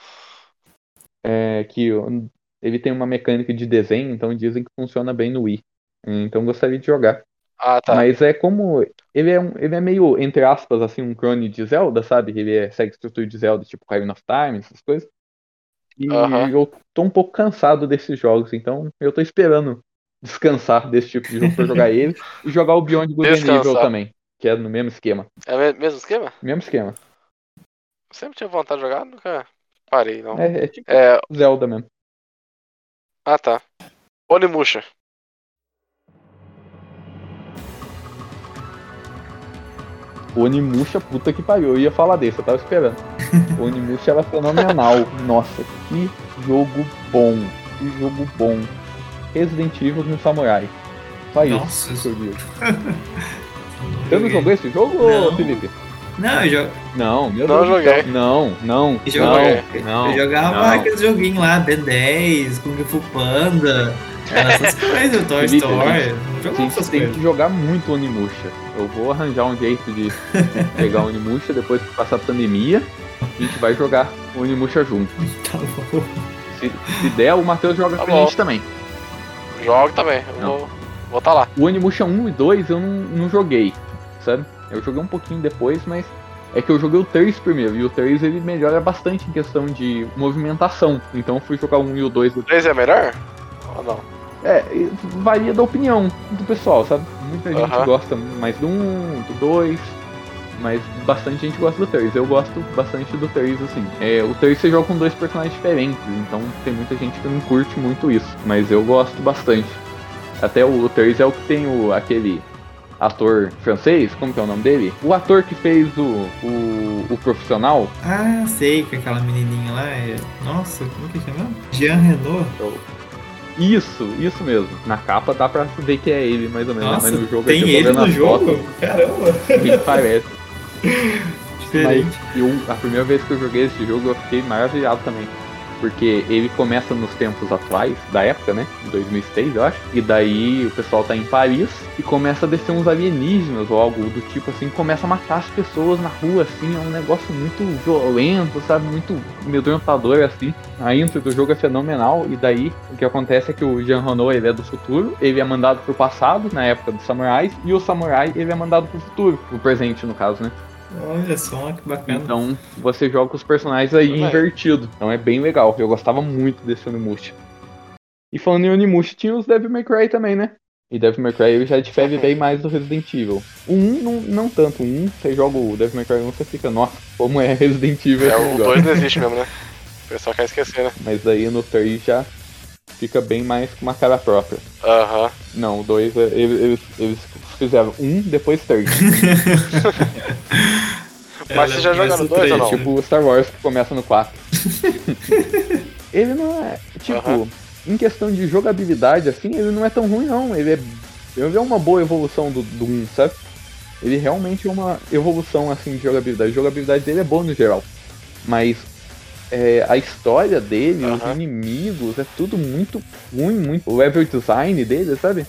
B: é que o- ele tem uma mecânica de desenho, então dizem que funciona bem no Wii. Então eu gostaria de jogar.
A: Ah, tá.
B: Mas é como. Ele é, um, ele é meio, entre aspas, assim, um crone de Zelda, sabe? Ele é, segue a estrutura de Zelda, tipo Ocarina of Time, essas coisas. E
A: Aham.
B: eu tô um pouco cansado desses jogos, então eu tô esperando descansar desse tipo de jogo pra jogar ele. E jogar o Beyond Good and
A: Descansar.
B: Evil também, que é no mesmo esquema.
A: É o me- mesmo esquema?
B: Mesmo esquema.
A: Eu sempre tive vontade de jogar, nunca parei, não.
B: É, é tipo
A: É,
B: Zelda mesmo.
A: ah, tá. Onimusha.
B: Onimusha, puta que pariu. Eu ia falar desse, eu tava esperando. Onimusha era fenomenal. Nossa, que jogo bom. Que jogo bom. Resident Evil com Samurai. Só isso.
C: Nossa.
B: que eu digo. Você não
C: joguei.
B: jogou esse jogo, ô,
C: Não.
B: Felipe?
C: Não, eu, jo-
B: Não, meu
A: Não
B: Deus do
A: joguei.
B: céu. Não, não, é. não,
C: eu jogava,
B: não.
C: eu jogava
B: não.
C: aqueles joguinhos lá, D10, Kung Fu Panda, essas coisas, Toy
B: Felipe,
C: Story. Não
B: A
C: jogava essas
B: gente tem
C: coisas.
B: que jogar muito Onimusha. Eu vou arranjar um jeito de de pegar Onimusha depois que passar a pandemia. A gente vai jogar Onimusha junto.
C: Tá bom.
B: Se, se der, o Matheus joga
A: Tá
B: com a
A: bom.
B: gente também.
A: Jogo também. Eu
B: Não.
A: vou, vou tá lá.
B: O Animusha 1 e 2 eu não, não joguei, sabe? Eu joguei um pouquinho depois, mas é que eu joguei o 3 primeiro, e o 3 ele melhora bastante em questão de movimentação. Então eu fui jogar o 1 e o 2.
A: O 3 é melhor? Ou não?
B: É, e varia da opinião do pessoal, sabe? Muita gente
A: Aham.
B: gosta mais do 1, do 2, mas bastante gente gosta do 3. Eu gosto bastante do 3, assim. É, o 3 você joga com dois personagens diferentes, então tem muita gente que não curte muito isso, mas eu gosto bastante. Até o 3 é o que tem o, aquele ator francês, como que é o nome dele? O ator que fez o, o, o profissional,
C: Ah, sei que aquela menininha lá é. Nossa, como que chama? Jean Renault.
B: isso, isso mesmo. Na capa dá pra ver que é ele, mais ou menos. né?
C: Nossa,
B: mas no jogo
C: tem
B: aqui eu tô
C: ele
B: vendo
C: no
B: as
C: jogo?
B: fotos,
C: Caramba,
B: ele parece.
C: diferente.
B: Mas eu, a primeira vez que eu joguei esse jogo, eu fiquei maravilhado também. Porque ele começa nos tempos atuais, da época, né? 2006, eu acho. E daí o pessoal tá em Paris e começa a descer uns alienígenas ou algo do tipo assim. Começa a matar as pessoas na rua, assim. É um negócio muito violento, sabe? Muito amedrontador, assim. A intro do jogo é fenomenal. E daí o que acontece é que o Jean Renault, ele é do futuro. Ele é mandado pro passado, na época dos samurais. E o samurai, ele é mandado pro futuro. Pro presente, no caso, né?
C: Olha só que
A: Tá
C: bacana.
B: Então você joga com os personagens aí
A: Tudo bem.
B: invertido. Então é bem legal. Eu gostava muito desse Onimusha. E falando em Onimusha, tinha os Devil May Cry também, né? E Devil May Cry ele já difere bem mais do Resident Evil. O 1 não, não tanto. O 1, você joga o Devil May Cry 1, você fica, nossa, como é Resident Evil
A: É, o
B: esse negócio.
A: 2 não existe mesmo, né? O pessoal quer esquecer, né?
B: Mas aí no 3 já fica bem mais com uma cara própria.
A: Aham.
B: Não, o 2, é- eles, eles, eles fizeram 1, depois 3.
A: Mas vocês já
C: Ela
A: jogaram
C: começa o
A: dois ou
C: três,
A: não?
C: né?
B: Tipo o Star Wars que começa no 4. ele não é. Tipo,
A: Aham.
B: em questão de jogabilidade, assim, ele não é tão ruim não. Ele é. Ele é uma boa evolução do, do 1, sabe? Ele realmente é uma evolução assim de jogabilidade. A jogabilidade dele é boa no geral. Mas é, a história dele, os
A: Aham.
B: inimigos, é tudo muito ruim, muito. O level design dele, sabe?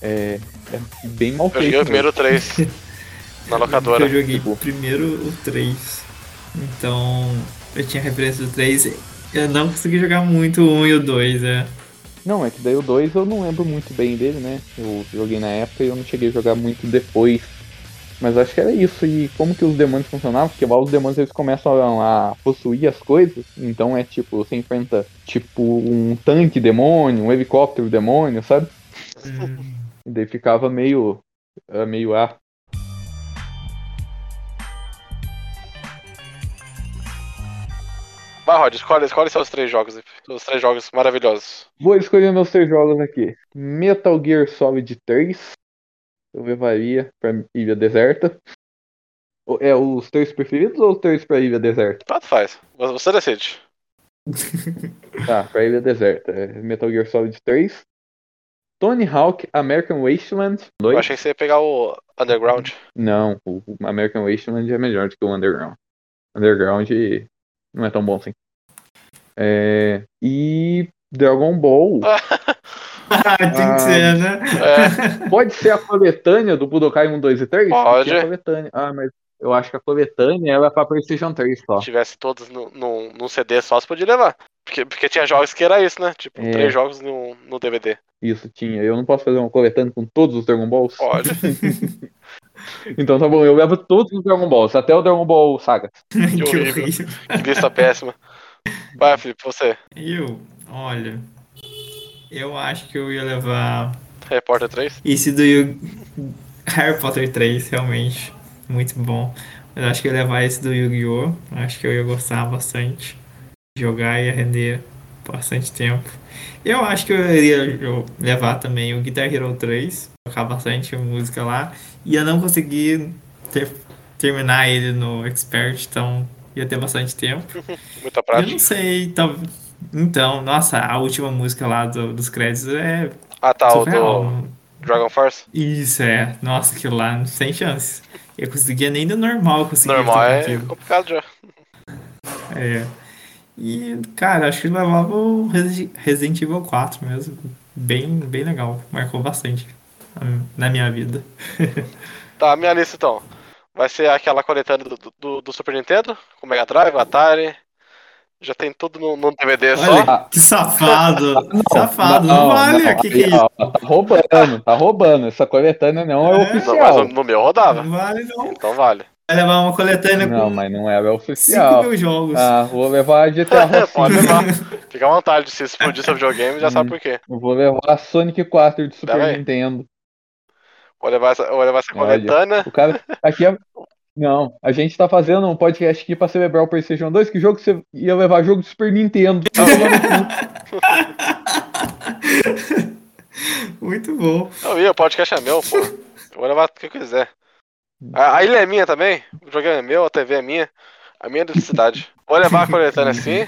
B: É. É bem mal
A: Eu
B: feito.
A: joguei o primeiro
B: mesmo.
A: 3 na locadora.
C: Eu joguei
B: Tipo-
C: primeiro o 3. um Então, eu tinha referência do 3. Eu não consegui jogar muito o 1 e o 2, né?
B: Não, é que daí o 2 eu não lembro muito bem dele, né? Eu joguei na época e eu não cheguei a jogar muito depois. Mas acho que era isso. E como que os demônios funcionavam? Porque lá os demônios eles começam a, a possuir as coisas. Então é tipo, você enfrenta tipo um tanque demônio, um helicóptero demônio, sabe?
C: Hum,
B: E daí ficava meio. ah, meio ar.
A: Vai, Rod, escolhe, escolhe seus três jogos. aí. Os três jogos maravilhosos.
B: Vou escolher meus três jogos aqui. Metal Gear Solid 3. Eu levaria pra Ilha Deserta. O- É os três preferidos ou os três pra Ilha Deserta?
A: Tanto faz. Você decide.
B: Tá, pra Ilha Deserta. É Metal Gear Solid 3. Tony Hawk American Wasteland
A: Eu
B: 2.
A: achei que você ia pegar o Underground.
B: Não, o o American Wasteland é melhor do que o Underground. Underground não é tão bom assim. É, e Dragon Ball.
C: Hum. Ah, tem que ser, né?
A: É,
B: Pode ser a coletânea do Budokai 1, 2 e 3?
A: Pode.
B: Porque a coletânea. Ah, mas eu acho que a coletânea ela é pra PlayStation 3 só.
A: se tivesse todos no- num num CD só, você podia levar. Porque, porque tinha jogos que era isso, né? Tipo,
B: É.
A: três jogos no, no DVD.
B: Isso tinha. Eu não posso fazer uma coletânea com todos os Dragon Balls?
A: Pode.
B: Então tá bom, eu levo todos os Dragon Balls, até o Dragon Ball Saga.
C: que
A: horrível.
C: horrível.
A: Que Lista péssima. Vai, Felipe, você.
C: Eu, olha, eu acho que eu ia levar
A: Repórter 3?
C: esse do Yu- Harry Potter 3, realmente, muito bom. Mas eu acho que eu ia levar esse do Yu-Gi-Oh! Eu Acho que eu ia gostar bastante. Jogar ia render bastante tempo. Eu acho que eu iria jo- levar também o Guitar Hero 3, tocar bastante música lá. E eu não consegui ter- terminar ele no Expert, então ia ter bastante tempo.
A: Muita
C: Eu não
A: prática.
C: sei, tal- Então, nossa, a última música lá do- dos créditos é
A: Ah, tá, o
C: surreal.
A: do Dragon Force?
C: Isso, é. Nossa, aquilo lá, não sem chance. Eu conseguia nem do normal eu conseguia
A: Normal
C: tocar
A: é
C: aquilo.
A: complicado já.
C: É. E, cara, acho que levava o Resi- Resident Evil 4 mesmo. Bem, bem legal. Marcou bastante hum, na minha vida.
A: Tá, a minha lista então. Vai ser aquela coletânea do, do, do Super Nintendo, com Mega Drive, Atari. Já tem tudo no, no DVD É só.
C: Olha, que safado. safado, não, vale.
B: não,
C: que que é
B: aí,
C: isso?
B: ó, tá roubando, tá roubando. Essa coletânea não é,
C: É?
A: Não, mas no,
B: oficial.
A: no meu rodava.
C: Não vale, não.
A: Então vale.
C: Vai levar uma coletânea
B: Não,
C: com
B: mas não é oficial.
C: 5 mil jogos.
B: Ah, vou levar a GTA
A: Pode
B: Rocinha.
A: levar. Fica à vontade, se explodir seu videogame, já sabe por quê.
B: Vou levar a Sonic 4 de Super
A: Pera aí.
B: Nintendo.
A: Vou levar essa, vou levar essa
B: Olha.
A: coletânea.
B: O cara. Aqui é. Não, a gente tá fazendo um podcast aqui pra celebrar o PlayStation 2. Que jogo que você ia levar? Jogo de Super Nintendo. Tá falando tudo.
C: Muito bom.
A: Eu ia, o podcast é meu, pô. Eu vou levar o que eu quiser. A, a ilha é minha também. O videogame é meu, a TV é minha. A minha é da cidade. Vou levar a coletânea assim.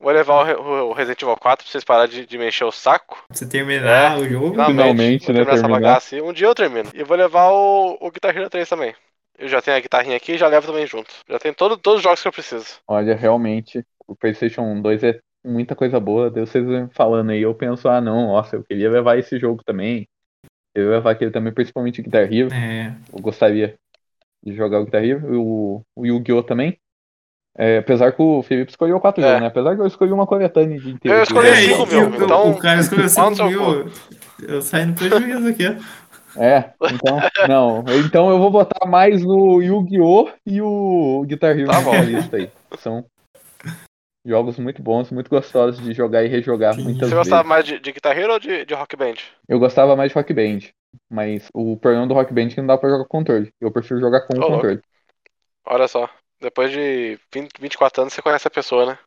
A: Vou levar o, Re- o- o Resident Evil 4 pra vocês pararem de, de me encher o saco.
C: Pra você terminar
A: É.
C: o jogo.
A: vou
B: Finalmente, né,
A: terminar essa
B: terminar.
A: bagaça aí. Um dia eu termino. E vou levar o, o Guitar Hero 3 também. Eu já tenho a guitarrinha aqui e já levo também junto. Já tenho todo, todos os jogos que eu preciso.
B: Olha, realmente, o PlayStation 2 é muita coisa boa. Daí vocês vêm falando aí, eu penso, ah, não, nossa, eu queria levar esse jogo também. Eu ia levar aquele também, principalmente o Guitar Hero.
C: É.
B: Eu gostaria de jogar o Guitar Hero. O, o Yu-Gi-Oh! também. É, apesar que o Felipe escolheu quatro
A: É.
B: jogos, né? Apesar que eu escolhi uma coletânea de inteiro.
A: Eu escolhi
C: É,
A: cinco
C: e
A: mil,
C: o-
A: então-
C: O cara escolheu
A: Quanto
C: 5
A: eu
C: mil. Eu saí no prejuízo aqui.
B: É, então, não. Então eu vou botar mais no Yu-Gi-Oh! e o Guitar Hero
A: Tá bom.
B: nessa lista aí. São jogos muito bons, muito gostosos de jogar e rejogar
C: Sim.
B: muitas
A: Você
B: vezes.
A: gostava mais de, de Guitar Hero ou de, de Rock Band?
B: Eu gostava mais de Rock Band, mas o problema do Rock Band é que não dá pra jogar com controle. Eu prefiro jogar com
A: louco.
B: controle.
A: Olha só. Depois de 20, 24 anos você conhece a pessoa, né?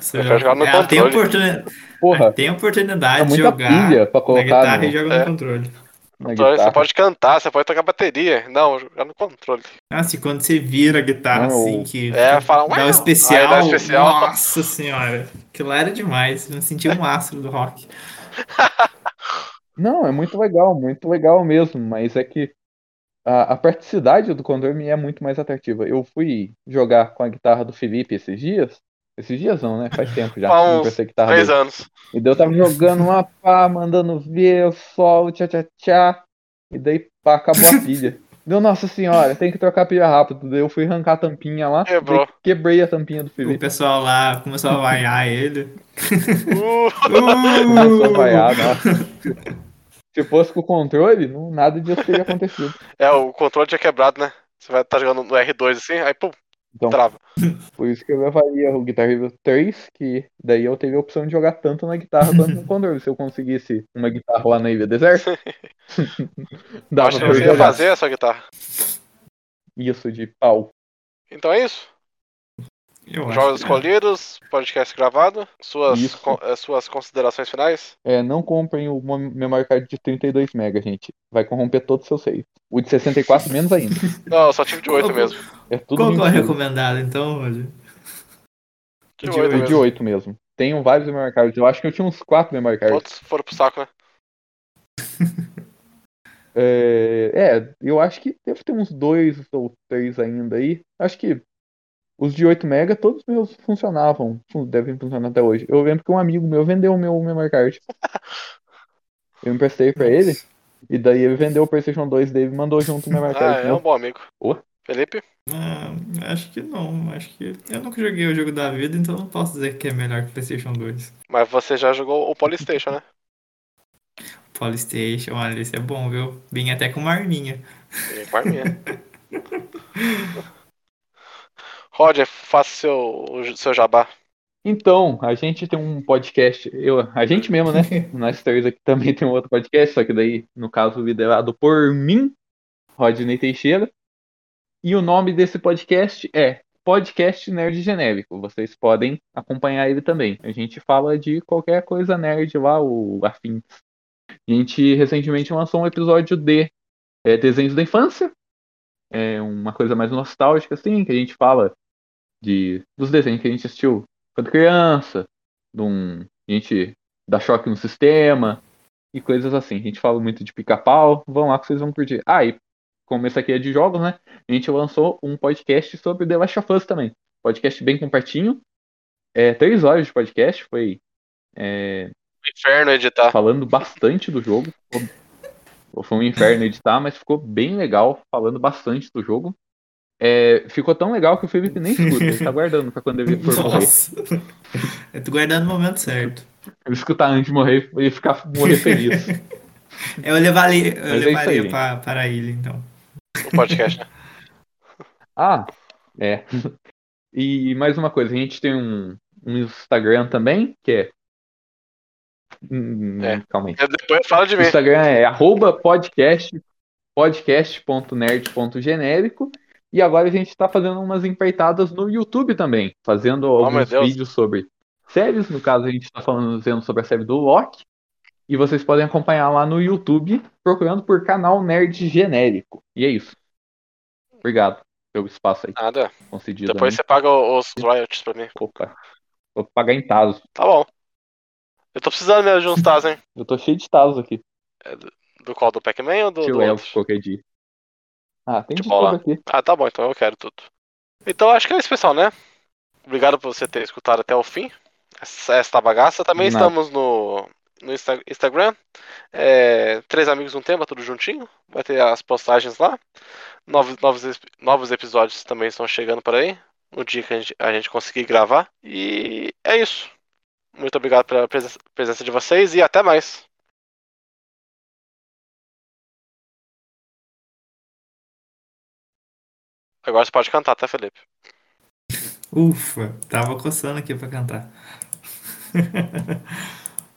C: Você
A: quero jogar no
C: Ah, tem,
A: controle.
C: oportuni-
B: Porra,
C: tem
B: é
C: oportunidade de
B: muita
C: jogar
B: pilha pra
C: na
B: colocar
C: guitarra e
B: no,
C: joga
A: É.
C: no controle.
B: na
A: Então, Você
B: guitarra.
A: pode cantar, você pode tocar bateria. Não, jogar no controle.
C: Nossa, e Ah, quando você vira a guitarra
B: Não,
C: assim,
B: o-
C: que
A: É, fala um.
C: dá um especial,
A: Aí dá um especial.
C: Nossa senhora. Aquilo lá era demais. Eu me sentia um astro do rock.
B: Não, é muito legal, muito legal mesmo, mas é que a, a praticidade do controle me é muito mais atrativa. Eu fui jogar com a guitarra do Felipe esses dias. Esses dias não, né? Faz tempo já
A: Há
B: que eu
A: uns
B: emprestei a guitarra
A: Três
B: dele.
A: anos.
B: E daí eu tava jogando uma pá, mandando ver o sol, tchá tchá tchá. E daí pá, acabou a pilha. Deu, nossa senhora, tem que trocar a pilha rápido. Daí eu fui arrancar a tampinha lá.
A: Quebrou.
B: daí Quebrei a tampinha do
C: O
B: Felipe.
C: pessoal lá começou a vaiar ele.
A: Uh,
B: Nossa,
C: Uh!
B: vaiar, nossa. Se fosse com o controle, não, nada disso teria acontecido.
A: é, o controle tinha quebrado, né? Você vai estar jogando no R2 assim, aí pum,
B: Então.
A: trava.
B: Por isso que eu levaria o Guitar Hero 3, que daí eu teria a opção de jogar tanto na guitarra quanto no controle. Se eu conseguisse uma guitarra lá na Ilha Deserta, dava
A: Acho que
B: pra eu
A: você ia
B: jogar.
A: fazer essa guitarra.
B: Isso de pau.
A: Então é isso.
C: Eu acho
A: Jogos
C: que-
A: escolhidos, podcast gravado, suas,
B: Isso.
A: con- eh, suas considerações finais.
B: É, não comprem o mo- memory card de 32 MB, gente. Vai corromper todo o seu save. O de 64 menos ainda.
A: Não, eu só tive de 8 mesmo.
B: É tudo
C: Qual que é o
B: mentira.
C: recomendado então, Roger?
A: De
C: De
A: 8
B: O de
A: mesmo.
B: 8 mesmo. Tenho vários memory cards. Eu acho que eu tinha uns 4 memory cards.
A: Todos foram pro saco, né?
B: É, é, eu acho que deve ter uns dois ou três ainda aí. Acho que os de 8 mega, todos meus funcionavam. Fun- Devem funcionar até hoje. Eu lembro que um amigo meu vendeu o meu memory card. Eu emprestei pra ele. E daí ele vendeu o PlayStation 2 dele e mandou junto o memory
A: Ah,
B: card
A: é um
B: meu.
A: bom amigo.
B: Boa.
A: Felipe?
C: Ah, acho que não. Acho que. Eu nunca joguei o jogo da vida, então não posso dizer que é melhor que o PlayStation 2.
A: Mas você já jogou o Polystation, né?
C: Polystation, olha, isso é bom, viu? Vim até com uma arminha.
A: E com a minha. Roger, faça seu, o seu jabá.
B: Então, a gente tem um podcast, eu, a gente mesmo, né? Nós três aqui também tem um outro podcast, só que daí, no caso, liderado por mim, Rodney Teixeira. E o nome desse podcast é Podcast Nerd Genérico. Vocês podem acompanhar ele também. A gente fala de qualquer coisa nerd lá, o afins. A gente recentemente lançou um episódio de é, Desenhos da Infância. É uma coisa mais nostálgica, assim, que a gente fala de, dos desenhos que a gente assistiu quando criança, de um, a gente dá choque no sistema e coisas assim. A gente fala muito de pica-pau, vão lá que vocês vão curtir. Ah, e como esse aqui é de jogos, né? A gente lançou um podcast sobre The Last of Us também. Podcast bem compartinho. É, três horas de podcast, foi é,
A: Inferno editar.
B: falando bastante do jogo. Ficou- Foi um inferno editar, mas ficou bem legal falando bastante do jogo. É, ficou tão legal que o Felipe nem escuta, ele tá guardando pra quando ele for morrer.
C: Nossa! Eu tô guardando o momento certo.
B: Eu escutar antes de morrer e ficar morrer feliz.
C: Eu levaria, eu
B: é isso
C: levaria
B: aí,
C: pra, para a ilha, então.
A: O podcast, né?
B: ah, é. E mais uma coisa, a gente tem um, um Instagram também, que é. Hum,
A: É.
B: Calma aí.
A: Depois fala de
B: O
A: mim.
B: Instagram é arroba podcast, podcast.nerd.genérico. E agora a gente está fazendo umas empreitadas no YouTube também, fazendo
A: Oh, meu
B: alguns
A: Deus.
B: vídeos sobre séries. No caso, a gente está falando fazendo sobre a série do Loki. E vocês podem acompanhar lá no YouTube, procurando por canal Nerd Genérico. E é isso. Obrigado pelo espaço aí
A: Nada.
B: concedido.
A: Depois
B: a
A: você paga os royalties pra mim.
B: mim. Opa. Vou pagar em Tazos.
A: Tá bom. Eu tô precisando mesmo de uns tazos, hein?
B: Eu tô cheio de Tazos aqui.
A: Do qual? Do Pac-Man ou do,
B: Tio
A: do
B: Elfo,
A: outro?
B: qualquer dia. Ah, tem
A: De
B: de
A: bola.
B: tudo aqui.
A: Ah, tá bom, então eu quero tudo. Então acho que é isso, pessoal, né? Obrigado por você ter escutado até o fim. Essa, esta bagaça. Também
B: Nada.
A: estamos no, no Insta- Instagram. É, Três Amigos um Tema, tudo juntinho. Vai ter as postagens lá. Novos, novos, es- novos episódios também estão chegando por aí. No dia que a gente, a gente conseguir gravar. E é isso. Muito obrigado pela presen- presença de vocês e até mais. Agora você pode cantar, tá, Felipe?
C: Ufa, tava coçando aqui pra cantar.